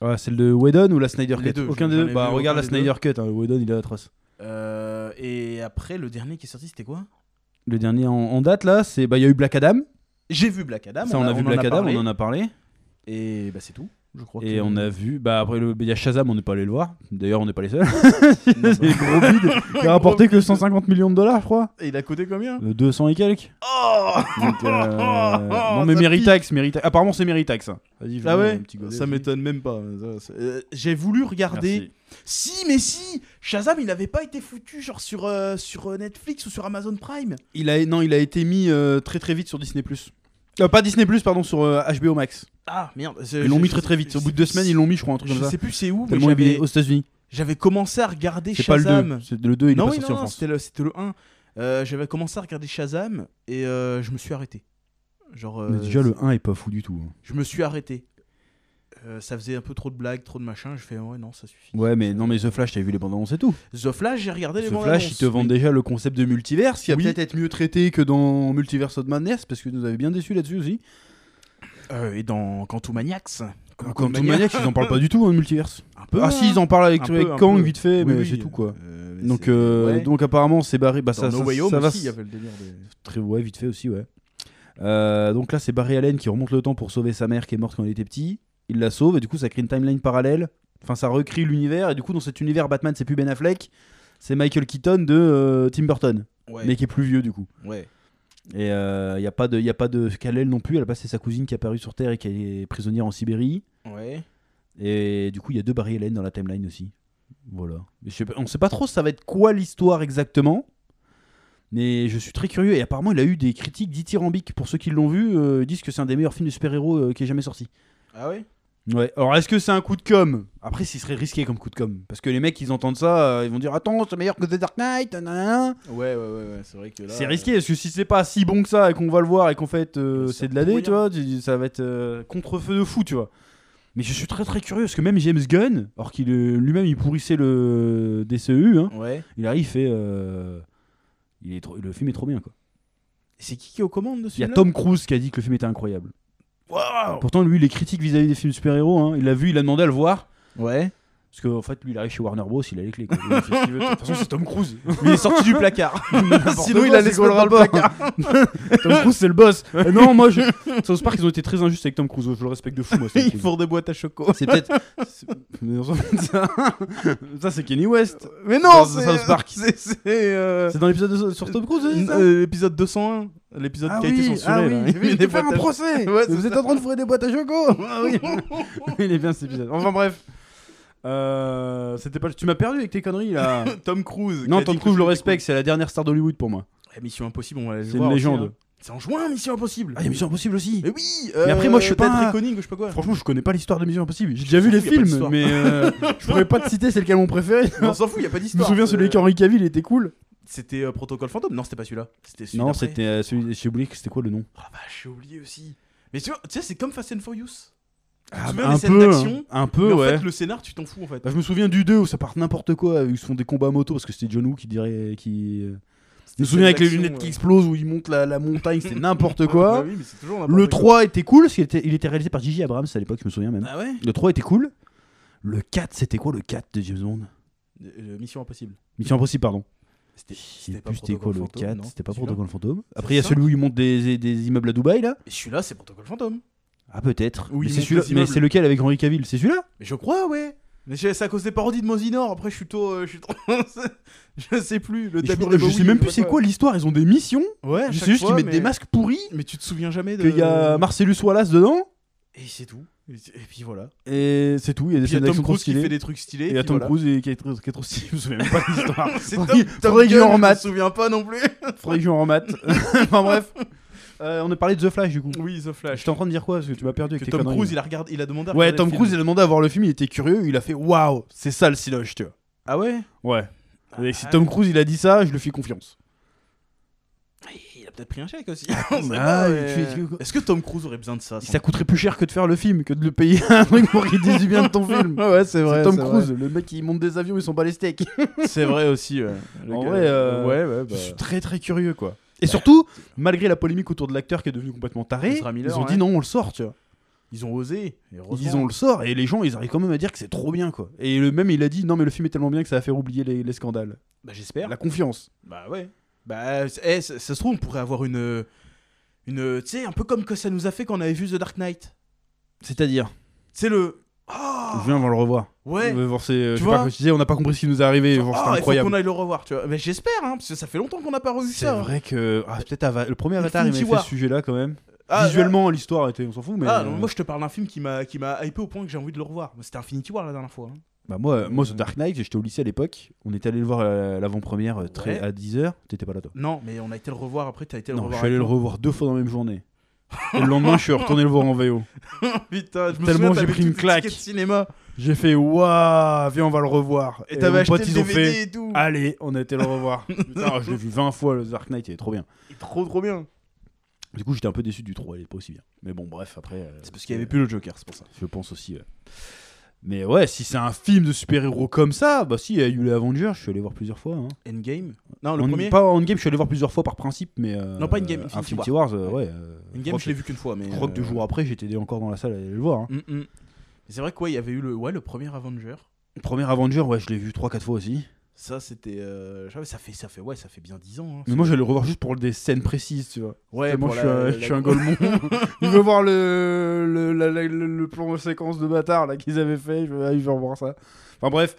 Speaker 2: Ah, celle de Whedon ou la Snyder
Speaker 1: Les
Speaker 2: Cut
Speaker 1: deux,
Speaker 2: Aucun
Speaker 1: j'en-
Speaker 2: des
Speaker 1: j'en
Speaker 2: deux.
Speaker 1: ai
Speaker 2: Bah,
Speaker 1: vu
Speaker 2: regarde la
Speaker 1: aucun des
Speaker 2: Snyder Cut, hein. le Whedon, il est atroce.
Speaker 1: Euh, et après, le dernier qui est sorti, c'était quoi
Speaker 2: Le dernier en, en date, là, c'est. Bah, il y a eu Black Adam.
Speaker 1: J'ai vu Black Adam.
Speaker 2: ça, on, a, vu
Speaker 1: Ah, bah, en
Speaker 2: Black Adam,
Speaker 1: parlé.
Speaker 2: on en a parlé.
Speaker 1: Et bah, c'est tout. Je crois
Speaker 2: Et
Speaker 1: que-
Speaker 2: on a vu. Bah, après, le- il y a Shazam, on n'est pas allé le voir. D'ailleurs, on n'est pas les seuls.
Speaker 1: Non,
Speaker 2: c'est
Speaker 1: bah,
Speaker 2: gros bide. Il a rapporté que 150 millions de dollars, je crois.
Speaker 1: Et il a codé combien
Speaker 2: Euh, 200 et quelques.
Speaker 1: Oh
Speaker 2: Donc, euh, non, mais
Speaker 1: Ça
Speaker 2: Meritax, Meritax. Apparemment, c'est Meritax. Vas-y, je
Speaker 1: Ah
Speaker 2: vous mets
Speaker 1: ouais
Speaker 2: un petit godet
Speaker 1: Ça
Speaker 2: aussi.
Speaker 1: m'étonne même pas. Ça, c'est- euh, J'ai voulu regarder.
Speaker 2: Merci.
Speaker 1: Si, mais si Shazam, il n'avait pas été foutu genre sur, euh, sur euh, Netflix ou sur Amazon Prime.
Speaker 2: Il a, non, il a été mis euh, très très vite sur Disney. Euh, pas Disney, pardon, sur euh, HBO Max.
Speaker 1: Ah merde.
Speaker 2: Ils l'ont mis très très vite. Au bout de deux semaines, ils l'ont mis, je crois, un truc
Speaker 1: Je
Speaker 2: comme ça.
Speaker 1: sais plus c'est où, mais
Speaker 2: Tellement il est
Speaker 1: j'avais-
Speaker 2: aux États-Unis.
Speaker 1: j'avais commencé à regarder
Speaker 2: C'est pas le
Speaker 1: Shazam.
Speaker 2: 2. C'est- Le 2, il est
Speaker 1: non,
Speaker 2: pas
Speaker 1: oui,
Speaker 2: sorti
Speaker 1: non,
Speaker 2: en
Speaker 1: non,
Speaker 2: France.
Speaker 1: c'était le, c'était le 1. Euh, j'avais commencé à regarder Shazam et euh, je me suis arrêté. Genre, euh,
Speaker 2: Mais déjà, le 1 est pas fou du tout. hein.
Speaker 1: je me suis arrêté. Euh, ça faisait un peu trop de blagues, trop de machin. Je fais, ouais, non, ça suffit.
Speaker 2: Ouais, mais non, mais The Flash, t'as vu les bandes annonces et tout.
Speaker 1: The Flash, j'ai regardé les
Speaker 2: The
Speaker 1: bandes
Speaker 2: Flash, ils te vendent déjà le concept de multiverse qui va
Speaker 1: Oui.
Speaker 2: peut-être être mieux traité que dans Multiverse of Madness parce que nous avez bien déçus là-dessus aussi.
Speaker 1: Euh, et dans Quantumaniacs
Speaker 2: Quand Maniacs, ils en parlent pas du tout, hein, de multiverse.
Speaker 1: Un peu. hein.
Speaker 2: ah, si, ils en parlent avec,
Speaker 1: Un peu,
Speaker 2: avec
Speaker 1: un
Speaker 2: Kang
Speaker 1: peu.
Speaker 2: vite fait,
Speaker 1: Oui,
Speaker 2: mais
Speaker 1: oui,
Speaker 2: c'est tout quoi.
Speaker 1: euh, mais
Speaker 2: Donc,
Speaker 1: c'est-
Speaker 2: euh,
Speaker 1: ouais.
Speaker 2: donc apparemment, c'est barré. Bah, ça,
Speaker 1: Dans
Speaker 2: ça-
Speaker 1: No Way Home
Speaker 2: ça va
Speaker 1: aussi, il y
Speaker 2: s-
Speaker 1: avait le délire des-
Speaker 2: Très ouais, vite fait aussi, ouais. Euh, donc là, c'est Barry Allen qui remonte le temps pour sauver sa mère qui est morte quand il était petit. Il la sauve et du coup, ça crée une timeline parallèle. Enfin, ça recrée l'univers et du coup, dans cet univers, Batman, c'est plus Ben Affleck, c'est Michael Keaton de euh, Tim Burton,
Speaker 1: Ouais,
Speaker 2: mais qui est plus vieux du coup.
Speaker 1: ouais.
Speaker 2: Et il n'y a pas de, y a pas de Kal-El non plus. Elle a passé sa cousine qui est apparue sur Terre et qui est prisonnière en Sibérie.
Speaker 1: Ouais.
Speaker 2: Et du coup, il y a deux Barry Allen dans la timeline aussi. Voilà. Mais je sais pas- on sait pas trop ça va être quoi l'histoire exactement. Mais je suis très curieux. Et apparemment, il a eu des critiques dithyrambiques. Pour ceux qui l'ont vu, euh, ils disent que c'est un des meilleurs films de super-héros euh, qui est jamais sorti.
Speaker 1: Ah ouais
Speaker 2: Ouais. Alors, est-ce que c'est un coup de com Après, ce serait risqué comme coup de com. Parce que les mecs, ils entendent ça, euh, ils vont dire Attends, c'est meilleur que The Dark Knight. nanana.
Speaker 1: Ouais, ouais, ouais, ouais, c'est vrai que là.
Speaker 2: C'est
Speaker 1: euh,
Speaker 2: risqué, parce que si c'est pas si bon que ça et qu'on va le voir et qu'en fait euh,
Speaker 1: Ça
Speaker 2: c'est de la dé,
Speaker 1: pourrit,
Speaker 2: tu vois, tu- ça va être euh, contre-feu de fou, tu vois. Mais je suis très très curieux, parce que même James Gunn, alors qu'il euh, lui-même il pourrissait le DCEU, hein,
Speaker 1: Ouais.
Speaker 2: il arrive, il fait. euh, il est trop- Le film est trop bien, quoi.
Speaker 1: C'est qui qui Oh. est aux commandes de ce
Speaker 2: Il y a
Speaker 1: film-là
Speaker 2: Tom Cruise qui a dit que le film était incroyable.
Speaker 1: Waouh
Speaker 2: Pourtant, lui, il est critique vis-à-vis des films de super-héros, hein. il l'a vu, il a demandé à le voir.
Speaker 1: Ouais.
Speaker 2: Parce qu'en fait, lui, il arrive chez Warner Bros, il a les clés. quoi. Il fait ce qu'il veut. De toute façon, c'est Tom Cruise.
Speaker 1: Il est sorti du placard. Sinon,
Speaker 2: quoi,
Speaker 1: il a
Speaker 2: c'est
Speaker 1: laissé
Speaker 2: quoi le
Speaker 1: dans le
Speaker 2: rapport
Speaker 1: placard.
Speaker 2: Tom Cruise, c'est le boss. Et non, moi, je. South Park, ils ont été très injustes avec Tom Cruise. Je le respecte de fou, moi. Tom
Speaker 1: Il
Speaker 2: Cruise.
Speaker 1: fourre des boîtes à choco.
Speaker 2: C'est peut-être. c'est- Mais on s'en fout de ça, ça c'est Kenny West.
Speaker 1: Mais
Speaker 2: Dans
Speaker 1: non, c'est.
Speaker 2: South Park.
Speaker 1: C'est. c'est, euh,
Speaker 2: C'est dans l'épisode de- sur Tom Cruise, c'est ça
Speaker 1: euh, Ah L'épisode 201. L'épisode qui a été censuré. là.
Speaker 2: oui,
Speaker 1: Il met des boîtes à choco.
Speaker 2: procès.
Speaker 1: Ouais, c'est ça.
Speaker 2: train de fourrer des boîtes à choco. Ah oui. Il est bien cet épisode. Enfin bref. Euh, c'était pas. Tu m'as perdu avec tes conneries là.
Speaker 1: Tom Cruise. qui
Speaker 2: non,
Speaker 1: a
Speaker 2: Tom
Speaker 1: dit que
Speaker 2: Cruise, je le
Speaker 1: film était
Speaker 2: respecte. C'est la dernière star d'Hollywood pour moi.
Speaker 1: cool. Eh, Mission Impossible, on va aller le
Speaker 2: C'est
Speaker 1: voir
Speaker 2: une
Speaker 1: aussi,
Speaker 2: légende.
Speaker 1: hein. C'est en juin, Mission Impossible.
Speaker 2: Ah, il y a Mission Impossible aussi.
Speaker 1: Mais oui.
Speaker 2: Mais après, moi, je suis pas un-
Speaker 1: Conning, je sais pas quoi.
Speaker 2: Franchement, je connais pas l'histoire de Mission Impossible. J'ai déjà vu les
Speaker 1: s'en fout, y a pas
Speaker 2: films,
Speaker 1: d'histoire.
Speaker 2: mais euh, je pourrais pas te citer c'est lequel mon préféré.
Speaker 1: On s'en fout, y a pas
Speaker 2: Je me
Speaker 1: d'histoire.
Speaker 2: souviens celui
Speaker 1: c'est-
Speaker 2: avec Henry Cavill, il était cool.
Speaker 1: C'était euh, Protocole Fantôme Non, c'était pas celui-là. C'était celui
Speaker 2: Non,
Speaker 1: d'après.
Speaker 2: c'était euh, celui. J'ai oublié que c'était quoi le nom.
Speaker 1: Oh la vache, j'ai oublié aussi. Mais tu vois, tu sais, c'est comme Fast and Furious. Tu te
Speaker 2: Ah,
Speaker 1: souviens des scènes d'action
Speaker 2: hein. un
Speaker 1: Mais
Speaker 2: peu,
Speaker 1: en
Speaker 2: ouais.
Speaker 1: fait, le scénar, tu t'en fous en fait.
Speaker 2: Bah, je me souviens du 2 où ça part n'importe quoi, où ils se font des combats à moto parce que c'était John Woo qui dirait. Qui... euh, Je me souviens avec les lunettes qui explosent où ils montent la, la montagne, c'était n'importe quoi.
Speaker 1: euh, Bah oui, mais c'est toujours n'importe
Speaker 2: Le
Speaker 1: quoi.
Speaker 2: 3 était cool parce qu'il était, il était réalisé par Gigi Abrams à l'époque, je me souviens même.
Speaker 1: Ah ouais
Speaker 2: Le 3 était cool. Le 4, c'était quoi le 4 de James Bond
Speaker 1: Euh, Mission Impossible.
Speaker 2: Mission Impossible, pardon.
Speaker 1: C'était
Speaker 2: Je sais plus c'était quoi le 4, c'était pas
Speaker 1: Protocole Fantôme, non,
Speaker 2: Protocole Fantôme. Après, il y a
Speaker 1: ça
Speaker 2: celui où ils montent des, des immeubles à Dubaï là
Speaker 1: celui-là. Mais celui-là, c'est Protocole Fantôme.
Speaker 2: Ah, peut-être.
Speaker 1: Où
Speaker 2: Mais
Speaker 1: ils
Speaker 2: c'est
Speaker 1: montent
Speaker 2: celui-là-
Speaker 1: des
Speaker 2: mais
Speaker 1: immeubles.
Speaker 2: c'est lequel avec Henri Cavill C'est celui-là
Speaker 1: Mais je crois, ouais. Mais c'est c'est à cause des parodies de Mosinor. Après, je suis tôt. euh, je, suis tôt- je sais plus. Le
Speaker 2: Mais Je
Speaker 1: tableau
Speaker 2: crois- je sais même plus c'est quoi l'histoire, ils ont des missions.
Speaker 1: Ouais, euh, à
Speaker 2: C'est
Speaker 1: chaque
Speaker 2: juste qu'ils
Speaker 1: fois,
Speaker 2: mettent des
Speaker 1: mais-
Speaker 2: masques pourris.
Speaker 1: Mais tu te souviens jamais de. euh,
Speaker 2: qu'il y a Marcellus Wallace dedans.
Speaker 1: Et c'est tout. Et et puis voilà.
Speaker 2: Et c'est tout, il y a des
Speaker 1: Puis il y
Speaker 2: scènes
Speaker 1: a Tom
Speaker 2: d'action trop
Speaker 1: Cruise qui fait
Speaker 2: stylées.
Speaker 1: des trucs stylés.
Speaker 2: Et il
Speaker 1: et
Speaker 2: y a
Speaker 1: puis
Speaker 2: Tom
Speaker 1: voilà.
Speaker 2: Cruise et qui est trop qui est trop stylé, je me souviens même pas de l'histoire.
Speaker 1: C'est
Speaker 2: Faudrait-
Speaker 1: Tom, Tom
Speaker 2: faudrait que je
Speaker 1: Gunn,
Speaker 2: le remate.
Speaker 1: Je me souviens pas non plus.
Speaker 2: Faudrait que je en remate. enfin bref, Euh, on a parlé de The Flash du coup.
Speaker 1: Oui, The Flash.
Speaker 2: J'étais en train de dire quoi Parce que tu m'as perdu
Speaker 1: que
Speaker 2: avec tes
Speaker 1: Tom
Speaker 2: conneries,
Speaker 1: Cruise,
Speaker 2: là.
Speaker 1: il a, regardé, il a demandé à
Speaker 2: Ouais,
Speaker 1: regarder
Speaker 2: Tom
Speaker 1: le
Speaker 2: Cruise, il
Speaker 1: film.
Speaker 2: a demandé à voir le film, il était curieux, il a fait waouh, c'est ça le siloge, tu vois.
Speaker 1: Ah ouais
Speaker 2: Ouais. Et si
Speaker 1: Ah,
Speaker 2: Tom Cruise il a dit ça, je lui fais confiance.
Speaker 1: Il a peut-être pris un chèque aussi. On sait
Speaker 2: Ah,
Speaker 1: pas,
Speaker 2: il-
Speaker 1: mais-
Speaker 2: tu- tu-
Speaker 1: Est-ce que Tom Cruise aurait besoin de ça
Speaker 2: Et
Speaker 1: sans-
Speaker 2: ça coûterait plus cher que de faire le film, que de le payer un truc pour qu'il dise du bien de ton film.
Speaker 1: Ouais, c'est
Speaker 2: C'est
Speaker 1: vrai.
Speaker 2: Tom
Speaker 1: c'est
Speaker 2: Cruise, le mec qui monte des avions, ils sont pas les steaks.
Speaker 1: vrai. C'est vrai aussi. ouais. Le
Speaker 2: En
Speaker 1: gars-
Speaker 2: vrai, euh,
Speaker 1: ouais, ouais.
Speaker 2: Je suis
Speaker 1: bah,
Speaker 2: très très curieux quoi. Et surtout, malgré la polémique autour de l'acteur qui est devenu complètement taré,
Speaker 1: Ezra Miller,
Speaker 2: ils ont dit
Speaker 1: ouais.
Speaker 2: non, on le sort, tu vois.
Speaker 1: Ils ont osé. et
Speaker 2: Ils
Speaker 1: heureusement.
Speaker 2: disent on le sort et les gens ils arrivent quand même à dire que c'est trop bien quoi. Et le même il a dit non mais le film est tellement bien que ça va faire oublier les, les scandales.
Speaker 1: Bah, j'espère.
Speaker 2: La confiance.
Speaker 1: Bah, ouais. Bah, c'est- eh, ça ça se trouve, on pourrait avoir une. Une. Tu sais, un peu comme que ça nous a fait quand on avait vu The Dark Knight.
Speaker 2: C'est-à-dire
Speaker 1: C'est le. Ah
Speaker 2: Viens on va le revoir.
Speaker 1: Ouais.
Speaker 2: On va voir, c'est, euh, je
Speaker 1: Tu
Speaker 2: sais
Speaker 1: vois
Speaker 2: pas, je disais, on n'a pas compris ce qui nous est arrivé.
Speaker 1: Genre,
Speaker 2: genre,
Speaker 1: ah,
Speaker 2: c'était
Speaker 1: il faut
Speaker 2: incroyable.
Speaker 1: qu'on aille le revoir, tu vois. Mais j'espère, hein, parce que ça fait longtemps qu'on n'a pas revu
Speaker 2: C'est
Speaker 1: ça. hein.
Speaker 2: vrai que ah, peut-être Ava- le premier Avatar il
Speaker 1: Infinity
Speaker 2: m'avait fait
Speaker 1: War.
Speaker 2: ce sujet là quand même.
Speaker 1: Ah,
Speaker 2: Visuellement l'histoire était on s'en fout mais
Speaker 1: Ah,
Speaker 2: euh,
Speaker 1: non, moi je te parle d'un film qui m'a qui m'a hypé au point que j'ai envie de le revoir. C'était Infinity War la dernière fois. hein.
Speaker 2: Bah moi, moi, The Dark Knight, j'étais au lycée à l'époque. On était allé le voir à l'avant-première euh, très
Speaker 1: Ouais.
Speaker 2: à 10h. T'étais pas là, toi
Speaker 1: Non, mais on a été le revoir après, t'as été le
Speaker 2: Non, je
Speaker 1: revoir.
Speaker 2: suis allé le
Speaker 1: avec
Speaker 2: revoir deux fois dans la même journée. Et le lendemain, je suis retourné le voir en VO.
Speaker 1: moi. Putain, hein. je me
Speaker 2: Tellement
Speaker 1: souviens,
Speaker 2: j'ai
Speaker 1: t'avais
Speaker 2: pris une
Speaker 1: toutes les
Speaker 2: claque.
Speaker 1: tickets de cinéma
Speaker 2: J'ai fait Waouh, viens, on va le revoir.
Speaker 1: et t'avais
Speaker 2: mon
Speaker 1: acheté
Speaker 2: pote,
Speaker 1: le
Speaker 2: ils ont
Speaker 1: DVD
Speaker 2: fait Ah,
Speaker 1: et tout.
Speaker 2: Allez, on a été le revoir. Putain, je l'ai vu 20 fois, le Dark Knight, il est trop bien.
Speaker 1: Trop trop bien.
Speaker 2: Du coup, j'étais un peu déçu du 3, il est pas aussi bien. Mais bon, bref, après. euh,
Speaker 1: C'est parce qu'il y avait plus le Joker, c'est pour ça.
Speaker 2: Je pense aussi. ouais. Mais ouais, si c'est un film de super-héros comme ça, bah si, il y a eu les Avengers, je suis allé voir plusieurs fois. hein.
Speaker 1: Endgame Non, le
Speaker 2: En-
Speaker 1: premier.
Speaker 2: Pas en game, je suis allé voir plusieurs fois par principe, mais. euh,
Speaker 1: Non, pas Endgame,
Speaker 2: euh,
Speaker 1: Infinity
Speaker 2: Wars, euh, ouais. euh, je
Speaker 1: Endgame,
Speaker 2: crois
Speaker 1: je l'ai
Speaker 2: que-
Speaker 1: vu qu'une fois, mais.
Speaker 2: Je crois que deux
Speaker 1: euh,
Speaker 2: jours après, j'étais encore dans la salle à aller le voir. hein.
Speaker 1: hum, hum. Mais C'est vrai que ouais, il y avait eu le ouais le premier Avenger.
Speaker 2: Le premier Avenger, ouais, je l'ai vu 3-4 fois aussi.
Speaker 1: Ça c'était euh, je savais, ça fait ça fait ouais, ça fait bien 10 ans hein.
Speaker 2: Mais moi, j'allais le revoir juste pour des scènes précises, tu vois.
Speaker 1: Ouais,
Speaker 2: Tellement
Speaker 1: pour
Speaker 2: Mm. je,
Speaker 1: la-
Speaker 2: suis un,
Speaker 1: la-
Speaker 2: je suis un golemon. Il veut voir le, le, la- la- le- le plan de séquence de bâtard là, qu'ils avaient fait. Je veux, ah, je veux revoir ça. Enfin bref.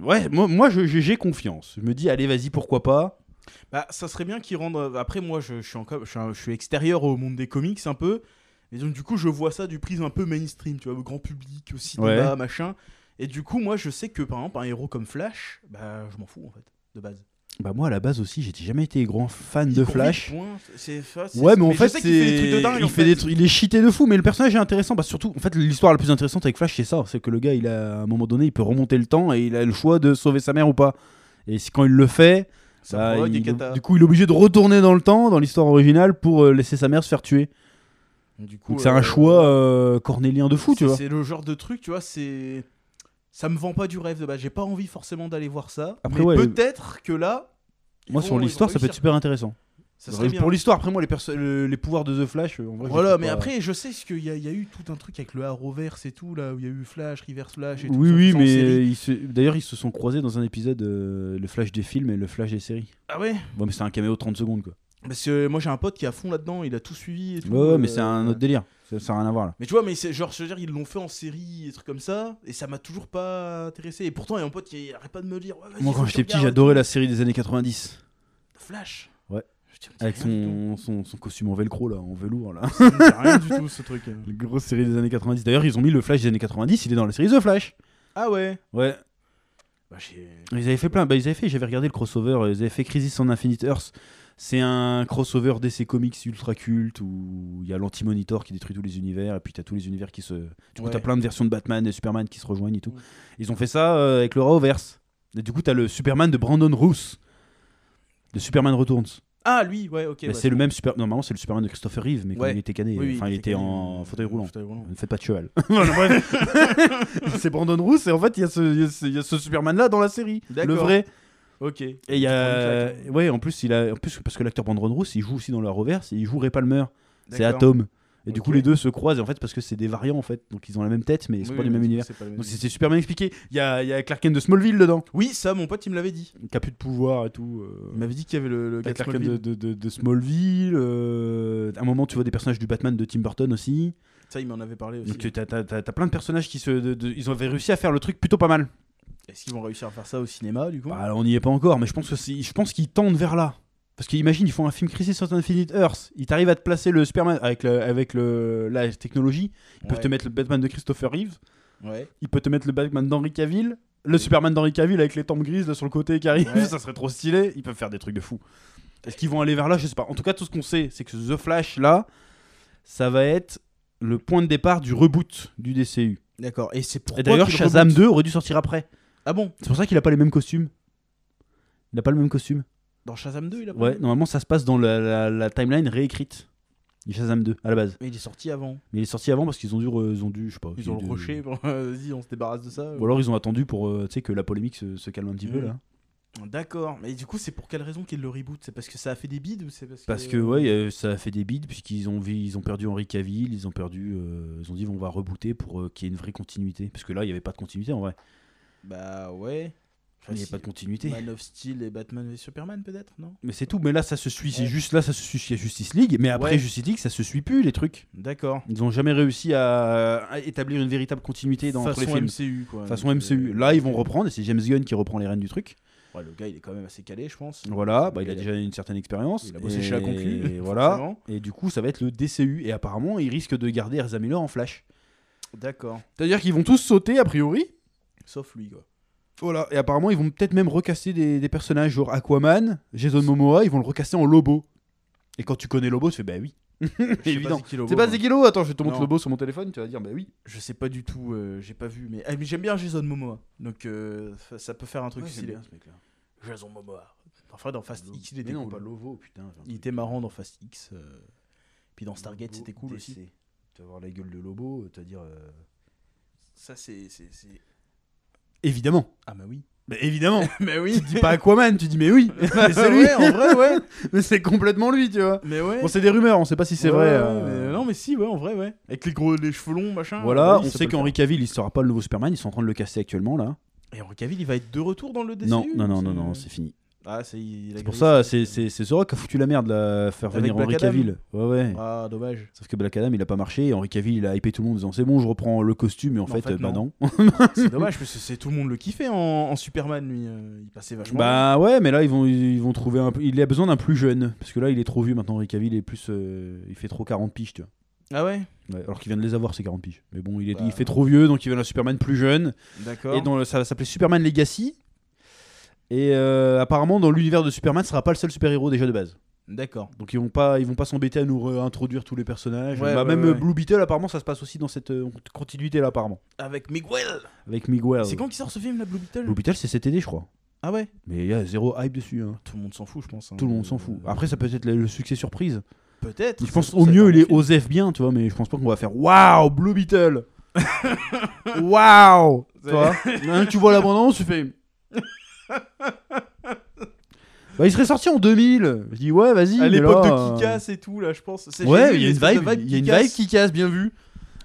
Speaker 2: Ouais, moi, moi je- j'ai j'ai confiance. Je me dis, allez, vas-y, pourquoi pas.
Speaker 1: Bah, ça serait bien qu'ils rendent. euh, Après, moi, je, je suis encore, je, suis un- je suis extérieur au monde des comics un peu. Et donc, du coup, je vois ça du prisme un peu mainstream, tu vois, grand public, au cinéma, machin. Et du coup, moi, je sais que par exemple, un héros comme Flash, bah, je m'en fous en fait, de base.
Speaker 2: Bah moi à la base aussi, j'étais jamais été grand fan de
Speaker 1: Ils font
Speaker 2: Flash.
Speaker 1: huit points, c'est- c'est- c'est-
Speaker 2: Ouais, mais en
Speaker 1: je
Speaker 2: fait,
Speaker 1: sais
Speaker 2: c'est
Speaker 1: qu'il fait des trucs de dingue,
Speaker 2: il
Speaker 1: en
Speaker 2: fait
Speaker 1: fait.
Speaker 2: des trucs- il est cheaté de fou, mais le personnage est intéressant. Bah surtout, en fait, l'histoire la plus intéressante avec Flash, c'est ça, c'est que le gars, il a à un moment donné, il peut remonter le temps et il a le choix de sauver sa mère ou pas. Et c'est quand il le fait,
Speaker 1: Ça
Speaker 2: bah,
Speaker 1: provoque
Speaker 2: il-
Speaker 1: des katas.
Speaker 2: du coup, il est obligé de retourner dans le temps, dans l'histoire originale, pour euh, laisser sa mère se faire tuer.
Speaker 1: Du coup,
Speaker 2: Donc c'est
Speaker 1: euh,
Speaker 2: un choix euh, cornélien de fou, tu
Speaker 1: c'est-
Speaker 2: vois.
Speaker 1: C'est le genre de truc, tu vois, c'est. Ça me vend pas du rêve de base. J'ai pas envie forcément d'aller voir ça.
Speaker 2: Après,
Speaker 1: mais
Speaker 2: ouais,
Speaker 1: peut-être que là. ils
Speaker 2: Moi,
Speaker 1: vont-
Speaker 2: sur
Speaker 1: ils vont
Speaker 2: l'histoire, ça peut être
Speaker 1: réussir.
Speaker 2: super intéressant.
Speaker 1: Ça serait bien.
Speaker 2: Pour l'histoire, après moi, les, perso- le- les pouvoirs de The Flash, euh, en vrai, je
Speaker 1: Voilà,
Speaker 2: trouve
Speaker 1: mais
Speaker 2: pas-
Speaker 1: après, je sais ce qu'il y, a- il y a eu tout un truc avec le Arrowverse et tout, là, où il y a eu Flash, Reverse Flash et tout.
Speaker 2: Oui,
Speaker 1: ça,
Speaker 2: oui,
Speaker 1: tout ça en
Speaker 2: mais
Speaker 1: série.
Speaker 2: euh, ils se- d'ailleurs, ils se sont croisés dans un épisode, euh, le Flash des films et le Flash des séries.
Speaker 1: Ah ouais
Speaker 2: Ouais, mais c'est un caméo de 30 secondes, quoi.
Speaker 1: Parce que moi, j'ai un pote qui est à fond là-dedans, il a tout suivi et tout.
Speaker 2: Ouais, ouais, mais
Speaker 1: euh,
Speaker 2: c'est un autre délire. Ça ça a rien à voir, là.
Speaker 1: Mais tu vois, mais c'est genre, je veux dire, ils l'ont fait en série, et trucs comme ça, et ça m'a toujours pas intéressé. Et pourtant, il y a un pote qui arrête pas de me dire. Ouais, vas-y,
Speaker 2: Moi,
Speaker 1: faut
Speaker 2: quand
Speaker 1: que tu
Speaker 2: j'étais petit,
Speaker 1: regardes et
Speaker 2: j'adorais la série des années 90.
Speaker 1: tout. Flash
Speaker 2: Ouais.
Speaker 1: Je dis,
Speaker 2: Avec
Speaker 1: ça me dit rien du
Speaker 2: son, son, son costume en velcro, là, en velours, là.
Speaker 1: tout. Ça me dit rien du tout, ce truc.
Speaker 2: La grosse série des années 90. D'ailleurs, ils ont mis le Flash des années 90, il est dans la série The Flash.
Speaker 1: Ah ouais
Speaker 2: Ouais.
Speaker 1: Bah, j'ai.
Speaker 2: Ils avaient fait plein. Bah, ils avaient fait, j'avais regardé le crossover, euh, ils avaient fait Crisis on Infinite Earth. C'est un crossover DC Comics ultra culte où il y a l'anti-monitor qui détruit tous les univers et puis t'as tous les univers qui se. Du coup,
Speaker 1: Ouais. Mm.
Speaker 2: t'as plein de versions de Batman et Superman qui se rejoignent et tout. Ils ont fait ça euh, avec le Raoverse. Et du coup, t'as le Superman de Brandon Roos. De Superman Returns.
Speaker 1: Ah, lui, ouais, ok.
Speaker 2: Bah,
Speaker 1: ouais,
Speaker 2: c'est le même super. Normalement, c'est le Superman de Christopher Reeve, mais quand
Speaker 1: Ouais.
Speaker 2: il était cané,
Speaker 1: Oui, oui,
Speaker 2: enfin, il était
Speaker 1: cané,
Speaker 2: en
Speaker 1: euh,
Speaker 2: fauteuil roulant.
Speaker 1: fauteuil roulant.
Speaker 2: Ne faites pas de cheval. Voilà, bref. c'est Brandon Roos et en fait il y a ce, il y a ce- il y a ce Superman là dans la série, le
Speaker 1: D'accord.
Speaker 2: vrai.
Speaker 1: Ok.
Speaker 2: Et il y a, euh, ouais, en plus il a, en plus parce que l'acteur Brandon Roos il joue aussi dans la reverse, il joue Ray Palmer, c'est
Speaker 1: D'accord.
Speaker 2: Atom. Et du
Speaker 1: Ok.
Speaker 2: coup les deux se croisent et en fait parce que c'est des variants en fait, donc ils ont la même tête mais c'est
Speaker 1: Oui,
Speaker 2: pas
Speaker 1: oui,
Speaker 2: les mêmes
Speaker 1: mais
Speaker 2: univers.
Speaker 1: c'est pas le même
Speaker 2: Donc
Speaker 1: univers.
Speaker 2: c'est c'est super bien expliqué. Il y a, il y a Clark Kent de Smallville dedans,
Speaker 1: Oui, ça, mon pote, il me l'avait dit.
Speaker 2: qui a plus de pouvoir et tout. euh,
Speaker 1: Il m'avait dit qu'il y avait le, le
Speaker 2: t'as
Speaker 1: gars de
Speaker 2: Clark Kent de,
Speaker 1: Smallville.
Speaker 2: de, de- de Smallville. euh, à un moment tu vois des personnages du Batman de Tim Burton aussi.
Speaker 1: Ça, il m'en avait parlé aussi.
Speaker 2: Donc tu- t'as t'as- t'as- t'as plein de personnages qui se. de- de- ils avaient réussi à faire le truc plutôt pas mal.
Speaker 1: Est-ce qu'ils vont réussir à faire ça au cinéma, du coup
Speaker 2: Bah, on n'y est pas encore, mais je pense que c'est- je pense qu'ils tendent vers là. Parce qu'imagine, ils font un film Crisis sur Infinite Earth. Ils t'arrivent à te placer le Superman avec, le- avec le, la technologie. Ils peuvent
Speaker 1: Ouais.
Speaker 2: te mettre le Batman de Christopher Reeves.
Speaker 1: Ouais.
Speaker 2: Ils peuvent te mettre le Batman d'Henry Cavill. Le Superman d'Henry Cavill avec les tempes grises là, sur le côté qui arrive.
Speaker 1: Ouais.
Speaker 2: Ça serait trop stylé. Ils peuvent faire des trucs de fou. Est-ce qu'ils vont aller vers là Je sais pas. En tout cas, tout ce qu'on sait, c'est que ce The Flash là, ça va être le point de départ du reboot du DCU.
Speaker 1: D'accord. Et c'est pourquoi
Speaker 2: Et d'ailleurs,
Speaker 1: qu'il
Speaker 2: Shazam
Speaker 1: rebondit
Speaker 2: 2 aurait dû sortir après.
Speaker 1: Ah bon
Speaker 2: C'est pour ça qu'il a pas les mêmes costumes. Il n'a pas le même costume.
Speaker 1: Dans Shazam 2, il a pas
Speaker 2: Ouais,
Speaker 1: eu
Speaker 2: normalement, ça se passe dans la, la- la timeline réécrite du Shazam 2 à la base.
Speaker 1: Mais il est sorti avant.
Speaker 2: Mais il est sorti avant parce qu'ils ont dû, re- ils ont dû, je sais pas.
Speaker 1: Ils ont
Speaker 2: dû-
Speaker 1: le rocher. bon, Vas-y, on se débarrasse de ça.
Speaker 2: Ou alors ils ont attendu pour euh, tu sais, que la polémique se, se calme un petit peu
Speaker 1: Mhm.
Speaker 2: là.
Speaker 1: D'accord. Mais du coup, c'est pour quelle raison qu'ils le reboot C'est parce que ça a fait des bides ou c'est parce que.
Speaker 2: Parce que ouais, euh, ça a fait des bides puisqu'ils ont, vi- ils ont perdu Henri Cavill, ils ont perdu, euh, ils ont dit on va rebooter pour euh, qu'il y ait une vraie continuité. Parce que là, il y avait pas de continuité en vrai.
Speaker 1: Bah ouais.
Speaker 2: Il n'y avait
Speaker 1: si-
Speaker 2: pas de continuité.
Speaker 1: Man of Steel et Batman et Superman, peut-être, non
Speaker 2: Mais c'est tout. Mais là, ça se suit. C'est
Speaker 1: Ouais.
Speaker 2: juste là, ça se suit. Il y a Justice League. Mais après
Speaker 1: Ouais.
Speaker 2: Justice League, ça se suit plus les trucs.
Speaker 1: D'accord.
Speaker 2: Ils n'ont jamais réussi à, à établir une véritable continuité dans entre
Speaker 1: Façon
Speaker 2: les films.
Speaker 1: MCU, quoi.
Speaker 2: Façon
Speaker 1: Donc,
Speaker 2: MCU.
Speaker 1: euh,
Speaker 2: Là, ils vont reprendre. Et c'est James Gunn qui reprend les rênes du truc.
Speaker 1: Ouais, le gars, il est quand même assez calé, je pense.
Speaker 2: Voilà. Bah, il a
Speaker 1: Il a-
Speaker 2: déjà une certaine expérience.
Speaker 1: Il a bossé chez la Concu.
Speaker 2: Et voilà.
Speaker 1: forcément.
Speaker 2: Et du coup, ça va être le DCU. Et apparemment, ils risquent de garder Ezra Miller en Flash.
Speaker 1: D'accord.
Speaker 2: C'est-à-dire qu'ils vont tous sauter a priori.
Speaker 1: Sauf lui, quoi.
Speaker 2: Voilà. Et apparemment, ils vont peut-être même recasser des, des personnages genre Aquaman, Jason Momoa. Ils vont le recasser en Lobo. Et quand tu connais Lobo, tu fais bah oui. Évident. C'est pas Zekilo Attends, je vais te montrer
Speaker 1: Non.
Speaker 2: le beau sur mon téléphone, tu vas dire, bah oui.
Speaker 1: Je sais pas du tout, euh, j'ai pas vu, mais, ah, mais j'aime bien Jason Momoa, donc euh, ça, ça peut faire un truc stylé. Jason Momoa. Enfin,
Speaker 2: Ah,
Speaker 1: dans Fast X, il était cool.
Speaker 2: Lovo, putain.
Speaker 1: il était marrant dans Fast X. euh, Puis dans Stargate, c'était cool aussi.
Speaker 2: Tu vas voir la gueule de Lobo, tu vas dire. euh,
Speaker 1: Ça, c'est. c'est- c'est-
Speaker 2: Évidemment.
Speaker 1: Ah, bah oui.
Speaker 2: Mais évidemment.
Speaker 1: mais Bah oui,
Speaker 2: tu dis pas Aquaman, tu dis, mais oui. mais c'est lui.
Speaker 1: Ouais, en vrai, ouais.
Speaker 2: mais c'est complètement lui, tu vois.
Speaker 1: Mais ouais.
Speaker 2: Bon, c'est des rumeurs, on sait pas si c'est
Speaker 1: Ouais,
Speaker 2: vrai.
Speaker 1: ouais,
Speaker 2: euh,
Speaker 1: mais non, mais si, ouais, en vrai, ouais. Avec les gros les cheveux longs, machin.
Speaker 2: Voilà,
Speaker 1: bah oui,
Speaker 2: on
Speaker 1: ça
Speaker 2: sait
Speaker 1: peut le
Speaker 2: qu'Henri Cavill, il sera pas le nouveau Superman, ils sont en train de le casser actuellement, là.
Speaker 1: faire. Et Henry Cavill, il va être de retour dans le DCU
Speaker 2: non, non, non, non, non, c'est fini.
Speaker 1: Ah, c'est. il a
Speaker 2: C'est pour
Speaker 1: grillé
Speaker 2: ça,
Speaker 1: sa
Speaker 2: c'est
Speaker 1: tête.
Speaker 2: c'est- c'est The Rock qui a foutu la merde, là, à faire
Speaker 1: Avec
Speaker 2: venir
Speaker 1: Black
Speaker 2: Henri
Speaker 1: Adam.
Speaker 2: Cavill. Ouais, ouais.
Speaker 1: Ah, dommage.
Speaker 2: Sauf que Black Adam il a pas marché, et Henri Cavill il a hypé tout le monde en disant c'est bon je reprends le costume et en,
Speaker 1: Mais en
Speaker 2: fait,
Speaker 1: fait,
Speaker 2: bah non.
Speaker 1: C'est dommage, parce que c'est tout le monde le kiffait en, en Superman, lui. euh, Il passait vachement. bien.
Speaker 2: bah ouais mais là ils vont, ils vont trouver un... Il a besoin d'un plus jeune, parce que là il est trop vieux maintenant Henri Cavill est plus... euh, il fait trop 40 piges tu vois.
Speaker 1: Ah ouais
Speaker 2: Ouais, alors qu'il vient de les avoir ces 40 piges. Mais bon il, est,
Speaker 1: Bah.
Speaker 2: il fait trop vieux donc ils veulent un Superman plus jeune.
Speaker 1: D'accord.
Speaker 2: Et dans le- ça va s'appeler Superman Legacy. Et euh, apparemment, dans l'univers de Superman, ce sera pas le seul super-héros déjà de base.
Speaker 1: D'accord.
Speaker 2: Donc ils vont pas, ils vont pas s'embêter à nous réintroduire tous les personnages.
Speaker 1: Ouais,
Speaker 2: Bah,
Speaker 1: ouais,
Speaker 2: même
Speaker 1: ouais.
Speaker 2: euh, Blue Beetle, apparemment, ça se passe aussi dans cette continuité là, apparemment,
Speaker 1: Avec Miguel.
Speaker 2: avec Miguel.
Speaker 1: C'est quand qui sort ce film, la Blue Beetle
Speaker 2: Ah Blue Beetle, c'est cet été, je crois.
Speaker 1: Ah ouais
Speaker 2: Mais il y a zéro hype dessus. hein.
Speaker 1: Tout le monde s'en fout, je pense. hein.
Speaker 2: Tout le monde s'en fout. Après, ça peut être le, le succès surprise.
Speaker 1: Peut-être.
Speaker 2: Je pense au mieux, il est Osef bien, tu vois, mais je pense pas qu'on va faire Waouh, Blue Beetle Waouh Tu vois Hein, Tu vois l'abandon, tu fais. Bah, il serait sorti en 2000. Je dis, ouais, vas-y.
Speaker 1: À
Speaker 2: mais
Speaker 1: l'époque
Speaker 2: là,
Speaker 1: de Kikas et tout, là, je pense. C'est-
Speaker 2: euh,
Speaker 1: j'ai
Speaker 2: Ouais,
Speaker 1: vu
Speaker 2: il y a une
Speaker 1: espèce de
Speaker 2: vibe, il y a une vibe qui casse, bien vu.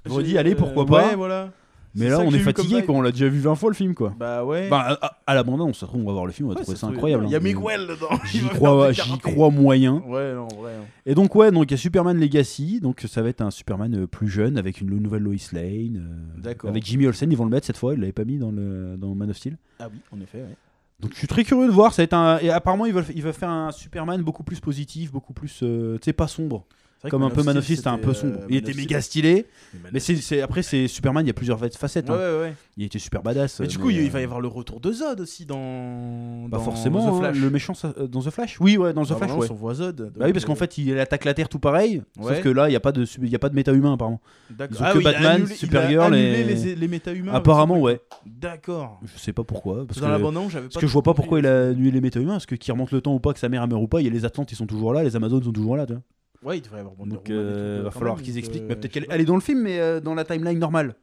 Speaker 2: J'aurais
Speaker 1: J'ai-
Speaker 2: dit, allez,
Speaker 1: euh,
Speaker 2: pourquoi pas.
Speaker 1: Ouais, voilà.
Speaker 2: Mais
Speaker 1: C'est
Speaker 2: là,
Speaker 1: ça
Speaker 2: on
Speaker 1: que
Speaker 2: est
Speaker 1: j'ai eu comme
Speaker 2: fatigué,
Speaker 1: vibe.
Speaker 2: quoi. On l'a déjà vu 20 fois le film, quoi.
Speaker 1: Bah ouais.
Speaker 2: Bah, à, à- à l'abandon, on se trouve, on va voir le film, on va
Speaker 1: Ouais,
Speaker 2: trouver ça,
Speaker 1: se trouve,
Speaker 2: incroyable.
Speaker 1: Il y a
Speaker 2: hein. Mais
Speaker 1: Miguel dedans. il
Speaker 2: J'y
Speaker 1: va faire
Speaker 2: crois,
Speaker 1: des
Speaker 2: j'y
Speaker 1: karatés.
Speaker 2: crois moyen.
Speaker 1: Ouais, non, hein. ouais. non.
Speaker 2: Et donc ouais, donc il y a Superman Legacy, donc ça va être un Superman euh, plus jeune avec une nouvelle Lois Lane, euh,
Speaker 1: D'accord.
Speaker 2: avec Jimmy Olsen, ils vont le mettre cette fois, ils l'avaient pas mis dans le dans Man of Steel.
Speaker 1: Ah oui, en effet, ouais.
Speaker 2: Donc je suis très curieux de voir, ça va être un et apparemment ils veulent ils veulent faire un Superman beaucoup plus positif, beaucoup plus euh, tu sais pas sombre,
Speaker 1: C'est vrai
Speaker 2: comme
Speaker 1: que
Speaker 2: un peu Man of Steel,
Speaker 1: Steel,
Speaker 2: c'était un peu
Speaker 1: c'était,
Speaker 2: sombre.
Speaker 1: euh,
Speaker 2: il
Speaker 1: Man
Speaker 2: était
Speaker 1: of
Speaker 2: méga
Speaker 1: Steel.
Speaker 2: stylé,
Speaker 1: Man of
Speaker 2: mais c'est c'est- après c'est Superman, il y a plusieurs facettes,
Speaker 1: Steel. Ouais,
Speaker 2: hein.
Speaker 1: ouais, ouais.
Speaker 2: il était super badass.
Speaker 1: Mais
Speaker 2: euh,
Speaker 1: du coup, il
Speaker 2: euh,
Speaker 1: il va y avoir le retour de Zod aussi dans.
Speaker 2: bah
Speaker 1: dans
Speaker 2: forcément
Speaker 1: The
Speaker 2: hein,
Speaker 1: Flash. Ah,
Speaker 2: le méchant ça- euh, dans The Flash. Oui ouais, dans The
Speaker 1: Dans
Speaker 2: Flash
Speaker 1: Valence,
Speaker 2: ouais.
Speaker 1: on voit Zod. donc,
Speaker 2: Bah oui parce qu'en
Speaker 1: euh,
Speaker 2: fait il attaque la Terre tout pareil,
Speaker 1: Ouais.
Speaker 2: sauf que là il y a pas de sub- il y a pas de méta humain apparemment.
Speaker 1: d'accord.
Speaker 2: ils
Speaker 1: Ah
Speaker 2: ont que
Speaker 1: il a
Speaker 2: Batman,
Speaker 1: annulé- il a
Speaker 2: Supergirl et-
Speaker 1: annulé les, les méta-humains.
Speaker 2: Apparemment ouais.
Speaker 1: D'accord.
Speaker 2: Je sais pas pourquoi. Parce
Speaker 1: Dans
Speaker 2: que,
Speaker 1: l'abandon, j'avais pas.
Speaker 2: parce que je vois pas pourquoi il a annulé les méta-humains. Parce que qui remonte le temps ou pas, que sa mère elle meurt ou pas, il y a les Atlantes, ils sont toujours là, les Amazones sont toujours là. Tu vois.
Speaker 1: Ouais, il devrait y avoir Wonder
Speaker 2: Donc
Speaker 1: Woman et tout,
Speaker 2: euh,
Speaker 1: quand
Speaker 2: va
Speaker 1: même,
Speaker 2: falloir
Speaker 1: donc,
Speaker 2: qu'ils expliquent.
Speaker 1: euh,
Speaker 2: mais peut-être
Speaker 1: je sais
Speaker 2: qu'elle
Speaker 1: pas.
Speaker 2: elle est dans le film, mais euh, dans la timeline normale.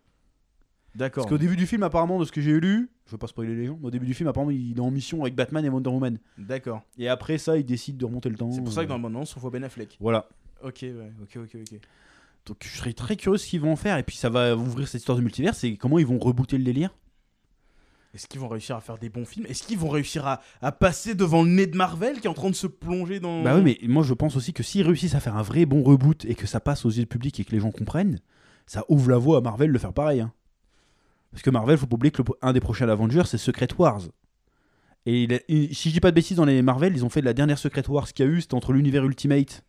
Speaker 1: D'accord.
Speaker 2: Parce qu'au début du film, apparemment, de ce que j'ai lu, je veux pas spoiler les gens, mais au début du film, apparemment, il est en mission avec Batman et Wonder Woman.
Speaker 1: D'accord.
Speaker 2: Et après ça, il décide de remonter le temps.
Speaker 1: C'est pour ça que dans
Speaker 2: euh,
Speaker 1: l'abandon, on voit Ben Affleck.
Speaker 2: Voilà.
Speaker 1: Ok, ouais, ok, ok, ok.
Speaker 2: Donc je serais très curieux de ce qu'ils vont en faire. Et puis ça va ouvrir cette histoire de multivers. C'est comment ils vont rebooter le délire.
Speaker 1: Est-ce qu'ils vont réussir à faire des bons films Est-ce qu'ils vont réussir à, à passer devant le nez de Marvel qui est en train de se plonger dans.
Speaker 2: Bah oui, mais moi je pense aussi que s'ils réussissent à faire un vrai bon reboot et que ça passe aux yeux du public et que les gens comprennent, ça ouvre la voie à Marvel de faire pareil. hein. Parce que Marvel, faut pas oublier que le- un des prochains Avengers, c'est Secret Wars. Et il a- il- si je dis pas de bêtises, dans les Marvel, ils ont fait de la dernière Secret Wars qu'il y a eu, c'était entre l'univers Ultimate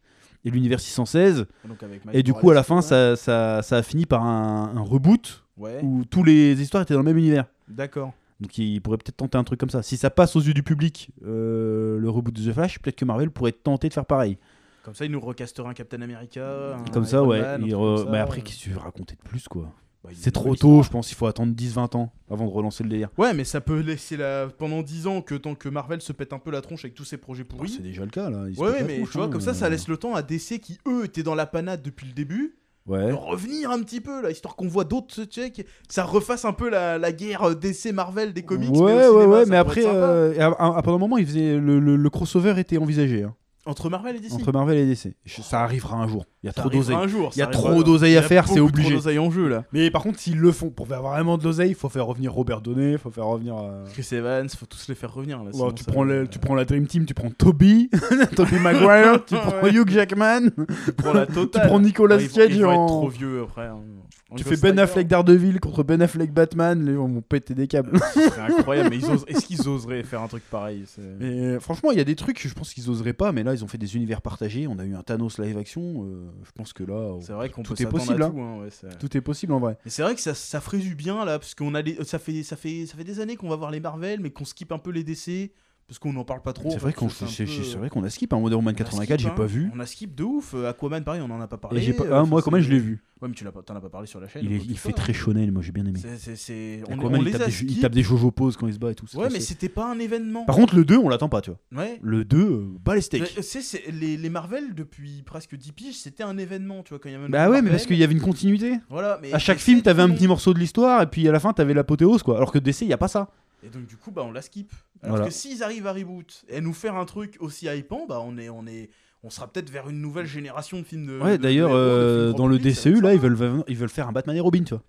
Speaker 2: et l'univers 616.
Speaker 1: Donc avec Miles
Speaker 2: Et du
Speaker 1: Morales,
Speaker 2: coup, à la fin,
Speaker 1: quoi.
Speaker 2: ça, ça, ça a fini par un, un reboot
Speaker 1: Ouais,
Speaker 2: où tous les histoires étaient dans le même univers.
Speaker 1: d'accord.
Speaker 2: Donc ils pourraient peut-être tenter un truc comme ça. Si ça passe aux yeux du public, euh, le reboot de The Flash, peut-être que Marvel pourrait tenter de faire pareil.
Speaker 1: Comme ça, il nous recastera un Captain America. un
Speaker 2: Comme ça,
Speaker 1: Hein, Iron
Speaker 2: ouais.
Speaker 1: Man, un
Speaker 2: il
Speaker 1: truc
Speaker 2: re-
Speaker 1: comme ça.
Speaker 2: Mais après, qu'est-ce que tu veux raconter de plus, quoi
Speaker 1: Bah, il y a
Speaker 2: C'est
Speaker 1: une
Speaker 2: trop
Speaker 1: nouvelle
Speaker 2: tôt,
Speaker 1: histoire.
Speaker 2: je pense. Il faut attendre 10-20 ans avant de relancer le délire.
Speaker 1: Ouais, mais ça peut laisser la... pendant 10 ans que tant que Marvel se pète un peu la tronche avec tous ses projets
Speaker 2: Bah,
Speaker 1: pourris.
Speaker 2: c'est déjà le cas, là. Ils se
Speaker 1: ouais,
Speaker 2: pètent
Speaker 1: ouais,
Speaker 2: la
Speaker 1: mais
Speaker 2: tronche,
Speaker 1: tu vois,
Speaker 2: hein.
Speaker 1: comme ça, ça laisse le temps à DC qui, eux, étaient dans la panade depuis le début,
Speaker 2: Ouais.
Speaker 1: de revenir un petit peu, là, histoire qu'on voit d'autres, tu sais, que ça refasse un peu la, la guerre DC-Marvel des comics. mais au
Speaker 2: ouais, ouais,
Speaker 1: cinéma,
Speaker 2: ouais,
Speaker 1: ça
Speaker 2: mais après,
Speaker 1: pourrait être sympa.
Speaker 2: euh, et à- à- à- pendant un moment, il faisait le, le- le crossover était envisagé hein,
Speaker 1: Entre Marvel et DC.
Speaker 2: entre Marvel et DC. Je- ça arrivera un jour. Il y a
Speaker 1: Ça
Speaker 2: trop d'oseille.
Speaker 1: arrivera un jour,
Speaker 2: Il y a
Speaker 1: ça
Speaker 2: trop
Speaker 1: arrivera.
Speaker 2: d'oseille
Speaker 1: Il y
Speaker 2: à
Speaker 1: a
Speaker 2: faire, c'est
Speaker 1: beaucoup trop
Speaker 2: obligé.
Speaker 1: d'oseille en jeu, là.
Speaker 2: Mais par contre, s'ils le font, pour faire vraiment de l'oseille, il faut faire revenir Robert Downey, il faut faire revenir. euh,
Speaker 1: Chris Evans, faut tous les faire revenir. Là,
Speaker 2: Ou
Speaker 1: Ah, sinon
Speaker 2: alors tu,
Speaker 1: ça
Speaker 2: prends
Speaker 1: va-
Speaker 2: le- tu prends la Dream Team, tu prends Toby, Toby Maguire, tu prends
Speaker 1: Ouais.
Speaker 2: Hugh Jackman,
Speaker 1: tu prends la
Speaker 2: tu
Speaker 1: totale.
Speaker 2: prends Nicolas
Speaker 1: Ouais, ils vont-
Speaker 2: Cage
Speaker 1: ils vont
Speaker 2: en-
Speaker 1: être trop vieux après. hein.
Speaker 2: Tu
Speaker 1: Anglo
Speaker 2: fais Ben
Speaker 1: Striker,
Speaker 2: Affleck Daredevil contre Ben Affleck Batman, les gens vont péter des câbles.
Speaker 1: ce serait incroyable, mais ils osent- est-ce qu'ils oseraient faire un truc pareil c'est-
Speaker 2: Mais euh, franchement, il y a des trucs, je pense qu'ils oseraient pas, mais là, ils ont fait des univers partagés. On a eu un Thanos live action. euh, je pense que là, euh,
Speaker 1: C'est vrai qu'on
Speaker 2: tout
Speaker 1: peut
Speaker 2: est
Speaker 1: s'attendre
Speaker 2: possible,
Speaker 1: à
Speaker 2: hein.
Speaker 1: tout. hein, ouais, c'est-
Speaker 2: tout est possible en vrai.
Speaker 1: Mais c'est vrai que ça, ça ferait du bien là, parce qu'on a les- ça fait ça fait ça fait des années qu'on va voir les Marvel, mais qu'on skip un peu les DC parce qu'on n'en parle pas trop.
Speaker 2: C'est
Speaker 1: en
Speaker 2: vrai
Speaker 1: fait,
Speaker 2: qu'on
Speaker 1: c'est un
Speaker 2: c'est-
Speaker 1: peu-
Speaker 2: c'est vrai qu'on a skip. Hein, Wonder
Speaker 1: on
Speaker 2: Woman
Speaker 1: a
Speaker 2: 84, j'ai
Speaker 1: skip, hein.
Speaker 2: pas vu.
Speaker 1: On a skip de ouf. euh, Aquaman, pareil, on en a pas parlé.
Speaker 2: Et j'ai pas...
Speaker 1: euh,
Speaker 2: ah,
Speaker 1: enfin,
Speaker 2: moi,
Speaker 1: c'est-
Speaker 2: comment je l'ai vu
Speaker 1: Ouais, mais tu l'as pas, t'en as pas parlé sur la chaîne.
Speaker 2: Il, est-
Speaker 1: quoi
Speaker 2: il
Speaker 1: que ce
Speaker 2: fait
Speaker 1: soit.
Speaker 2: très Chanel, moi, j'ai bien aimé.
Speaker 1: hein. C'est, c'est, c'est- on,
Speaker 2: Aquaman,
Speaker 1: on
Speaker 2: il,
Speaker 1: les
Speaker 2: tape
Speaker 1: a
Speaker 2: des, il
Speaker 1: skip.
Speaker 2: tape des jojo poses quand il se bat et tout. c'est
Speaker 1: Ouais,
Speaker 2: très
Speaker 1: mais
Speaker 2: stylé.
Speaker 1: c'était pas un événement.
Speaker 2: Par contre, le 2, on l'attend pas, tu vois.
Speaker 1: Ouais.
Speaker 2: Le 2, euh, bas les steaks.
Speaker 1: Mais, euh, c'est- c'est- les, les Marvel, depuis presque 10 piges, c'était un événement, tu vois, quand il y avait
Speaker 2: Bah ouais, mais parce qu'il y avait une continuité.
Speaker 1: Voilà, mais
Speaker 2: À chaque
Speaker 1: mais
Speaker 2: film,
Speaker 1: c'est
Speaker 2: t'avais un
Speaker 1: tout
Speaker 2: petit
Speaker 1: long.
Speaker 2: morceau de l'histoire, et puis à la fin, t'avais l'apothéose, quoi. Alors que DC, y a pas ça.
Speaker 1: Et donc, du coup, bah, on la skip. Alors
Speaker 2: Voilà.
Speaker 1: que s'ils arrivent à reboot et à nous faire un truc aussi hypant, bah, on est. On est on sera peut-être vers une nouvelle génération de films de.
Speaker 2: Ouais,
Speaker 1: de-
Speaker 2: d'ailleurs,
Speaker 1: de- de- de- de- de- de-
Speaker 2: euh,
Speaker 1: de-
Speaker 2: dans le
Speaker 1: public, ça va
Speaker 2: DCU,
Speaker 1: être
Speaker 2: là, ils
Speaker 1: sympa.
Speaker 2: veulent, ils veulent faire un Batman et Robin, tu vois.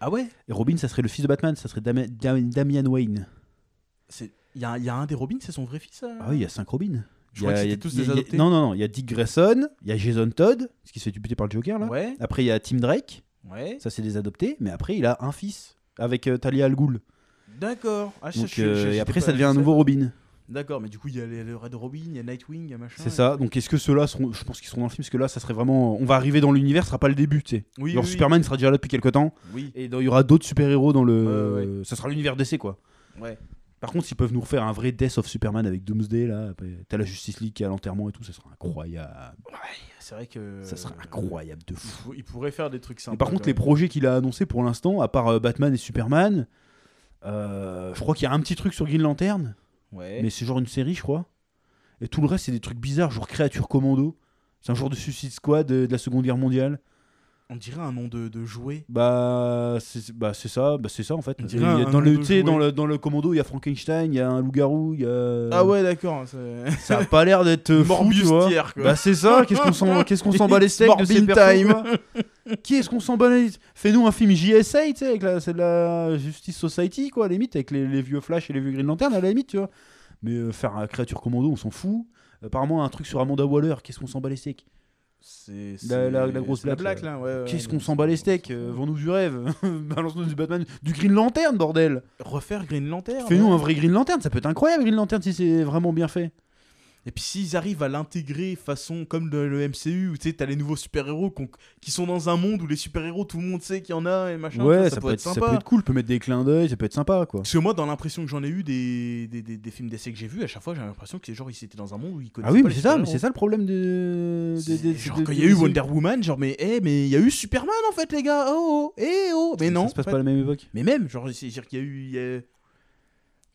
Speaker 1: Ah ouais
Speaker 2: Et Robin, ça serait le fils de Batman, ça serait Dami- Dami- Damian Wayne.
Speaker 1: Il y a, un- y a un des Robins, c'est son vrai fils euh
Speaker 2: Ah oui, il y a 5 Robins.
Speaker 1: Je crois que c'était tous des adoptés.
Speaker 2: Non, non, non, il y a Dick Grayson, il y a Jason Todd, ce qui se fait buter par le Joker, là.
Speaker 1: Ouais,
Speaker 2: Après, il y a Tim Drake,
Speaker 1: ouais.
Speaker 2: ça c'est des adoptés, mais après, il a un fils avec euh, Talia Al Ghul.
Speaker 1: D'accord. Ah, ça,
Speaker 2: Donc,
Speaker 1: je-
Speaker 2: euh,
Speaker 1: je-
Speaker 2: et
Speaker 1: j'étais
Speaker 2: après,
Speaker 1: pas- Ah
Speaker 2: ça devient un
Speaker 1: je
Speaker 2: nouveau
Speaker 1: sais.
Speaker 2: Robin.
Speaker 1: D'accord, mais du coup, il y a les- le Red Robin, il y a Nightwing, il y a machin.
Speaker 2: C'est ça. Donc, est-ce que ceux-là seront. Je pense qu'ils seront dans le film, parce que là, ça serait vraiment. On va arriver dans l'univers, ce sera pas le début, tu sais.
Speaker 1: Oui,
Speaker 2: Genre
Speaker 1: oui, oui.
Speaker 2: Superman sera déjà là depuis quelques temps
Speaker 1: Oui,
Speaker 2: et dans- il y aura d'autres super-héros dans le
Speaker 1: Ouais,
Speaker 2: ça sera l'univers DC quoi.
Speaker 1: ouais.
Speaker 2: Par contre, s'ils peuvent nous refaire un vrai Death of Superman avec Doomsday, là, après, t'as la Justice League qui a l'enterrement et tout, ça sera incroyable.
Speaker 1: C'est vrai que.
Speaker 2: Ça sera incroyable de
Speaker 1: Il,
Speaker 2: fou.
Speaker 1: faut- il pourrait faire des trucs
Speaker 2: Mais
Speaker 1: sympas.
Speaker 2: par contre,
Speaker 1: Euh, quand
Speaker 2: les
Speaker 1: même.
Speaker 2: projets qu'il a annoncés pour l'instant, à part euh, Batman et Superman, euh, je crois qu'il y a un petit truc sur Green Lantern,
Speaker 1: Ouais.
Speaker 2: mais c'est genre une série, je crois. Et tout le reste, c'est des trucs bizarres, genre Créature Commando. C'est un genre de Suicide Squad euh, de la Seconde Guerre mondiale.
Speaker 1: On dirait un nom de, de jouet.
Speaker 2: Bah, c'est bah, c'est ça, bah, c'est ça en fait.
Speaker 1: On
Speaker 2: Il
Speaker 1: dirait
Speaker 2: y a-
Speaker 1: un- un
Speaker 2: dans, le,
Speaker 1: nom de
Speaker 2: tu sais, dans,
Speaker 1: jouet.
Speaker 2: le, dans le Commando, il y a Frankenstein, il y a un loup-garou, il y a.
Speaker 1: Ah ouais, d'accord. c'est-
Speaker 2: Ça a pas l'air d'être euh, fou, tu
Speaker 1: Morbius
Speaker 2: vois.
Speaker 1: tiers, quoi.
Speaker 2: Bah c'est ça, qu'est-ce qu'on s'en, qu'est-ce qu'on s'en bat les steaks de ces
Speaker 1: Morbin
Speaker 2: persos,
Speaker 1: time.
Speaker 2: quoi Qui est-ce qu'on s'en bat les... Fais-nous un film JSA, tu sais, avec la, c'est de la Justice Society, quoi, à la limite, avec les, les vieux Flash et les vieux Green Lantern, à la limite, tu vois. Mais euh, faire un créature commando, on s'en fout. Apparemment, un truc sur Amanda Waller, qu'est-ce qu'on s'en bat les steaks
Speaker 1: C'est
Speaker 2: La- la-
Speaker 1: c'est-
Speaker 2: la grosse
Speaker 1: c'est la
Speaker 2: blague,
Speaker 1: blague là. ouais, ouais,
Speaker 2: Qu'est-ce
Speaker 1: ouais,
Speaker 2: qu'on
Speaker 1: donc,
Speaker 2: s'en bat les steaks
Speaker 1: on s'en
Speaker 2: Euh,
Speaker 1: fout.
Speaker 2: Vends-nous du rêve Balance-nous du Batman, du Green Lantern, bordel
Speaker 1: Refaire Green Lantern. hein.
Speaker 2: Fais-nous
Speaker 1: ouais.
Speaker 2: un vrai Green Lantern, ça peut être incroyable, Green Lantern, si c'est vraiment bien fait.
Speaker 1: Et puis s'ils arrivent à l'intégrer façon comme le, le MCU où tu sais t'as les nouveaux super héros qui sont dans un monde où les super héros tout le monde sait qu'il y en a et machin. tu vois, ça, peut être
Speaker 2: ça
Speaker 1: sympa.
Speaker 2: peut être cool, peut mettre des clins d'œil, ça peut être sympa, quoi.
Speaker 1: Parce que moi, dans l'impression que j'en ai eu des, des, des, des films d'essai que j'ai vus, à chaque fois, j'ai l'impression que les gens ils étaient dans un monde où ils connaissaient
Speaker 2: Ah oui,
Speaker 1: Bah, pas
Speaker 2: mais
Speaker 1: les
Speaker 2: c'est ça, mais
Speaker 1: super-héros.
Speaker 2: c'est ça le problème de. de-
Speaker 1: C'est-
Speaker 2: de-
Speaker 1: genre,
Speaker 2: de-
Speaker 1: quand il
Speaker 2: de-
Speaker 1: y a
Speaker 2: de-
Speaker 1: eu Wonder Woman, genre, mais, eh, mais il y a eu Superman en fait, les gars, oh, oh, eh, oh, mais
Speaker 2: Ça
Speaker 1: non.
Speaker 2: se passe pas
Speaker 1: en
Speaker 2: à
Speaker 1: fait.
Speaker 2: la même époque.
Speaker 1: Mais même, genre, c'est-à-dire qu'il y a eu. il y a-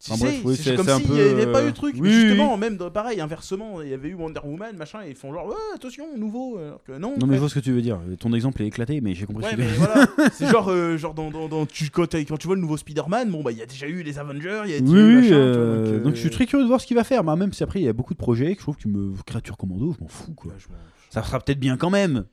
Speaker 1: Tu
Speaker 2: Enfin,
Speaker 1: sais,
Speaker 2: bref, oui,
Speaker 1: c'est
Speaker 2: c'est-
Speaker 1: comme
Speaker 2: c'est un
Speaker 1: s'il
Speaker 2: peu,
Speaker 1: n'y avait pas
Speaker 2: euh,
Speaker 1: eu de truc.
Speaker 2: oui,
Speaker 1: mais justement, même dans- pareil, inversement, il y avait eu Wonder Woman, machin, et ils font genre, ouais, attention, nouveau. Alors que non.
Speaker 2: Non,
Speaker 1: en
Speaker 2: mais
Speaker 1: fait.
Speaker 2: je vois ce que tu veux dire. Ton exemple est éclaté, mais j'ai compris ce
Speaker 1: Ouais, bah,
Speaker 2: que tu veux
Speaker 1: mais
Speaker 2: dire.
Speaker 1: voilà. C'est genre, euh, genre dans, dans, dans- tu, quand, t'as- quand tu vois le nouveau Spider-Man, bon, bah, il y a déjà eu les Avengers, il y a
Speaker 2: Oui,
Speaker 1: déjà eu
Speaker 2: oui,
Speaker 1: machin, tu vois,
Speaker 2: euh,
Speaker 1: donc,
Speaker 2: donc,
Speaker 1: euh,
Speaker 2: je suis très curieux de voir ce qu'il va faire. Bah, même si après il y a beaucoup de projets que je trouve que me créature commando, je m'en fous quoi.
Speaker 1: Ouais, je m'en-
Speaker 2: Ça sera peut-être bien quand même.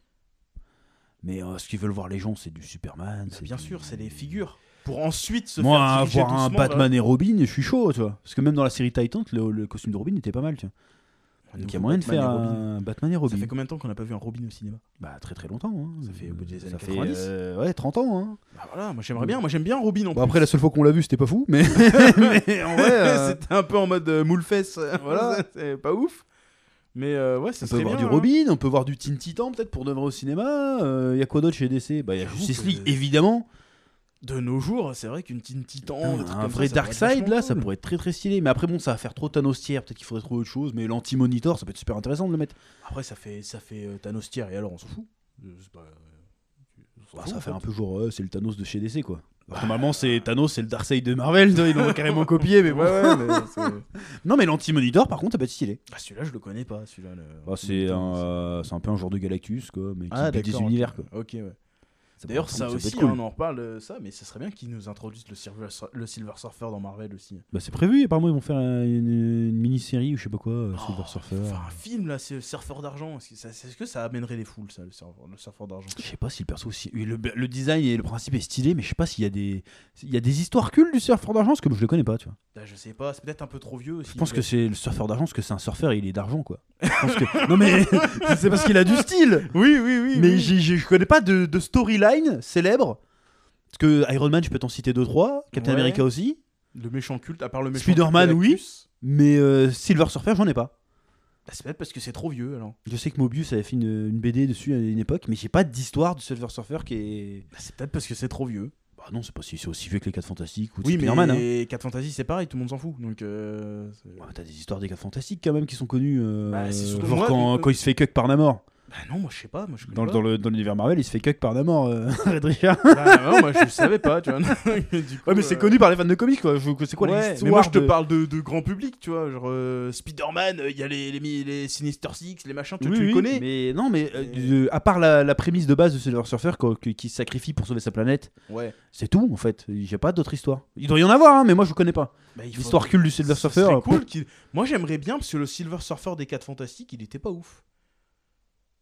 Speaker 2: Mais euh, ce qu'ils veulent voir les gens, c'est du Superman.
Speaker 1: Bah,
Speaker 2: c'est
Speaker 1: Bien
Speaker 2: du-
Speaker 1: sûr, c'est les figures. Pour ensuite se
Speaker 2: Moi,
Speaker 1: faire
Speaker 2: hein,
Speaker 1: diriger
Speaker 2: voir un
Speaker 1: doucement bah. vers-
Speaker 2: Batman et Robin, je suis chaud, tu vois. Parce que même dans la série Titan, le, le costume de Robin était pas mal, tu vois.
Speaker 1: Un
Speaker 2: Donc il y
Speaker 1: euh,
Speaker 2: a
Speaker 1: nouveau
Speaker 2: moyen de
Speaker 1: Batman
Speaker 2: faire
Speaker 1: et Robin.
Speaker 2: un Batman et
Speaker 1: Ça
Speaker 2: Robin.
Speaker 1: fait combien de temps qu'on n'a pas vu un Robin au cinéma
Speaker 2: Bah, très très longtemps. hein.
Speaker 1: Ça fait au bout des
Speaker 2: Ça
Speaker 1: années
Speaker 2: fait,
Speaker 1: 90.
Speaker 2: euh, ouais, 30 ans. Hein.
Speaker 1: Bah voilà, moi j'aimerais bien, moi j'aime bien Robin en
Speaker 2: Bah
Speaker 1: plus.
Speaker 2: après, la seule fois qu'on l'a vu, c'était pas fou, mais, mais en vrai, euh,
Speaker 1: c'était un peu en mode euh, moule fesse,
Speaker 2: Voilà.
Speaker 1: c'est pas ouf. Mais euh, ouais, ça
Speaker 2: on peut
Speaker 1: serait
Speaker 2: voir
Speaker 1: bien,
Speaker 2: du
Speaker 1: hein.
Speaker 2: Robin, on peut voir du Teen Titan peut-être pour de vrai au cinéma. Il y a quoi d'autre chez DC Bah, il y a
Speaker 1: J'avoue
Speaker 2: Justice
Speaker 1: que-
Speaker 2: League, évidemment.
Speaker 1: hein. De nos jours, c'est vrai qu'une Teen Titan, des trucs
Speaker 2: Oh, un vrai
Speaker 1: comme ça, ça pourrait être
Speaker 2: Darkseid là,
Speaker 1: vachement
Speaker 2: ça
Speaker 1: cool.
Speaker 2: pourrait être très très stylé. Mais après, bon, ça va faire trop Thanos tiers. Peut-être qu'il faudrait trouver autre chose. Mais l'anti-monitor, ça peut être super intéressant de le mettre.
Speaker 1: Après, ça fait, ça fait euh, Thanos tiers et alors on s'en fout. Euh, c'est pas- on s'en
Speaker 2: Bah,
Speaker 1: fout,
Speaker 2: ça
Speaker 1: en
Speaker 2: fait Bah.
Speaker 1: fait.
Speaker 2: un peu genre, euh, c'est le Thanos de chez DC quoi. Alors, Normalement, c'est Thanos, c'est le Darkseid de Marvel. Ils l'ont carrément copié, mais
Speaker 1: Ouais,
Speaker 2: bon.
Speaker 1: ouais, mais c'est-
Speaker 2: Non, mais l'anti-monitor, par contre, ça peut être stylé.
Speaker 1: Ah, celui-là, je le connais pas. Celui-là, le-
Speaker 2: Bah, c'est un, euh, c'est un peu un genre de Galactus quoi, mais qui
Speaker 1: Ah,
Speaker 2: pète des
Speaker 1: d'accord, ok.
Speaker 2: univers quoi.
Speaker 1: Ok, ouais.
Speaker 2: Ça
Speaker 1: D'ailleurs,
Speaker 2: peut-
Speaker 1: ça
Speaker 2: peut être
Speaker 1: aussi,
Speaker 2: cool.
Speaker 1: hein, on en reparle euh, ça, mais ça serait bien qu'ils nous introduisent le Silver, le Silver Surfer dans Marvel aussi.
Speaker 2: Bah c'est prévu, apparemment ils vont faire euh, une, une mini-série ou je sais pas quoi, euh, Silver
Speaker 1: Oh,
Speaker 2: Surfer.
Speaker 1: faut faire un film là, c'est le surfeur d'argent. Est-ce que, ça- est-ce que ça amènerait les foules, ça, le surfeur, le surfeur d'argent
Speaker 2: Je sais pas si le perso aussi. Le, le design et le principe est stylé, mais je sais pas s'il y a des. Il y a des histoires cultes du surfeur d'argent, parce que je le connais pas, tu vois.
Speaker 1: Bah, Je sais pas, c'est peut-être un peu trop vieux aussi.
Speaker 2: Je pense
Speaker 1: mais-
Speaker 2: que c'est le surfeur d'argent parce que c'est un surfeur et il est d'argent quoi. Je pense que- Non mais c'est parce qu'il a du style
Speaker 1: Oui, oui, oui.
Speaker 2: Mais
Speaker 1: oui.
Speaker 2: j'ai- j'ai- je connais pas de, de storyline célèbre. Parce que Iron Man, je peux t'en citer 2-3, Captain
Speaker 1: Ouais.
Speaker 2: America aussi,
Speaker 1: Le méchant culte, à part le méchant
Speaker 2: Spider-Man,
Speaker 1: culte Galactus.
Speaker 2: mais euh, Silver Surfer, j'en ai pas.
Speaker 1: Bah, c'est peut-être parce que c'est trop vieux alors.
Speaker 2: Je sais que Mobius avait fait une, une BD dessus à une époque, mais j'ai pas d'histoire du Silver Surfer qui est.
Speaker 1: Bah, c'est peut-être parce que c'est trop vieux.
Speaker 2: Bah non, c'est pas si c'est aussi vieux que les 4 Fantastiques ou
Speaker 1: Oui, mais
Speaker 2: Spider-Man. hein.
Speaker 1: 4 Fantasy, c'est pareil, tout le monde s'en fout. Donc, euh, c'est-
Speaker 2: Ouais, mais T'as des histoires des 4 Fantastiques quand même qui sont connues. euh,
Speaker 1: Bah, c'est surtout
Speaker 2: genre
Speaker 1: moi,
Speaker 2: quand,
Speaker 1: mais-
Speaker 2: quand il se fait cuck par Namor.
Speaker 1: Bah non, moi je sais pas. Moi, je connais
Speaker 2: Dans, le-
Speaker 1: pas.
Speaker 2: dans le- dans l'univers Marvel, il se fait cuck par Namor, euh, Red Richard.
Speaker 1: Bah, non, moi je savais pas, tu vois.
Speaker 2: Ouais, mais c'est
Speaker 1: euh,
Speaker 2: connu par les fans de comics quoi. Je- C'est quoi
Speaker 1: Ouais,
Speaker 2: l'histoire
Speaker 1: mais moi je te
Speaker 2: de-
Speaker 1: parle de, de grand public, tu vois, genre euh, Spider-Man, il y a les, les, mi- les Sinister Six, les machins, tu,
Speaker 2: Oui,
Speaker 1: tu
Speaker 2: oui,
Speaker 1: les connais.
Speaker 2: Mais non, mais euh,
Speaker 1: Et-
Speaker 2: euh, à part la, la prémisse de base de Silver Surfer quand- que- qui se sacrifie pour sauver sa planète,
Speaker 1: Ouais.
Speaker 2: c'est tout en fait. J'ai pas d'autre histoire. Il doit y en avoir, hein, mais moi je connais pas.
Speaker 1: Bah, il faut-
Speaker 2: L'histoire culte du Silver
Speaker 1: ce
Speaker 2: Surfer.
Speaker 1: serait
Speaker 2: euh,
Speaker 1: cool qu'il- Moi j'aimerais bien parce que le Silver Surfer des 4 Fantastiques, il était pas ouf.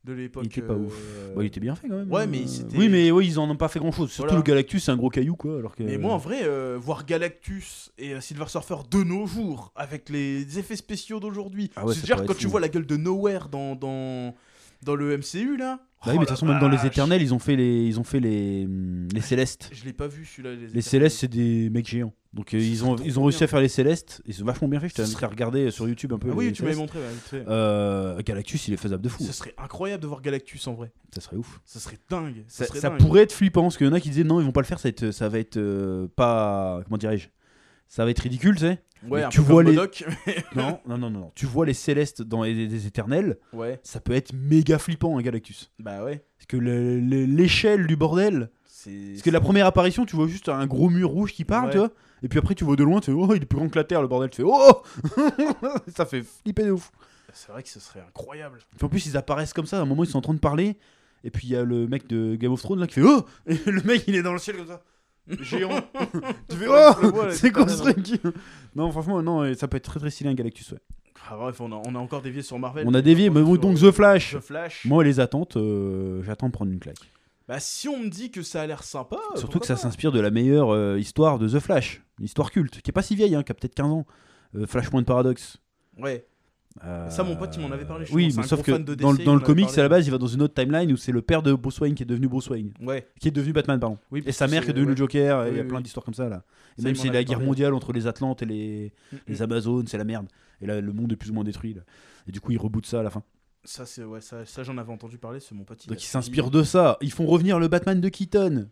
Speaker 1: De l'époque.
Speaker 2: Il était pas
Speaker 1: euh,
Speaker 2: ouf. Bah, il était bien fait quand même.
Speaker 1: Ouais,
Speaker 2: hein.
Speaker 1: mais c'était-
Speaker 2: Oui, mais oui, ils en ont pas fait grand chose. Surtout
Speaker 1: Voilà.
Speaker 2: le Galactus, c'est un gros caillou quoi. Alors que...
Speaker 1: Mais moi en vrai, euh, voir Galactus et euh, Silver Surfer de nos jours, avec les effets spéciaux d'aujourd'hui,
Speaker 2: Ah ouais, ça
Speaker 1: c'est-à-dire
Speaker 2: pourrait
Speaker 1: quand
Speaker 2: être
Speaker 1: tu
Speaker 2: fou.
Speaker 1: vois la gueule de Nowhere dans, dans, dans le MCU là.
Speaker 2: Bah oui,
Speaker 1: oh
Speaker 2: mais de toute
Speaker 1: la
Speaker 2: façon, même dans les
Speaker 1: vache.
Speaker 2: Éternels, ils ont fait les, ils ont fait les, hum, les Célestes.
Speaker 1: Je l'ai pas vu celui-là.
Speaker 2: Les Célestes, c'est des mecs géants. Donc euh,
Speaker 1: Ce
Speaker 2: ils ont,
Speaker 1: serait
Speaker 2: ils
Speaker 1: trop
Speaker 2: ont réussi
Speaker 1: bien.
Speaker 2: à faire les Célestes. Ils sont vachement bien fait. Je
Speaker 1: Ce
Speaker 2: t'ai
Speaker 1: serait-
Speaker 2: serais regardé sur YouTube un peu.
Speaker 1: Ah oui,
Speaker 2: les
Speaker 1: tu m'avais
Speaker 2: Célestes.
Speaker 1: montré. ouais, vite fait.
Speaker 2: Euh, Galactus, il est faisable de fou. hein.
Speaker 1: Ce serait incroyable de voir Galactus en vrai.
Speaker 2: Ça serait ouf.
Speaker 1: Ça serait dingue. Ça,
Speaker 2: Ça,
Speaker 1: serait
Speaker 2: ça
Speaker 1: dingue.
Speaker 2: pourrait être flippant parce qu'il y en a qui disaient non, ils vont pas le faire, ça va être, ça va être euh, pas. Comment dirais-je ça va être ridicule, tu sais.
Speaker 1: Ouais,
Speaker 2: Mais
Speaker 1: un
Speaker 2: tu
Speaker 1: peu
Speaker 2: vois
Speaker 1: comme
Speaker 2: les-
Speaker 1: Modoc.
Speaker 2: Non, non, non, non, non. Tu vois les célestes dans les, les éternels,
Speaker 1: ouais,
Speaker 2: ça peut être méga flippant un Galactus.
Speaker 1: bah ouais.
Speaker 2: Parce que le- le- l'échelle du bordel.
Speaker 1: C'est.
Speaker 2: Parce que la première apparition, tu vois juste un gros mur rouge qui part,
Speaker 1: Ouais.
Speaker 2: tu vois. Et puis après, tu vois de loin, tu fais Oh, il est plus grand que la Terre, le bordel. Tu fais Oh Ça fait flipper de ouf.
Speaker 1: C'est vrai que ce serait incroyable.
Speaker 2: Puis en plus, ils apparaissent comme ça. À un moment, ils sont en train de parler. Et puis, il y a le mec de Game of Thrones là qui fait Oh Et le mec, il est dans le ciel comme ça. Géant. tu fais Oh
Speaker 1: Je le vois, là,
Speaker 2: C'est quoi
Speaker 1: tout à
Speaker 2: ce
Speaker 1: l'heure.
Speaker 2: truc Non, franchement, non, et ça peut être très très stylé un Galactus, ouais.
Speaker 1: Ah, bref, on a, on a encore dévié sur Marvel.
Speaker 2: On a dévié, mais bon,
Speaker 1: Sur- euh,
Speaker 2: donc The Flash.
Speaker 1: The Flash.
Speaker 2: Moi, les attentes, euh, j'attends de prendre une claque.
Speaker 1: Bah, si on me dit que ça a l'air sympa.
Speaker 2: Surtout que ça
Speaker 1: s'inspire.
Speaker 2: s'inspire de la meilleure euh, histoire de The Flash, une histoire culte, qui est pas si vieille, hein, qui a peut-être 15 ans. Euh, Flashpoint Paradox.
Speaker 1: Ouais.
Speaker 2: Euh,
Speaker 1: Ça, mon pote, il m'en avait parlé, je
Speaker 2: Oui,
Speaker 1: pense,
Speaker 2: mais
Speaker 1: un
Speaker 2: sauf
Speaker 1: gros
Speaker 2: que
Speaker 1: fan de DC,
Speaker 2: dans, le-
Speaker 1: il
Speaker 2: dans
Speaker 1: m'en
Speaker 2: le
Speaker 1: avait
Speaker 2: comics,
Speaker 1: parlé.
Speaker 2: à la base, il va dans une autre timeline où c'est le père de Bruce Wayne qui est devenu Bruce Wayne,
Speaker 1: Ouais.
Speaker 2: qui est devenu Batman, pardon.
Speaker 1: Oui,
Speaker 2: Et sa mère qui est devenue le Joker, et il y a
Speaker 1: Oui,
Speaker 2: plein
Speaker 1: oui.
Speaker 2: d'histoires comme ça là. Et
Speaker 1: Ça,
Speaker 2: même
Speaker 1: il m'en
Speaker 2: c'est la
Speaker 1: avait
Speaker 2: guerre
Speaker 1: parlé.
Speaker 2: mondiale entre les Atlantes et les,
Speaker 1: Mm,
Speaker 2: les
Speaker 1: mm.
Speaker 2: Amazones, c'est la merde. Et là, le monde est plus ou moins détruit. là. Et du coup, ils rebootent ça à la fin.
Speaker 1: Ça, c'est ouais, ça, ça, j'en avais entendu parler, c'est mon pote. il
Speaker 2: Donc
Speaker 1: a
Speaker 2: ils
Speaker 1: dit,
Speaker 2: s'inspirent de ça. Ils font revenir le Batman de Keaton.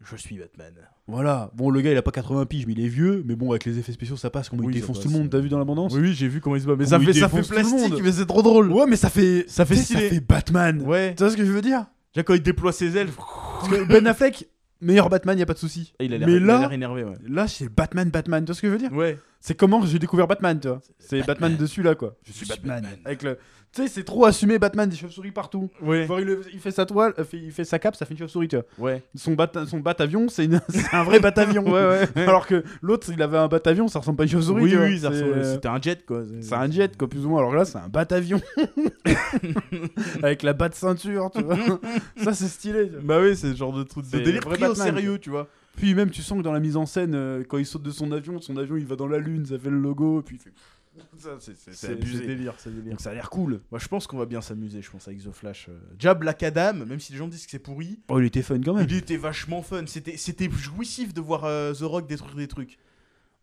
Speaker 1: Je suis Batman.
Speaker 2: Voilà. Bon, le gars, il a pas 80 piges, mais il est vieux. Mais bon, avec les effets spéciaux, ça passe. Comment
Speaker 1: Oui,
Speaker 2: il
Speaker 1: ça
Speaker 2: défonce
Speaker 1: passe.
Speaker 2: tout le monde, t'as vu dans l'abondance
Speaker 1: oui, j'ai vu comment il se bat. Mais
Speaker 2: Bon,
Speaker 1: ça
Speaker 2: il
Speaker 1: fait, ça fait
Speaker 2: défonce tout le
Speaker 1: plastique,
Speaker 2: monde.
Speaker 1: mais c'est trop drôle.
Speaker 2: Ouais, mais ça fait. Ça fait,
Speaker 1: fait
Speaker 2: ça
Speaker 1: stylé.
Speaker 2: fait Batman.
Speaker 1: Ouais.
Speaker 2: Tu vois ce que je veux dire
Speaker 1: Déjà, quand il déploie ses ailes.
Speaker 2: Parce que Ben Affleck, meilleur Batman, y a pas de souci.
Speaker 1: Il a l'air
Speaker 2: mais
Speaker 1: il a l'air
Speaker 2: là,
Speaker 1: énervé, ouais.
Speaker 2: là, c'est Batman, Batman. Tu vois ce que je veux dire
Speaker 1: Ouais.
Speaker 2: C'est comment j'ai découvert Batman, tu vois C'est Batman dessus là, quoi. Je
Speaker 1: suis Batman.
Speaker 2: Avec le. Tu sais, c'est trop assumé Batman, des chauves-souris partout.
Speaker 1: Ouais.
Speaker 2: Genre, il, le- il fait sa toile, euh, fait- il fait sa cape, ça fait une chauve-souris, tu vois.
Speaker 1: Ouais.
Speaker 2: Son, bat, son batavion, c'est une- c'est un vrai batavion.
Speaker 1: Ouais, ouais.
Speaker 2: Alors que l'autre, il avait un batavion, ça ressemble pas à une chauve-souris.
Speaker 1: Oui,
Speaker 2: tu vois.
Speaker 1: oui, ça
Speaker 2: C'est,
Speaker 1: ressemble-
Speaker 2: euh,
Speaker 1: c'était un jet, quoi.
Speaker 2: C'est un jet, quoi, plus ou moins. Alors que là, c'est un batavion. Avec la batte ceinture, tu vois. ça, c'est stylé. tu vois.
Speaker 1: Bah oui, c'est le genre de truc de
Speaker 2: C'est
Speaker 1: délire
Speaker 2: vrai
Speaker 1: pris au
Speaker 2: Batman,
Speaker 1: sérieux, tu vois.
Speaker 2: Puis même, tu sens que dans la mise en scène, euh, quand il saute de son avion, son avion, il va dans la lune, ça fait le logo, et puis il fait... Ça, c'est- c'est c'est abusé.
Speaker 1: délire, c'est délire.
Speaker 2: Donc ça a l'air cool.
Speaker 1: Moi, je pense qu'on va bien s'amuser, je pense, avec The Flash. euh. Déjà, Black Adam, même si les gens me disent que c'est pourri,
Speaker 2: Oh, il était fun quand même.
Speaker 1: il était vachement fun. C'était c'était jouissif de voir euh, The Rock détruire des trucs.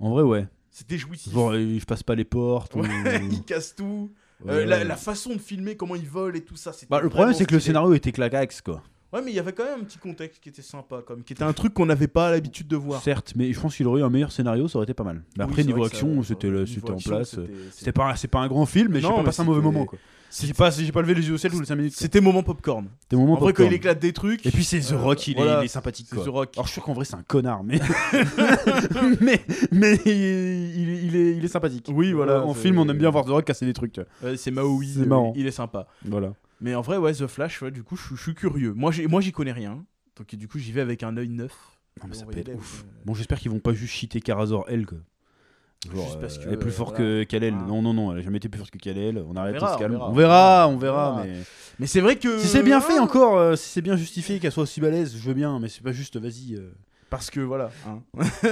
Speaker 2: En vrai, ouais.
Speaker 1: C'était jouissif.
Speaker 2: Genre, euh, je passe pas les portes. ou-
Speaker 1: Ouais, il casse tout.
Speaker 2: Ouais,
Speaker 1: Euh, la,
Speaker 2: ouais.
Speaker 1: la façon de filmer, comment il vole et tout ça. c'était
Speaker 2: Bah, le problème,
Speaker 1: vraiment
Speaker 2: c'est que le
Speaker 1: stylé.
Speaker 2: scénario était claquaxe, quoi.
Speaker 1: Ouais, mais il y avait quand même un petit contexte qui était sympa, comme, qui était un truc qu'on n'avait pas l'habitude de voir.
Speaker 2: Certes, mais je pense qu'il aurait eu un meilleur scénario, ça aurait été pas mal. Mais
Speaker 1: Oui,
Speaker 2: après,
Speaker 1: c'est
Speaker 2: niveau
Speaker 1: vrai que ça-
Speaker 2: action,
Speaker 1: ça-
Speaker 2: c'était le-
Speaker 1: niveau
Speaker 2: c'était en
Speaker 1: action,
Speaker 2: place. euh,
Speaker 1: c'était-
Speaker 2: C'était
Speaker 1: C'était
Speaker 2: pas, c'est pas un grand film, mais j'ai
Speaker 1: Non,
Speaker 2: pas
Speaker 1: mais
Speaker 2: passé un mauvais
Speaker 1: c'était-
Speaker 2: moment, quoi. J'ai pas, j'ai pas levé les yeux au ciel ou les 5 minutes.
Speaker 1: c'était moment popcorn.
Speaker 2: C'était mon
Speaker 1: En
Speaker 2: moment
Speaker 1: vrai, quand
Speaker 2: popcorn.
Speaker 1: il éclate des trucs.
Speaker 2: Et puis c'est The
Speaker 1: Euh,
Speaker 2: Rock, il, est-
Speaker 1: voilà,
Speaker 2: il est sympathique
Speaker 1: c'est
Speaker 2: quoi.
Speaker 1: The Rock.
Speaker 2: Alors je suis sûr qu'en vrai c'est un connard, mais mais mais il, est- il est, il est sympathique. Euh,
Speaker 1: Oui, voilà,
Speaker 2: En
Speaker 1: c'est-
Speaker 2: film, on aime bien voir The Rock casser des trucs. tu vois.
Speaker 1: Ouais, c'est Maui.
Speaker 2: C'est
Speaker 1: euh,
Speaker 2: marrant.
Speaker 1: Il est sympa.
Speaker 2: Voilà.
Speaker 1: Mais en vrai, ouais, The Flash, ouais, du coup, je je suis curieux. Moi, j'ai- moi, j'y connais rien. Donc, du coup, j'y vais avec un œil neuf.
Speaker 2: Non, Ah, mais ça
Speaker 1: On va
Speaker 2: peut
Speaker 1: y
Speaker 2: être
Speaker 1: aller, euh.
Speaker 2: ouf.
Speaker 1: ouais.
Speaker 2: Bon, j'espère qu'ils vont pas juste cheater Karazor L quoi. Genre,
Speaker 1: Juste parce
Speaker 2: euh,
Speaker 1: que,
Speaker 2: elle est plus
Speaker 1: euh,
Speaker 2: fort
Speaker 1: voilà.
Speaker 2: que Kalel.
Speaker 1: Ah.
Speaker 2: Non, non, non, elle a jamais été plus forte que Kalel. On arrête,
Speaker 1: verra,
Speaker 2: on se
Speaker 1: on
Speaker 2: calme.
Speaker 1: verra.
Speaker 2: On verra, on
Speaker 1: On
Speaker 2: verra.
Speaker 1: verra.
Speaker 2: Mais
Speaker 1: Mais c'est vrai que.
Speaker 2: si c'est bien fait
Speaker 1: hein,
Speaker 2: encore, euh, si c'est bien justifié, qu'elle soit aussi balèze, je veux bien. Mais c'est pas juste, vas-y. euh,
Speaker 1: Parce que, voilà. hein.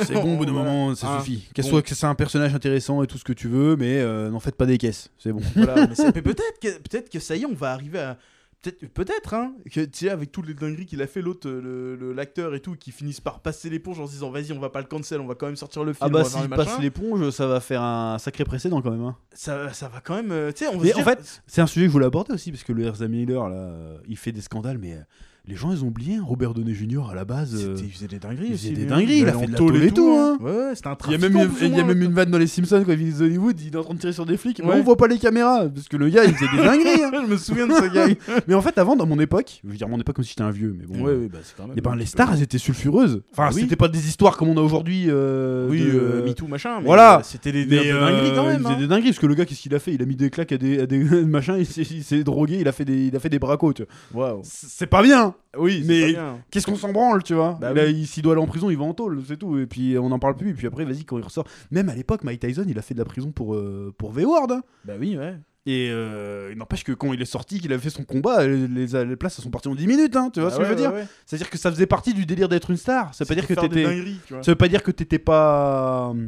Speaker 2: C'est bon, au bout d'un
Speaker 1: Voilà.
Speaker 2: moment, ça
Speaker 1: Hein.
Speaker 2: suffit. Qu'elle
Speaker 1: Bon.
Speaker 2: soit que c'est un personnage intéressant et tout ce que tu veux, mais euh, n'en faites pas des caisses. C'est bon.
Speaker 1: Voilà, mais c'est- mais peut-être que, peut-être que ça y est, on va arriver à. Peut-être, peut-être hein, que tu sais, avec toutes les dingueries qu'il a fait, l'autre, euh, le, le- l'acteur et tout, qui finissent par passer l'éponge en se disant vas-y, on va pas le cancel, on va quand même sortir le film.
Speaker 2: Ah
Speaker 1: on
Speaker 2: bah
Speaker 1: va faire
Speaker 2: s'il
Speaker 1: le
Speaker 2: passe
Speaker 1: machin.
Speaker 2: l'éponge, ça va faire un sacré précédent quand même. hein.
Speaker 1: ça, ça va quand même. euh, Tu sais, on va
Speaker 2: Mais
Speaker 1: se
Speaker 2: en
Speaker 1: dire-
Speaker 2: C'est un sujet que je voulais aborder aussi parce que le Ezra Miller là, euh, il fait des scandales, mais euh, les gens ils ont oublié hein, Robert Downey Jr. à la base. euh,
Speaker 1: C'était- il faisait des dingueries.
Speaker 2: il
Speaker 1: aussi,
Speaker 2: faisait des
Speaker 1: lui,
Speaker 2: dingueries, il a
Speaker 1: allait
Speaker 2: fait de
Speaker 1: en
Speaker 2: la
Speaker 1: tôle
Speaker 2: tôle et tout, hein.
Speaker 1: Ouais, ouais, c'était
Speaker 2: Il
Speaker 1: un
Speaker 2: y a
Speaker 1: trafiquant.
Speaker 2: même, une,
Speaker 1: plus ou
Speaker 2: il y a
Speaker 1: moins,
Speaker 2: même
Speaker 1: le
Speaker 2: une vanne dans les Simpsons quand ils visent Hollywood, il est en train de tirer sur des flics. mais
Speaker 1: Ouais.
Speaker 2: on voit pas les caméras parce que le gars il faisait des dingueries. hein.
Speaker 1: Je me souviens de ce gars.
Speaker 2: mais en fait avant dans mon époque, je veux dire mon époque comme si j'étais un vieux, mais bon. euh,
Speaker 1: bah c'est quand même.
Speaker 2: Eh ben, les stars, elles étaient sulfureuses. Enfin,
Speaker 1: Ah oui.
Speaker 2: c'était pas des histoires comme on a aujourd'hui. euh,
Speaker 1: Oui,
Speaker 2: de-
Speaker 1: euh, MeToo, machin. Mais
Speaker 2: voilà.
Speaker 1: euh, C'était des,
Speaker 2: Mais
Speaker 1: des un peu dingueries quand
Speaker 2: euh,
Speaker 1: même.
Speaker 2: il faisait
Speaker 1: hein.
Speaker 2: des dingueries parce que le gars, qu'est-ce qu'il a fait Il a mis des claques à des, à des machins, il s'est, il s'est drogué, il a fait des, il a fait des bracos. tu vois.
Speaker 1: Waouh.
Speaker 2: C'est c'est pas bien.
Speaker 1: Oui, c'est
Speaker 2: mais-
Speaker 1: pas bien.
Speaker 2: Qu'est-ce qu'on s'en branle, tu vois
Speaker 1: Bah
Speaker 2: il, a-
Speaker 1: oui.
Speaker 2: il- S'il doit aller en prison, il va en tôle, c'est tout. Et puis on en parle plus. Et puis après, vas-y, quand il ressort. Même à l'époque, Mike Tyson, il a fait de la prison pour euh, pour Wayward. hein.
Speaker 1: Bah oui, ouais.
Speaker 2: Et euh, il n'empêche que quand il est sorti, qu'il avait fait son combat, les, les- les places elles sont parties en 10 minutes. hein, tu vois
Speaker 1: Bah
Speaker 2: ce que
Speaker 1: ouais,
Speaker 2: je veux dire
Speaker 1: ouais, ouais.
Speaker 2: C'est-à-dire que ça faisait partie du délire d'être une star. Ça veut pas dire que
Speaker 1: C'était faire des
Speaker 2: t'étais.
Speaker 1: dingueries, tu vois.
Speaker 2: Ça veut pas dire que t'étais pas. euh,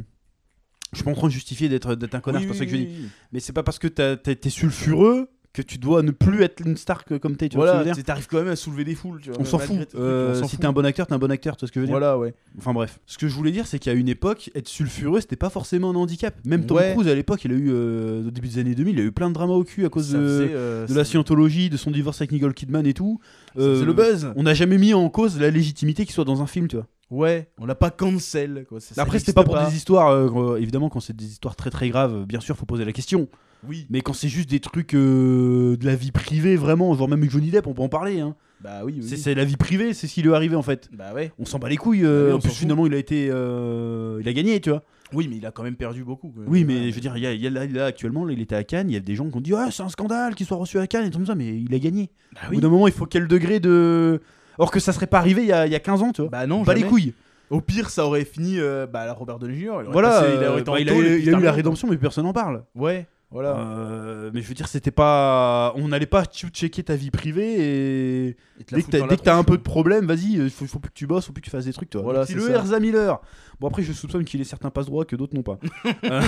Speaker 2: Je suis pas en train de justifier d'être d'être un connard, c'est
Speaker 1: Oui,
Speaker 2: pour ça
Speaker 1: oui,
Speaker 2: que je dis.
Speaker 1: oui, oui.
Speaker 2: Mais c'est pas parce que t'as t'as été sulfureux que tu dois ne plus être une star que, comme t'es. Tu vois ce que je
Speaker 1: Voilà,
Speaker 2: veux dire
Speaker 1: tu- t'arrives quand même à soulever des foules, tu vois.
Speaker 2: On s'en
Speaker 1: malgré
Speaker 2: fout.
Speaker 1: tes trucs,
Speaker 2: Euh,
Speaker 1: on s'en
Speaker 2: si
Speaker 1: fout.
Speaker 2: t'es un bon acteur, t'es un bon acteur, tu vois ce que je veux dire
Speaker 1: Voilà, ouais.
Speaker 2: Enfin bref. Ce que je voulais dire, c'est qu'à une époque, être sulfureux, c'était pas forcément un handicap. Même Tom
Speaker 1: Ouais.
Speaker 2: Cruise, à l'époque, il a eu, euh, au début des années 2000, il a eu plein de dramas au cul à cause
Speaker 1: Ça
Speaker 2: de,
Speaker 1: faisait, euh,
Speaker 2: de la
Speaker 1: ça-
Speaker 2: scientologie, de son divorce avec Nicole Kidman et tout.
Speaker 1: ça faisait
Speaker 2: Euh,
Speaker 1: le buzz.
Speaker 2: On n'a jamais mis en cause la légitimité qu'il soit dans un film, tu vois.
Speaker 1: Ouais, on l'a pas cancel. Quoi. Ça- ça
Speaker 2: Après, c'était
Speaker 1: n'existe
Speaker 2: pas pour des histoires, euh, euh, évidemment, quand c'est des histoires très très graves, euh, bien sûr, faut poser la question.
Speaker 1: Oui,
Speaker 2: Mais quand c'est juste des trucs euh, de la vie privée, vraiment, genre même Johnny Depp, on peut en parler. Hein.
Speaker 1: bah oui, oui.
Speaker 2: C'est c'est la vie privée, c'est ce qui lui est arrivé en fait.
Speaker 1: Bah ouais.
Speaker 2: On s'en bat les couilles. euh,
Speaker 1: Ah oui, on
Speaker 2: en plus,
Speaker 1: s'en fout.
Speaker 2: finalement, il a été, euh, il a gagné, tu vois.
Speaker 1: Oui, mais il a quand même perdu beaucoup. quoi. Bah
Speaker 2: Oui,
Speaker 1: Euh, Ouais,
Speaker 2: mais je veux dire, il y a, il y a là, là, actuellement, il était à Cannes, il y a des gens qui ont dit, ah, c'est un scandale qu'il soit reçu à Cannes et tout comme ça, mais il a gagné.
Speaker 1: Bah
Speaker 2: Au bout
Speaker 1: oui.
Speaker 2: d'un moment, il faut quel degré de. Or que ça serait pas arrivé il y a, il y a 15 ans, tu vois.
Speaker 1: Bah non,
Speaker 2: pas les
Speaker 1: jamais.
Speaker 2: couilles.
Speaker 1: Au pire, ça aurait fini euh, bah, à la Robert Downey Jr. Il aurait
Speaker 2: Voilà,
Speaker 1: passé- il
Speaker 2: euh,
Speaker 1: aurait été en
Speaker 2: bah, il a,
Speaker 1: tôle et puis Ah.
Speaker 2: il a eu la
Speaker 1: terminé.
Speaker 2: rédemption, mais personne n'en parle.
Speaker 1: Ouais, voilà.
Speaker 2: Euh, mais je veux dire, c'était pas. On n'allait pas ch- checker ta vie privée et.
Speaker 1: Et te
Speaker 2: Dès
Speaker 1: la
Speaker 2: que
Speaker 1: foutre
Speaker 2: t'as
Speaker 1: dans la
Speaker 2: dès que t'as un
Speaker 1: tronche, hein.
Speaker 2: peu de problème, vas-y, il faut, faut plus que tu bosses, faut plus que tu fasses des trucs, toi.
Speaker 1: Voilà,
Speaker 2: Donc,
Speaker 1: c'est
Speaker 2: le
Speaker 1: ça.
Speaker 2: Erza Miller. Bon, après, je soupçonne qu'il ait certains passe-droits que d'autres n'ont pas. Euh.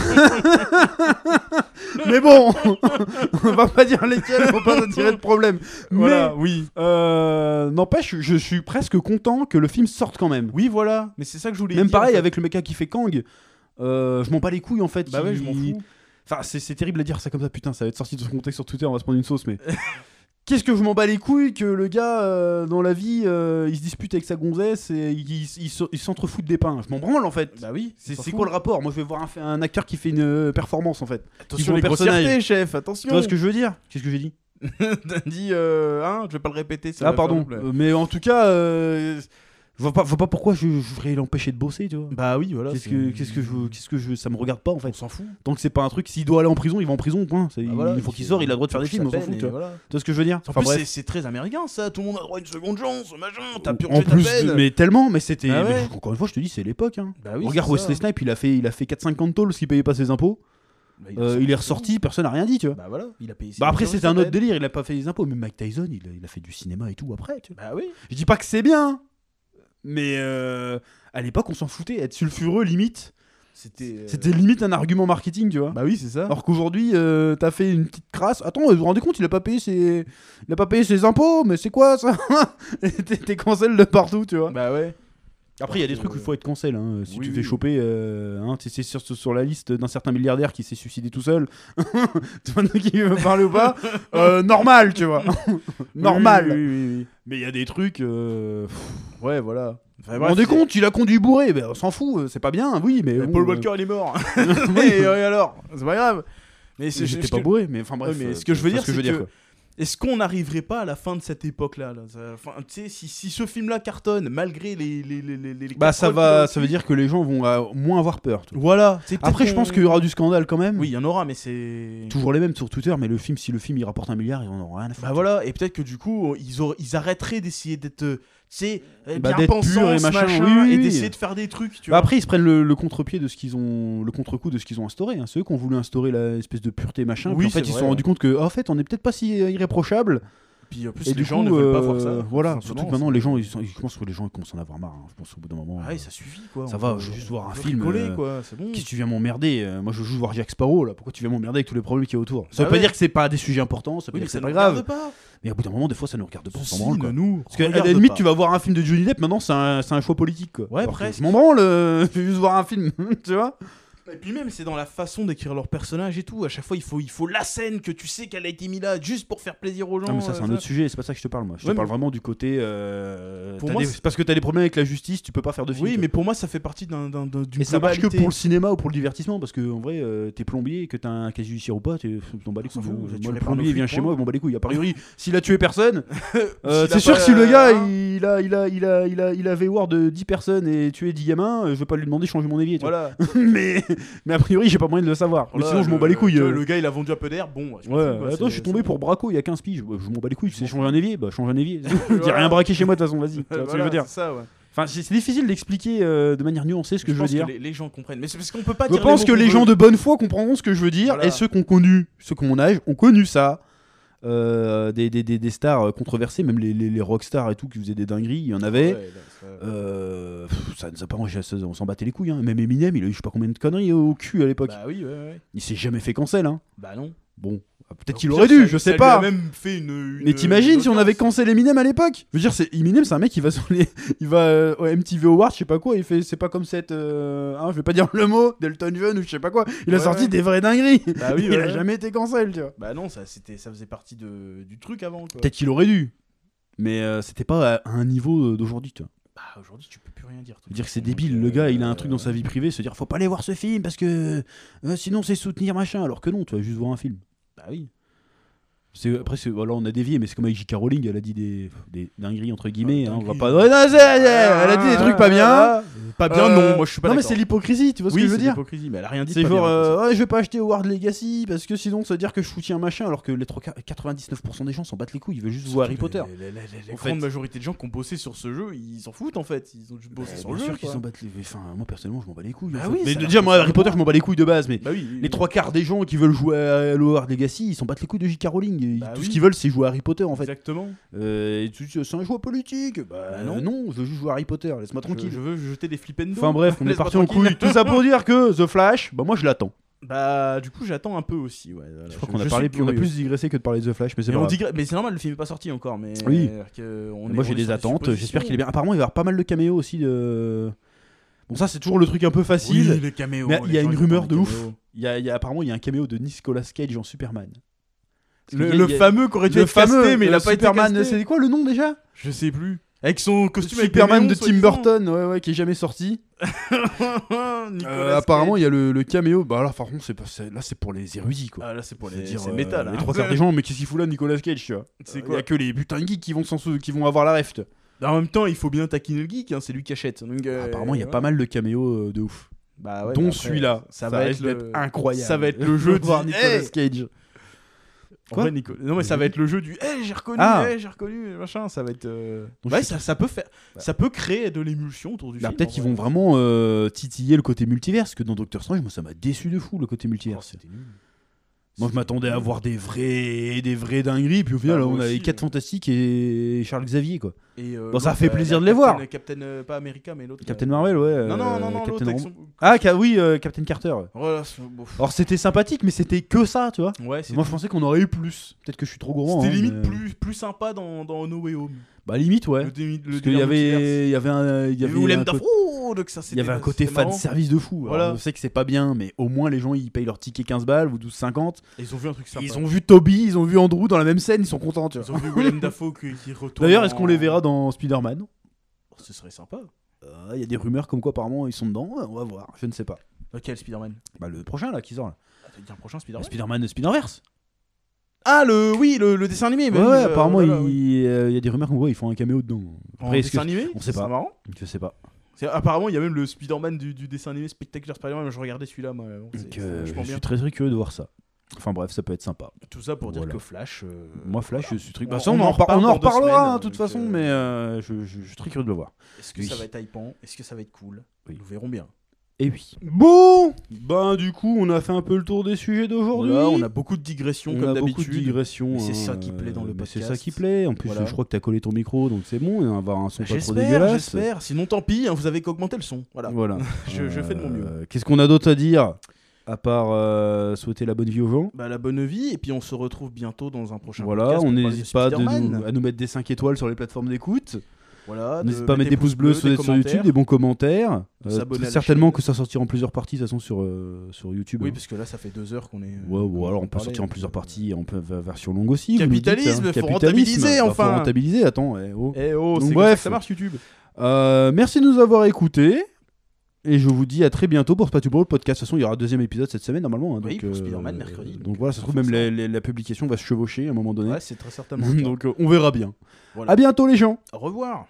Speaker 2: mais bon, on va pas dire lesquels, on va pas attirer de problème.
Speaker 1: Voilà,
Speaker 2: mais, oui. N'empêche, je suis presque content que le film sorte quand même.
Speaker 1: Oui, voilà. Mais c'est ça que je voulais
Speaker 2: Même
Speaker 1: dire,
Speaker 2: pareil
Speaker 1: en fait.
Speaker 2: avec le mecha qui fait Kang. euh, je m'en bats les couilles en fait.
Speaker 1: Bah ouais, je m'en
Speaker 2: Il-
Speaker 1: fous.
Speaker 2: Enfin, c'est c'est terrible à dire ça comme ça, putain, ça va être sorti de son contexte sur Twitter, on va se prendre une sauce, mais. Qu'est-ce que je m'en bats les couilles que le gars, euh, dans la vie, euh, il se dispute avec sa gonzesse et il, il- il se- il s'entrefout de des pains. Je m'en branle en fait.
Speaker 1: Bah oui,
Speaker 2: C'est c'est quoi le rapport Moi, je vais voir un, fa- un acteur qui fait une euh, performance en fait.
Speaker 1: Attention
Speaker 2: les
Speaker 1: les
Speaker 2: grossièretés,
Speaker 1: grossièretés, chef, attention.
Speaker 2: Tu vois ce que je veux dire Qu'est-ce que j'ai dit
Speaker 1: T'as dit, euh, hein, je vais pas le répéter. Ça
Speaker 2: Ah,
Speaker 1: va
Speaker 2: pardon.
Speaker 1: faire double.
Speaker 2: Euh, mais en tout cas, euh, je, vois pas, je vois pas pourquoi je, je voudrais l'empêcher de bosser, tu vois.
Speaker 1: Bah oui, voilà.
Speaker 2: Qu'est-ce
Speaker 1: c'est-
Speaker 2: que, qu'est-ce que je, qu'est-ce que je, ça me regarde pas en fait.
Speaker 1: On s'en fout.
Speaker 2: Tant que c'est pas un truc, s'il doit aller en prison, il va en prison, point. C'est-
Speaker 1: Bah
Speaker 2: il
Speaker 1: voilà,
Speaker 2: faut qu'il
Speaker 1: c'est-
Speaker 2: sorte, il a le droit de faire
Speaker 1: faut
Speaker 2: des
Speaker 1: qu'il
Speaker 2: films, on s'en fout,
Speaker 1: s'appelle et
Speaker 2: tu vois.
Speaker 1: voilà.
Speaker 2: Tu vois ce que je veux dire
Speaker 1: En
Speaker 2: Enfin,
Speaker 1: plus,
Speaker 2: bref.
Speaker 1: c'est- c'est très américain ça. Tout le monde a droit à une seconde chance, machin. T'as purgé
Speaker 2: en
Speaker 1: ta
Speaker 2: plus,
Speaker 1: peine.
Speaker 2: de- mais tellement, mais c'était.
Speaker 1: Ah
Speaker 2: mais
Speaker 1: ouais.
Speaker 2: je- encore une fois, je te dis, c'est l'époque. hein.
Speaker 1: Bah oui,
Speaker 2: Regarde
Speaker 1: c'est
Speaker 2: Wesley
Speaker 1: ça.
Speaker 2: Snipe, il a fait, il a fait 4,50 tôles parce qu'il payait pas ses impôts.
Speaker 1: Bah,
Speaker 2: Euh, il est ressorti, personne n'a rien dit, tu vois. Bah,
Speaker 1: Bah voilà, il a payé. ses
Speaker 2: après,
Speaker 1: factures,
Speaker 2: c'était un
Speaker 1: sa
Speaker 2: autre
Speaker 1: peine.
Speaker 2: délire, il a pas fait les impôts. Mais Mike Tyson, il a, il a fait du cinéma et tout après, tu vois.
Speaker 1: Bah oui.
Speaker 2: Je dis pas que c'est bien, hein. mais euh, à l'époque, on s'en foutait. Être sulfureux, limite,
Speaker 1: C'était. euh,
Speaker 2: c'était limite un argument marketing, tu vois.
Speaker 1: Bah oui, c'est ça.
Speaker 2: Alors qu'aujourd'hui, euh, t'as fait une petite crasse. Attends, vous vous rendez compte, il a pas payé ses, il a pas payé ses impôts, mais c'est quoi ça Et T'es t'es cancel de partout, tu vois.
Speaker 1: Bah ouais.
Speaker 2: Après, il y a des trucs où il faut être cancel. hein. Si
Speaker 1: Oui,
Speaker 2: tu te
Speaker 1: oui,
Speaker 2: fais
Speaker 1: oui.
Speaker 2: choper, euh, hein, t'es- c'est sur, sur la liste d'un certain milliardaire qui s'est suicidé tout seul. tu vois de qui veut parler ou pas Euh, Normal, tu vois. normal.
Speaker 1: Oui, oui, oui, oui.
Speaker 2: Mais il y a des trucs. euh, pff, ouais, voilà. Vous
Speaker 1: Enfin,
Speaker 2: vous
Speaker 1: bref,
Speaker 2: rendez
Speaker 1: c'est-
Speaker 2: compte, il a conduit bourré. Ben, on s'en fout, euh, c'est pas bien, oui, mais.
Speaker 1: Mais
Speaker 2: bon,
Speaker 1: Paul
Speaker 2: euh,
Speaker 1: Walker, il est mort.
Speaker 2: oui.
Speaker 1: Et euh, et alors C'est pas grave. Mais c'est-
Speaker 2: J'étais
Speaker 1: ce
Speaker 2: pas
Speaker 1: que-
Speaker 2: bourré, mais enfin bref.
Speaker 1: Ouais, mais
Speaker 2: euh,
Speaker 1: ce que je veux
Speaker 2: tu vois
Speaker 1: dire, c'est que-
Speaker 2: quoi.
Speaker 1: Est-ce qu'on n'arriverait pas à la fin de cette époque-là là Ça- enfin, tu sais, si, si ce film-là cartonne, malgré les. les, les, les, les
Speaker 2: Bah ça
Speaker 1: casseroles
Speaker 2: va,
Speaker 1: qu'il
Speaker 2: ça veut dire que les gens vont euh, moins avoir peur. tu
Speaker 1: a-
Speaker 2: vois.
Speaker 1: Voilà. tu sais, peut-être
Speaker 2: Après, je
Speaker 1: qu'on-
Speaker 2: pense qu'il y aura du scandale quand même.
Speaker 1: Oui, il y en aura, mais c'est.
Speaker 2: Toujours les mêmes sur Twitter, mais le film, si le film il rapporte un milliard, ils en auront rien à
Speaker 1: Bah
Speaker 2: faire.
Speaker 1: voilà, et peut-être que du coup, ils, aur- ils arrêteraient d'essayer d'être. euh, Tu sais, euh,
Speaker 2: Bah,
Speaker 1: bien
Speaker 2: d'être pur
Speaker 1: pensants,
Speaker 2: et
Speaker 1: ce
Speaker 2: machin,
Speaker 1: machin,
Speaker 2: oui, oui,
Speaker 1: et
Speaker 2: oui.
Speaker 1: d'essayer de faire des trucs, tu
Speaker 2: Bah
Speaker 1: vois.
Speaker 2: après, ils se prennent le, le contre-pied de ce qu'ils ont, le contre-coup de ce qu'ils ont instauré. Hein. Ceux qui ont voulu instaurer la espèce de pureté machin.
Speaker 1: Oui,
Speaker 2: puis en fait,
Speaker 1: c'est
Speaker 2: ils se
Speaker 1: vrai,
Speaker 2: sont rendus compte que, ah, en fait, on n'est peut-être pas si euh, irréprochable.
Speaker 1: Puis en plus,
Speaker 2: et
Speaker 1: les
Speaker 2: du
Speaker 1: gens
Speaker 2: coup,
Speaker 1: ne veulent pas
Speaker 2: euh,
Speaker 1: voir ça.
Speaker 2: Voilà.
Speaker 1: tout
Speaker 2: Surtout
Speaker 1: simplement,
Speaker 2: que maintenant, les
Speaker 1: c'est-
Speaker 2: gens, ils sont, je pense que les gens ils commencent à en avoir marre. hein. Je pense au bout d'un moment.
Speaker 1: Ah
Speaker 2: euh,
Speaker 1: ouais, ça suffit, quoi.
Speaker 2: ça
Speaker 1: on
Speaker 2: va,
Speaker 1: peut-
Speaker 2: je veux juste voir
Speaker 1: on
Speaker 2: un
Speaker 1: peut
Speaker 2: film,
Speaker 1: rigoler,
Speaker 2: euh,
Speaker 1: quoi, c'est bon.
Speaker 2: Qu'est-ce que tu viens m'emmerder Euh, Moi, je veux juste voir Jack Sparrow là. Pourquoi tu viens m'emmerder avec tous les problèmes qu'il y a autour Ça veut
Speaker 1: Bah
Speaker 2: pas
Speaker 1: ouais.
Speaker 2: dire que c'est pas des sujets importants. Ça veut
Speaker 1: Oui,
Speaker 2: dire
Speaker 1: mais
Speaker 2: que c'est
Speaker 1: ça
Speaker 2: pas
Speaker 1: nous
Speaker 2: grave.
Speaker 1: regarde pas.
Speaker 2: Mais au bout d'un moment, des fois, ça nous regarde pas. On s'en
Speaker 1: Ceci
Speaker 2: branle,
Speaker 1: ne
Speaker 2: quoi.
Speaker 1: nous.
Speaker 2: Parce qu'à la
Speaker 1: regarde
Speaker 2: limite,
Speaker 1: pas.
Speaker 2: tu vas voir un film de Johnny Depp, maintenant c'est un, c'est un choix politique. Quoi.
Speaker 1: Ouais,
Speaker 2: Alors que
Speaker 1: presque.
Speaker 2: Je m'en branle, euh, je vais juste voir un film, tu vois.
Speaker 1: Et puis même, c'est dans la façon d'écrire leur personnage et tout. À chaque fois, il faut, il faut la scène que tu sais qu'elle a été mise là juste pour faire plaisir aux gens.
Speaker 2: Non, mais ça,
Speaker 1: euh,
Speaker 2: c'est un autre sujet, c'est pas ça que je te parle, moi. Je
Speaker 1: Ouais,
Speaker 2: te
Speaker 1: mais-
Speaker 2: parle vraiment du côté. euh,
Speaker 1: Pour
Speaker 2: t'as
Speaker 1: moi,
Speaker 2: des-
Speaker 1: c'est-
Speaker 2: Parce que t'as des problèmes avec la justice, tu peux pas faire de film.
Speaker 1: Oui,
Speaker 2: toi.
Speaker 1: mais pour moi, ça fait partie d'un, d'un, d'un- d'une
Speaker 2: Mais ça marche que
Speaker 1: globalité.
Speaker 2: pour le cinéma ou pour le divertissement, parce que en vrai, euh, t'es plombier, que t'as un casier judiciaire ou pas, tu t'en bats les
Speaker 1: On s'en
Speaker 2: couilles.
Speaker 1: fout,
Speaker 2: hein.
Speaker 1: tu
Speaker 2: Moi,
Speaker 1: les
Speaker 2: le
Speaker 1: prends
Speaker 2: plombier
Speaker 1: au
Speaker 2: il vient
Speaker 1: flic,
Speaker 2: chez moi,
Speaker 1: point.
Speaker 2: il m'en bat les couilles. A priori, s'il a tué personne, euh,
Speaker 1: S'il
Speaker 2: c'est
Speaker 1: a
Speaker 2: sûr
Speaker 1: pas-
Speaker 2: que si le gars
Speaker 1: hein,
Speaker 2: il a, il, a, il, a, il, a, il avait war de 10 personnes et tué 10 gamins, euh, je vais pas lui demander de changer mon évier. tu vois.
Speaker 1: Voilà.
Speaker 2: mais, mais a priori, j'ai pas moyen de le savoir. mais
Speaker 1: Voilà,
Speaker 2: sinon, je
Speaker 1: le-
Speaker 2: m'en bats les couilles.
Speaker 1: tu vois,
Speaker 2: euh.
Speaker 1: Le gars, il a vendu un peu d'air. Bon, je m'en
Speaker 2: Ouais,
Speaker 1: fous, quoi,
Speaker 2: attends,
Speaker 1: c'est-
Speaker 2: je suis tombé
Speaker 1: c'est-
Speaker 2: pour braco il y a 15 piges. Bah, Je m'en bats les couilles, tu sais changer un évier, bah change un évier. J'ai
Speaker 1: Voilà.
Speaker 2: rien braqué chez moi de toute façon, vas-y. Tu vois ce que je veux
Speaker 1: Voilà,
Speaker 2: dire.
Speaker 1: c'est ça, ouais.
Speaker 2: Enfin, c'est c'est difficile d'expliquer euh, de manière nuancée ce que je, veux
Speaker 1: pense
Speaker 2: dire.
Speaker 1: Les, les gens comprennent. Mais c'est parce qu'on peut pas
Speaker 2: Je
Speaker 1: dire
Speaker 2: pense
Speaker 1: mots
Speaker 2: que
Speaker 1: qu'on
Speaker 2: les gens
Speaker 1: veut.
Speaker 2: de bonne foi comprendront ce que je veux dire
Speaker 1: Voilà.
Speaker 2: et ceux qui ont connu, ceux qui ont mon âge, ont connu ça. Euh, des, des, des, des stars controversées, même les, les, les rockstars et tout qui faisaient des dingueries, il y en avait.
Speaker 1: Ouais, là, c'est vrai.
Speaker 2: Euh, pff, ça nous a pas arrangé, ça- on s'en battait les couilles. hein. Même Eminem, il a eu je sais pas combien de conneries au cul à l'époque.
Speaker 1: Bah oui, ouais, ouais.
Speaker 2: Il s'est jamais fait cancel. Hein.
Speaker 1: Bah non.
Speaker 2: Bon, ah, peut-être
Speaker 1: Au
Speaker 2: qu'il
Speaker 1: pire,
Speaker 2: aurait dû,
Speaker 1: ça-
Speaker 2: je
Speaker 1: ça
Speaker 2: sais
Speaker 1: lui
Speaker 2: pas.
Speaker 1: a même fait une. une-
Speaker 2: Mais t'imagines
Speaker 1: une
Speaker 2: si on avait
Speaker 1: audience.
Speaker 2: cancel Eminem à l'époque Je veux dire, c'est Eminem, c'est un mec qui va sur les, il va euh, au MTV Awards, je sais pas quoi, il fait, c'est pas comme cette, euh, hein, je vais pas dire le mot, Delton John ou je sais pas quoi. Il a
Speaker 1: Ouais,
Speaker 2: sorti
Speaker 1: ouais.
Speaker 2: des vraies dingueries.
Speaker 1: Bah oui,
Speaker 2: il
Speaker 1: ouais,
Speaker 2: a
Speaker 1: ouais.
Speaker 2: jamais été cancel, tu vois.
Speaker 1: Bah non, ça, c'était, ça faisait partie de, du truc avant. Quoi.
Speaker 2: Peut-être qu'il aurait dû, mais euh, c'était pas à un niveau euh, d'aujourd'hui, tu vois.
Speaker 1: Bah, aujourd'hui, tu peux plus rien dire.
Speaker 2: Je veux dire que c'est débile, le gars il a un truc dans sa vie privée, se dire faut pas aller voir ce film parce que euh, sinon c'est soutenir machin, alors que non, tu vas juste voir un film.
Speaker 1: Bah oui.
Speaker 2: C'est, après, c'est, voilà, on a dévié, mais c'est comme avec J.K. Rowling, elle a dit des, des dingueries entre guillemets.
Speaker 1: Ah,
Speaker 2: hein, on va
Speaker 1: dingueries.
Speaker 2: pas. Ouais, non, c'est- elle a dit des trucs pas bien.
Speaker 1: ah, Pas bien,
Speaker 2: Euh,
Speaker 1: non, moi je suis pas
Speaker 2: non, mais
Speaker 1: d'accord.
Speaker 2: c'est l'hypocrisie, tu vois
Speaker 1: Euh, oui,
Speaker 2: ce que je veux
Speaker 1: c'est
Speaker 2: dire
Speaker 1: l'hypocrisie, mais elle a rien dit. de
Speaker 2: C'est
Speaker 1: pas
Speaker 2: genre,
Speaker 1: bien, comme ça.
Speaker 2: euh, ouais, je vais pas acheter Howard Legacy parce que sinon ça veut dire que je soutiens machin, alors que les trois quarts- 99% des gens s'en battent les couilles, ils veulent juste voir Harry Potter.
Speaker 1: La, la- la- la- la
Speaker 2: En
Speaker 1: grande
Speaker 2: fait.
Speaker 1: majorité de gens qui ont bossé sur ce jeu, ils s'en foutent en fait. Ils ont juste bossé
Speaker 2: Bah,
Speaker 1: sur le
Speaker 2: bien
Speaker 1: jeu.
Speaker 2: sûr qu'ils
Speaker 1: quoi.
Speaker 2: s'en battent les Enfin, moi personnellement, je m'en bats les couilles.
Speaker 1: Bah
Speaker 2: en
Speaker 1: oui,
Speaker 2: fait.
Speaker 1: ça
Speaker 2: mais
Speaker 1: a l'air
Speaker 2: déjà, moi,
Speaker 1: de
Speaker 2: Harry Potter, je m'en bats les couilles de base, mais
Speaker 1: Bah oui.
Speaker 2: les trois quarts des gens qui veulent jouer à Halo Hard Legacy, ils s'en battent les couilles de J.K. Rowling. Ils-
Speaker 1: Bah
Speaker 2: tout
Speaker 1: oui.
Speaker 2: ce qu'ils veulent, c'est jouer à Harry Potter en fait.
Speaker 1: Exactement.
Speaker 2: Euh, et tu dis, c'est un joueur politique. Bah,
Speaker 1: Bah non.
Speaker 2: non. je veux juste jouer à Harry Potter, laisse-moi tranquille.
Speaker 1: Je, je veux jeter des flippendo.
Speaker 2: Enfin bref, on est
Speaker 1: Laisse-moi
Speaker 2: parti en
Speaker 1: tranquille.
Speaker 2: couille. Tout ça pour dire que The Flash, bah moi je l'attends.
Speaker 1: Bah, du coup, j'attends un peu aussi. Ouais, voilà.
Speaker 2: Je crois qu'on a
Speaker 1: suis
Speaker 2: parlé, on a
Speaker 1: curieux.
Speaker 2: plus digressé que de parler de The Flash, mais c'est
Speaker 1: Mais,
Speaker 2: pas
Speaker 1: on
Speaker 2: grave.
Speaker 1: digresse- mais c'est normal, le film est pas sorti encore. Mais
Speaker 2: Oui.
Speaker 1: euh, que on
Speaker 2: Et
Speaker 1: est-
Speaker 2: Moi
Speaker 1: on
Speaker 2: j'ai
Speaker 1: est
Speaker 2: des
Speaker 1: sur
Speaker 2: attentes,
Speaker 1: suppositions.
Speaker 2: j'espère qu'il est bien. Apparemment il va y avoir pas mal de caméos aussi. De... Bon ça c'est toujours le truc un peu facile.
Speaker 1: Oui, les caméos.
Speaker 2: Mais
Speaker 1: les
Speaker 2: il y a
Speaker 1: gens,
Speaker 2: une
Speaker 1: ils
Speaker 2: rumeur
Speaker 1: attendent
Speaker 2: de
Speaker 1: les
Speaker 2: ouf.
Speaker 1: caméos.
Speaker 2: Il y a- il y a- apparemment il y a un caméo de Nicolas Cage en Superman. Parce
Speaker 1: Le,
Speaker 2: qu'il y a-
Speaker 1: le
Speaker 2: il y a-
Speaker 1: fameux qui aurait dû
Speaker 2: le
Speaker 1: être casté,
Speaker 2: fameux,
Speaker 1: mais il
Speaker 2: euh,
Speaker 1: a pas été
Speaker 2: Superman,
Speaker 1: casté.
Speaker 2: c'est quoi le nom déjà
Speaker 1: Je sais plus. Avec son
Speaker 2: Le
Speaker 1: costume avec des
Speaker 2: Superman
Speaker 1: néons,
Speaker 2: de Tim
Speaker 1: soi-disant.
Speaker 2: Burton, ouais, ouais, qui est jamais sorti.
Speaker 1: Nicolas
Speaker 2: Euh,
Speaker 1: Cage.
Speaker 2: apparemment il y a le, le caméo. Bah là par contre c'est pas- c'est- là c'est pour les érudits quoi.
Speaker 1: Ah, là, c'est pour
Speaker 2: Je
Speaker 1: les.
Speaker 2: veux dire,
Speaker 1: C'est
Speaker 2: euh,
Speaker 1: métal. hein.
Speaker 2: Les trois quarts des gens, mais qu'est-ce qu'il fout là, Nicolas Cage, tu vois
Speaker 1: C'est
Speaker 2: Euh,
Speaker 1: quoi Euh,
Speaker 2: y a que les putains de geeks qui vont, s'en sou- qui vont avoir la ref.
Speaker 1: En même temps, il faut bien taquiner le geek, hein, c'est lui qui achète. Donc, euh,
Speaker 2: Apparemment, il y a
Speaker 1: ouais.
Speaker 2: pas mal de caméos euh, de ouf.
Speaker 1: Bah ouais,
Speaker 2: dont
Speaker 1: mais après,
Speaker 2: celui-là.
Speaker 1: Ça, va être,
Speaker 2: risque d'être
Speaker 1: le-
Speaker 2: incroyable.
Speaker 1: Ça va être le jeu de
Speaker 2: voir
Speaker 1: Nicolas.
Speaker 2: Nicolas Cage. Quoi
Speaker 1: Non, mais ça va être le jeu du Hey, j'ai reconnu,
Speaker 2: Ah.
Speaker 1: hey, j'ai reconnu, machin. Ça va être. euh,
Speaker 2: Donc,
Speaker 1: ouais,
Speaker 2: je-
Speaker 1: ça, ça peut faire.
Speaker 2: Bah.
Speaker 1: Ça peut créer de l'émulsion autour du
Speaker 2: Bah,
Speaker 1: film.
Speaker 2: Peut-être
Speaker 1: en
Speaker 2: qu'ils
Speaker 1: vrai.
Speaker 2: vont vraiment euh, titiller le côté multiverse, que dans Doctor Strange, moi ça m'a déçu de fou le côté
Speaker 1: Oh,
Speaker 2: multiverse.
Speaker 1: c'était nul.
Speaker 2: moi je m'attendais à voir des vrais, des vrais dingueries, puis au final
Speaker 1: Bah, moi
Speaker 2: on avait
Speaker 1: aussi,
Speaker 2: 4
Speaker 1: ouais.
Speaker 2: Fantastiques et Charles Xavier quoi.
Speaker 1: Et, euh,
Speaker 2: Bon, ça
Speaker 1: l'autre,
Speaker 2: fait
Speaker 1: euh,
Speaker 2: plaisir
Speaker 1: la
Speaker 2: de les voir.
Speaker 1: Captain- Captain, euh, pas America, mais l'autre.
Speaker 2: Captain
Speaker 1: euh,
Speaker 2: Marvel, ouais.
Speaker 1: Non, non,
Speaker 2: euh,
Speaker 1: non, non,
Speaker 2: Captain
Speaker 1: l'autre. avec
Speaker 2: Ro-
Speaker 1: son-
Speaker 2: Ah, ca- oui, euh, Captain Carter. ouais.
Speaker 1: Voilà, c'est- bon, pff,
Speaker 2: Alors c'était sympathique, mais c'était que ça, tu vois.
Speaker 1: Ouais, c'est.
Speaker 2: Oh. Moi je pensais qu'on aurait eu plus. Peut-être que je suis trop gourmand.
Speaker 1: C'était
Speaker 2: hein,
Speaker 1: limite
Speaker 2: mais-
Speaker 1: plus, plus sympa dans, dans No Way Home.
Speaker 2: Bah limite, ouais.
Speaker 1: Le dé- le
Speaker 2: Parce qu'il
Speaker 1: délire
Speaker 2: y
Speaker 1: multiverse.
Speaker 2: avait, il y avait un, il y
Speaker 1: Il y
Speaker 2: avait
Speaker 1: avait
Speaker 2: un
Speaker 1: Willem
Speaker 2: côté-
Speaker 1: Dafoe, oh, donc ça,
Speaker 2: il y avait un
Speaker 1: c'était-
Speaker 2: côté
Speaker 1: c'était
Speaker 2: fan
Speaker 1: marrant.
Speaker 2: service de fou. Alors,
Speaker 1: Voilà.
Speaker 2: Je sais que c'est pas bien, mais au moins les gens ils payent leur ticket 15 balles ou 12,50.
Speaker 1: Et Ils ont vu un truc
Speaker 2: Et
Speaker 1: sympa.
Speaker 2: Ils ont vu Toby, ils ont vu Andrew dans la même scène, ils sont contents. tu vois.
Speaker 1: Ils ont vu Willem Dafoe qui, qui retourne.
Speaker 2: D'ailleurs, est-ce qu'on
Speaker 1: en-
Speaker 2: les verra dans Spider-Man
Speaker 1: Oh, Ce serait sympa.
Speaker 2: Euh, Il y a des rumeurs comme quoi apparemment ils sont dedans. Ouais, on va voir, je ne sais pas.
Speaker 1: Dans quel Spider-Man
Speaker 2: Bah le prochain là qui sort là.
Speaker 1: Ah, T'as dit un prochain
Speaker 2: Le
Speaker 1: Spider-Man
Speaker 2: Spider-Man de Spider-Verse.
Speaker 1: Ah, le, oui, le, le dessin animé. bah
Speaker 2: ouais,
Speaker 1: oui,
Speaker 2: ouais,
Speaker 1: euh,
Speaker 2: apparemment
Speaker 1: voilà,
Speaker 2: il
Speaker 1: oui.
Speaker 2: euh, il y a des rumeurs comme quoi ils font un caméo dedans.
Speaker 1: En
Speaker 2: Après, est-ce
Speaker 1: dessin
Speaker 2: que-
Speaker 1: animé
Speaker 2: on sait
Speaker 1: C'est
Speaker 2: pas.
Speaker 1: marrant.
Speaker 2: je sais pas.
Speaker 1: C'est- Apparemment, il y a même le Spider-Man du, du dessin animé Spectacular Spider-Man. Je regardais celui-là, moi. avant, c'est-
Speaker 2: Donc,
Speaker 1: c'est
Speaker 2: euh,
Speaker 1: vachement
Speaker 2: je suis
Speaker 1: bien.
Speaker 2: très très curieux de voir ça. Enfin bref, ça peut être sympa.
Speaker 1: Tout ça pour dire
Speaker 2: Voilà.
Speaker 1: que Flash. euh,
Speaker 2: Moi, Flash, je suis très.
Speaker 1: on-
Speaker 2: Bah, ça, on,
Speaker 1: on en
Speaker 2: en, par-
Speaker 1: reparle
Speaker 2: on en
Speaker 1: dans deux
Speaker 2: reparlera,
Speaker 1: semaines,
Speaker 2: hein, de toute
Speaker 1: donc,
Speaker 2: façon,
Speaker 1: euh,
Speaker 2: mais euh, je, je- je suis très curieux de le voir.
Speaker 1: Est-ce que
Speaker 2: Oui.
Speaker 1: ça va être hypant Est-ce que ça va être cool
Speaker 2: Oui.
Speaker 1: Nous verrons bien.
Speaker 2: Et oui. Bon
Speaker 1: bah,
Speaker 2: Ben, du coup, on a fait un peu le tour des sujets d'aujourd'hui.
Speaker 1: Voilà, on a beaucoup de digressions
Speaker 2: On
Speaker 1: comme
Speaker 2: a beaucoup de
Speaker 1: d'habitude.
Speaker 2: digressions.
Speaker 1: mais c'est
Speaker 2: hein,
Speaker 1: ça qui plaît dans le
Speaker 2: euh, mais C'est ça
Speaker 1: podcast.
Speaker 2: qui plaît. En plus,
Speaker 1: Voilà.
Speaker 2: je crois que t'as collé ton micro, donc c'est bon. On va avoir un son pas trop
Speaker 1: J'espère,
Speaker 2: dégueulasse.
Speaker 1: j'espère. Sinon, tant pis, hein, vous avez qu'augmenter le son. Voilà.
Speaker 2: Voilà.
Speaker 1: Je- je fais de mon mieux.
Speaker 2: Euh, Qu'est-ce qu'on a d'autre à dire à part euh, souhaiter la bonne vie aux gens
Speaker 1: Bah, la bonne vie, et puis on se retrouve bientôt dans un prochain
Speaker 2: voilà,
Speaker 1: podcast
Speaker 2: on
Speaker 1: pour parler
Speaker 2: n'hésite pas de
Speaker 1: Spider-Man.
Speaker 2: nous- à nous mettre des 5 étoiles sur les plateformes d'écoute.
Speaker 1: Voilà,
Speaker 2: N'hésitez
Speaker 1: de
Speaker 2: pas à mettre des pouces bleus
Speaker 1: des
Speaker 2: sur, sur YouTube,
Speaker 1: commentaires.
Speaker 2: des bons commentaires. Euh,
Speaker 1: De s'abonner à la
Speaker 2: certainement
Speaker 1: chaîne.
Speaker 2: que ça sortira en plusieurs parties de toute façon sur, euh, sur YouTube.
Speaker 1: Oui,
Speaker 2: hein.
Speaker 1: parce que là, ça fait deux heures qu'on est. euh,
Speaker 2: Ouais, ou
Speaker 1: qu'on
Speaker 2: alors on
Speaker 1: en
Speaker 2: peut
Speaker 1: parlait,
Speaker 2: sortir en
Speaker 1: donc,
Speaker 2: plusieurs
Speaker 1: euh,
Speaker 2: parties en peu- ver- version longue aussi. vous nous dites,
Speaker 1: Capitalisme,
Speaker 2: hein.
Speaker 1: faut
Speaker 2: Capitalisme,
Speaker 1: rentabiliser,
Speaker 2: bah,
Speaker 1: enfin.
Speaker 2: Faut rentabiliser, attends. eh, oh.
Speaker 1: Eh oh,
Speaker 2: Donc, bref.
Speaker 1: c'est bref. ça marche YouTube.
Speaker 2: Euh, merci de nous avoir écoutés. Et je vous dis à très bientôt pour Spatu Brawl Podcast. De toute façon, il y aura un deuxième épisode cette semaine normalement. hein,
Speaker 1: Oui,
Speaker 2: donc,
Speaker 1: pour
Speaker 2: euh,
Speaker 1: Spider-Man, mercredi.
Speaker 2: Donc voilà, ça se trouve même la, la- la publication va se chevaucher à un moment donné.
Speaker 1: Ouais, c'est très certainement. le cas.
Speaker 2: donc euh, on verra bien.
Speaker 1: Voilà.
Speaker 2: À bientôt les gens.
Speaker 1: Au revoir.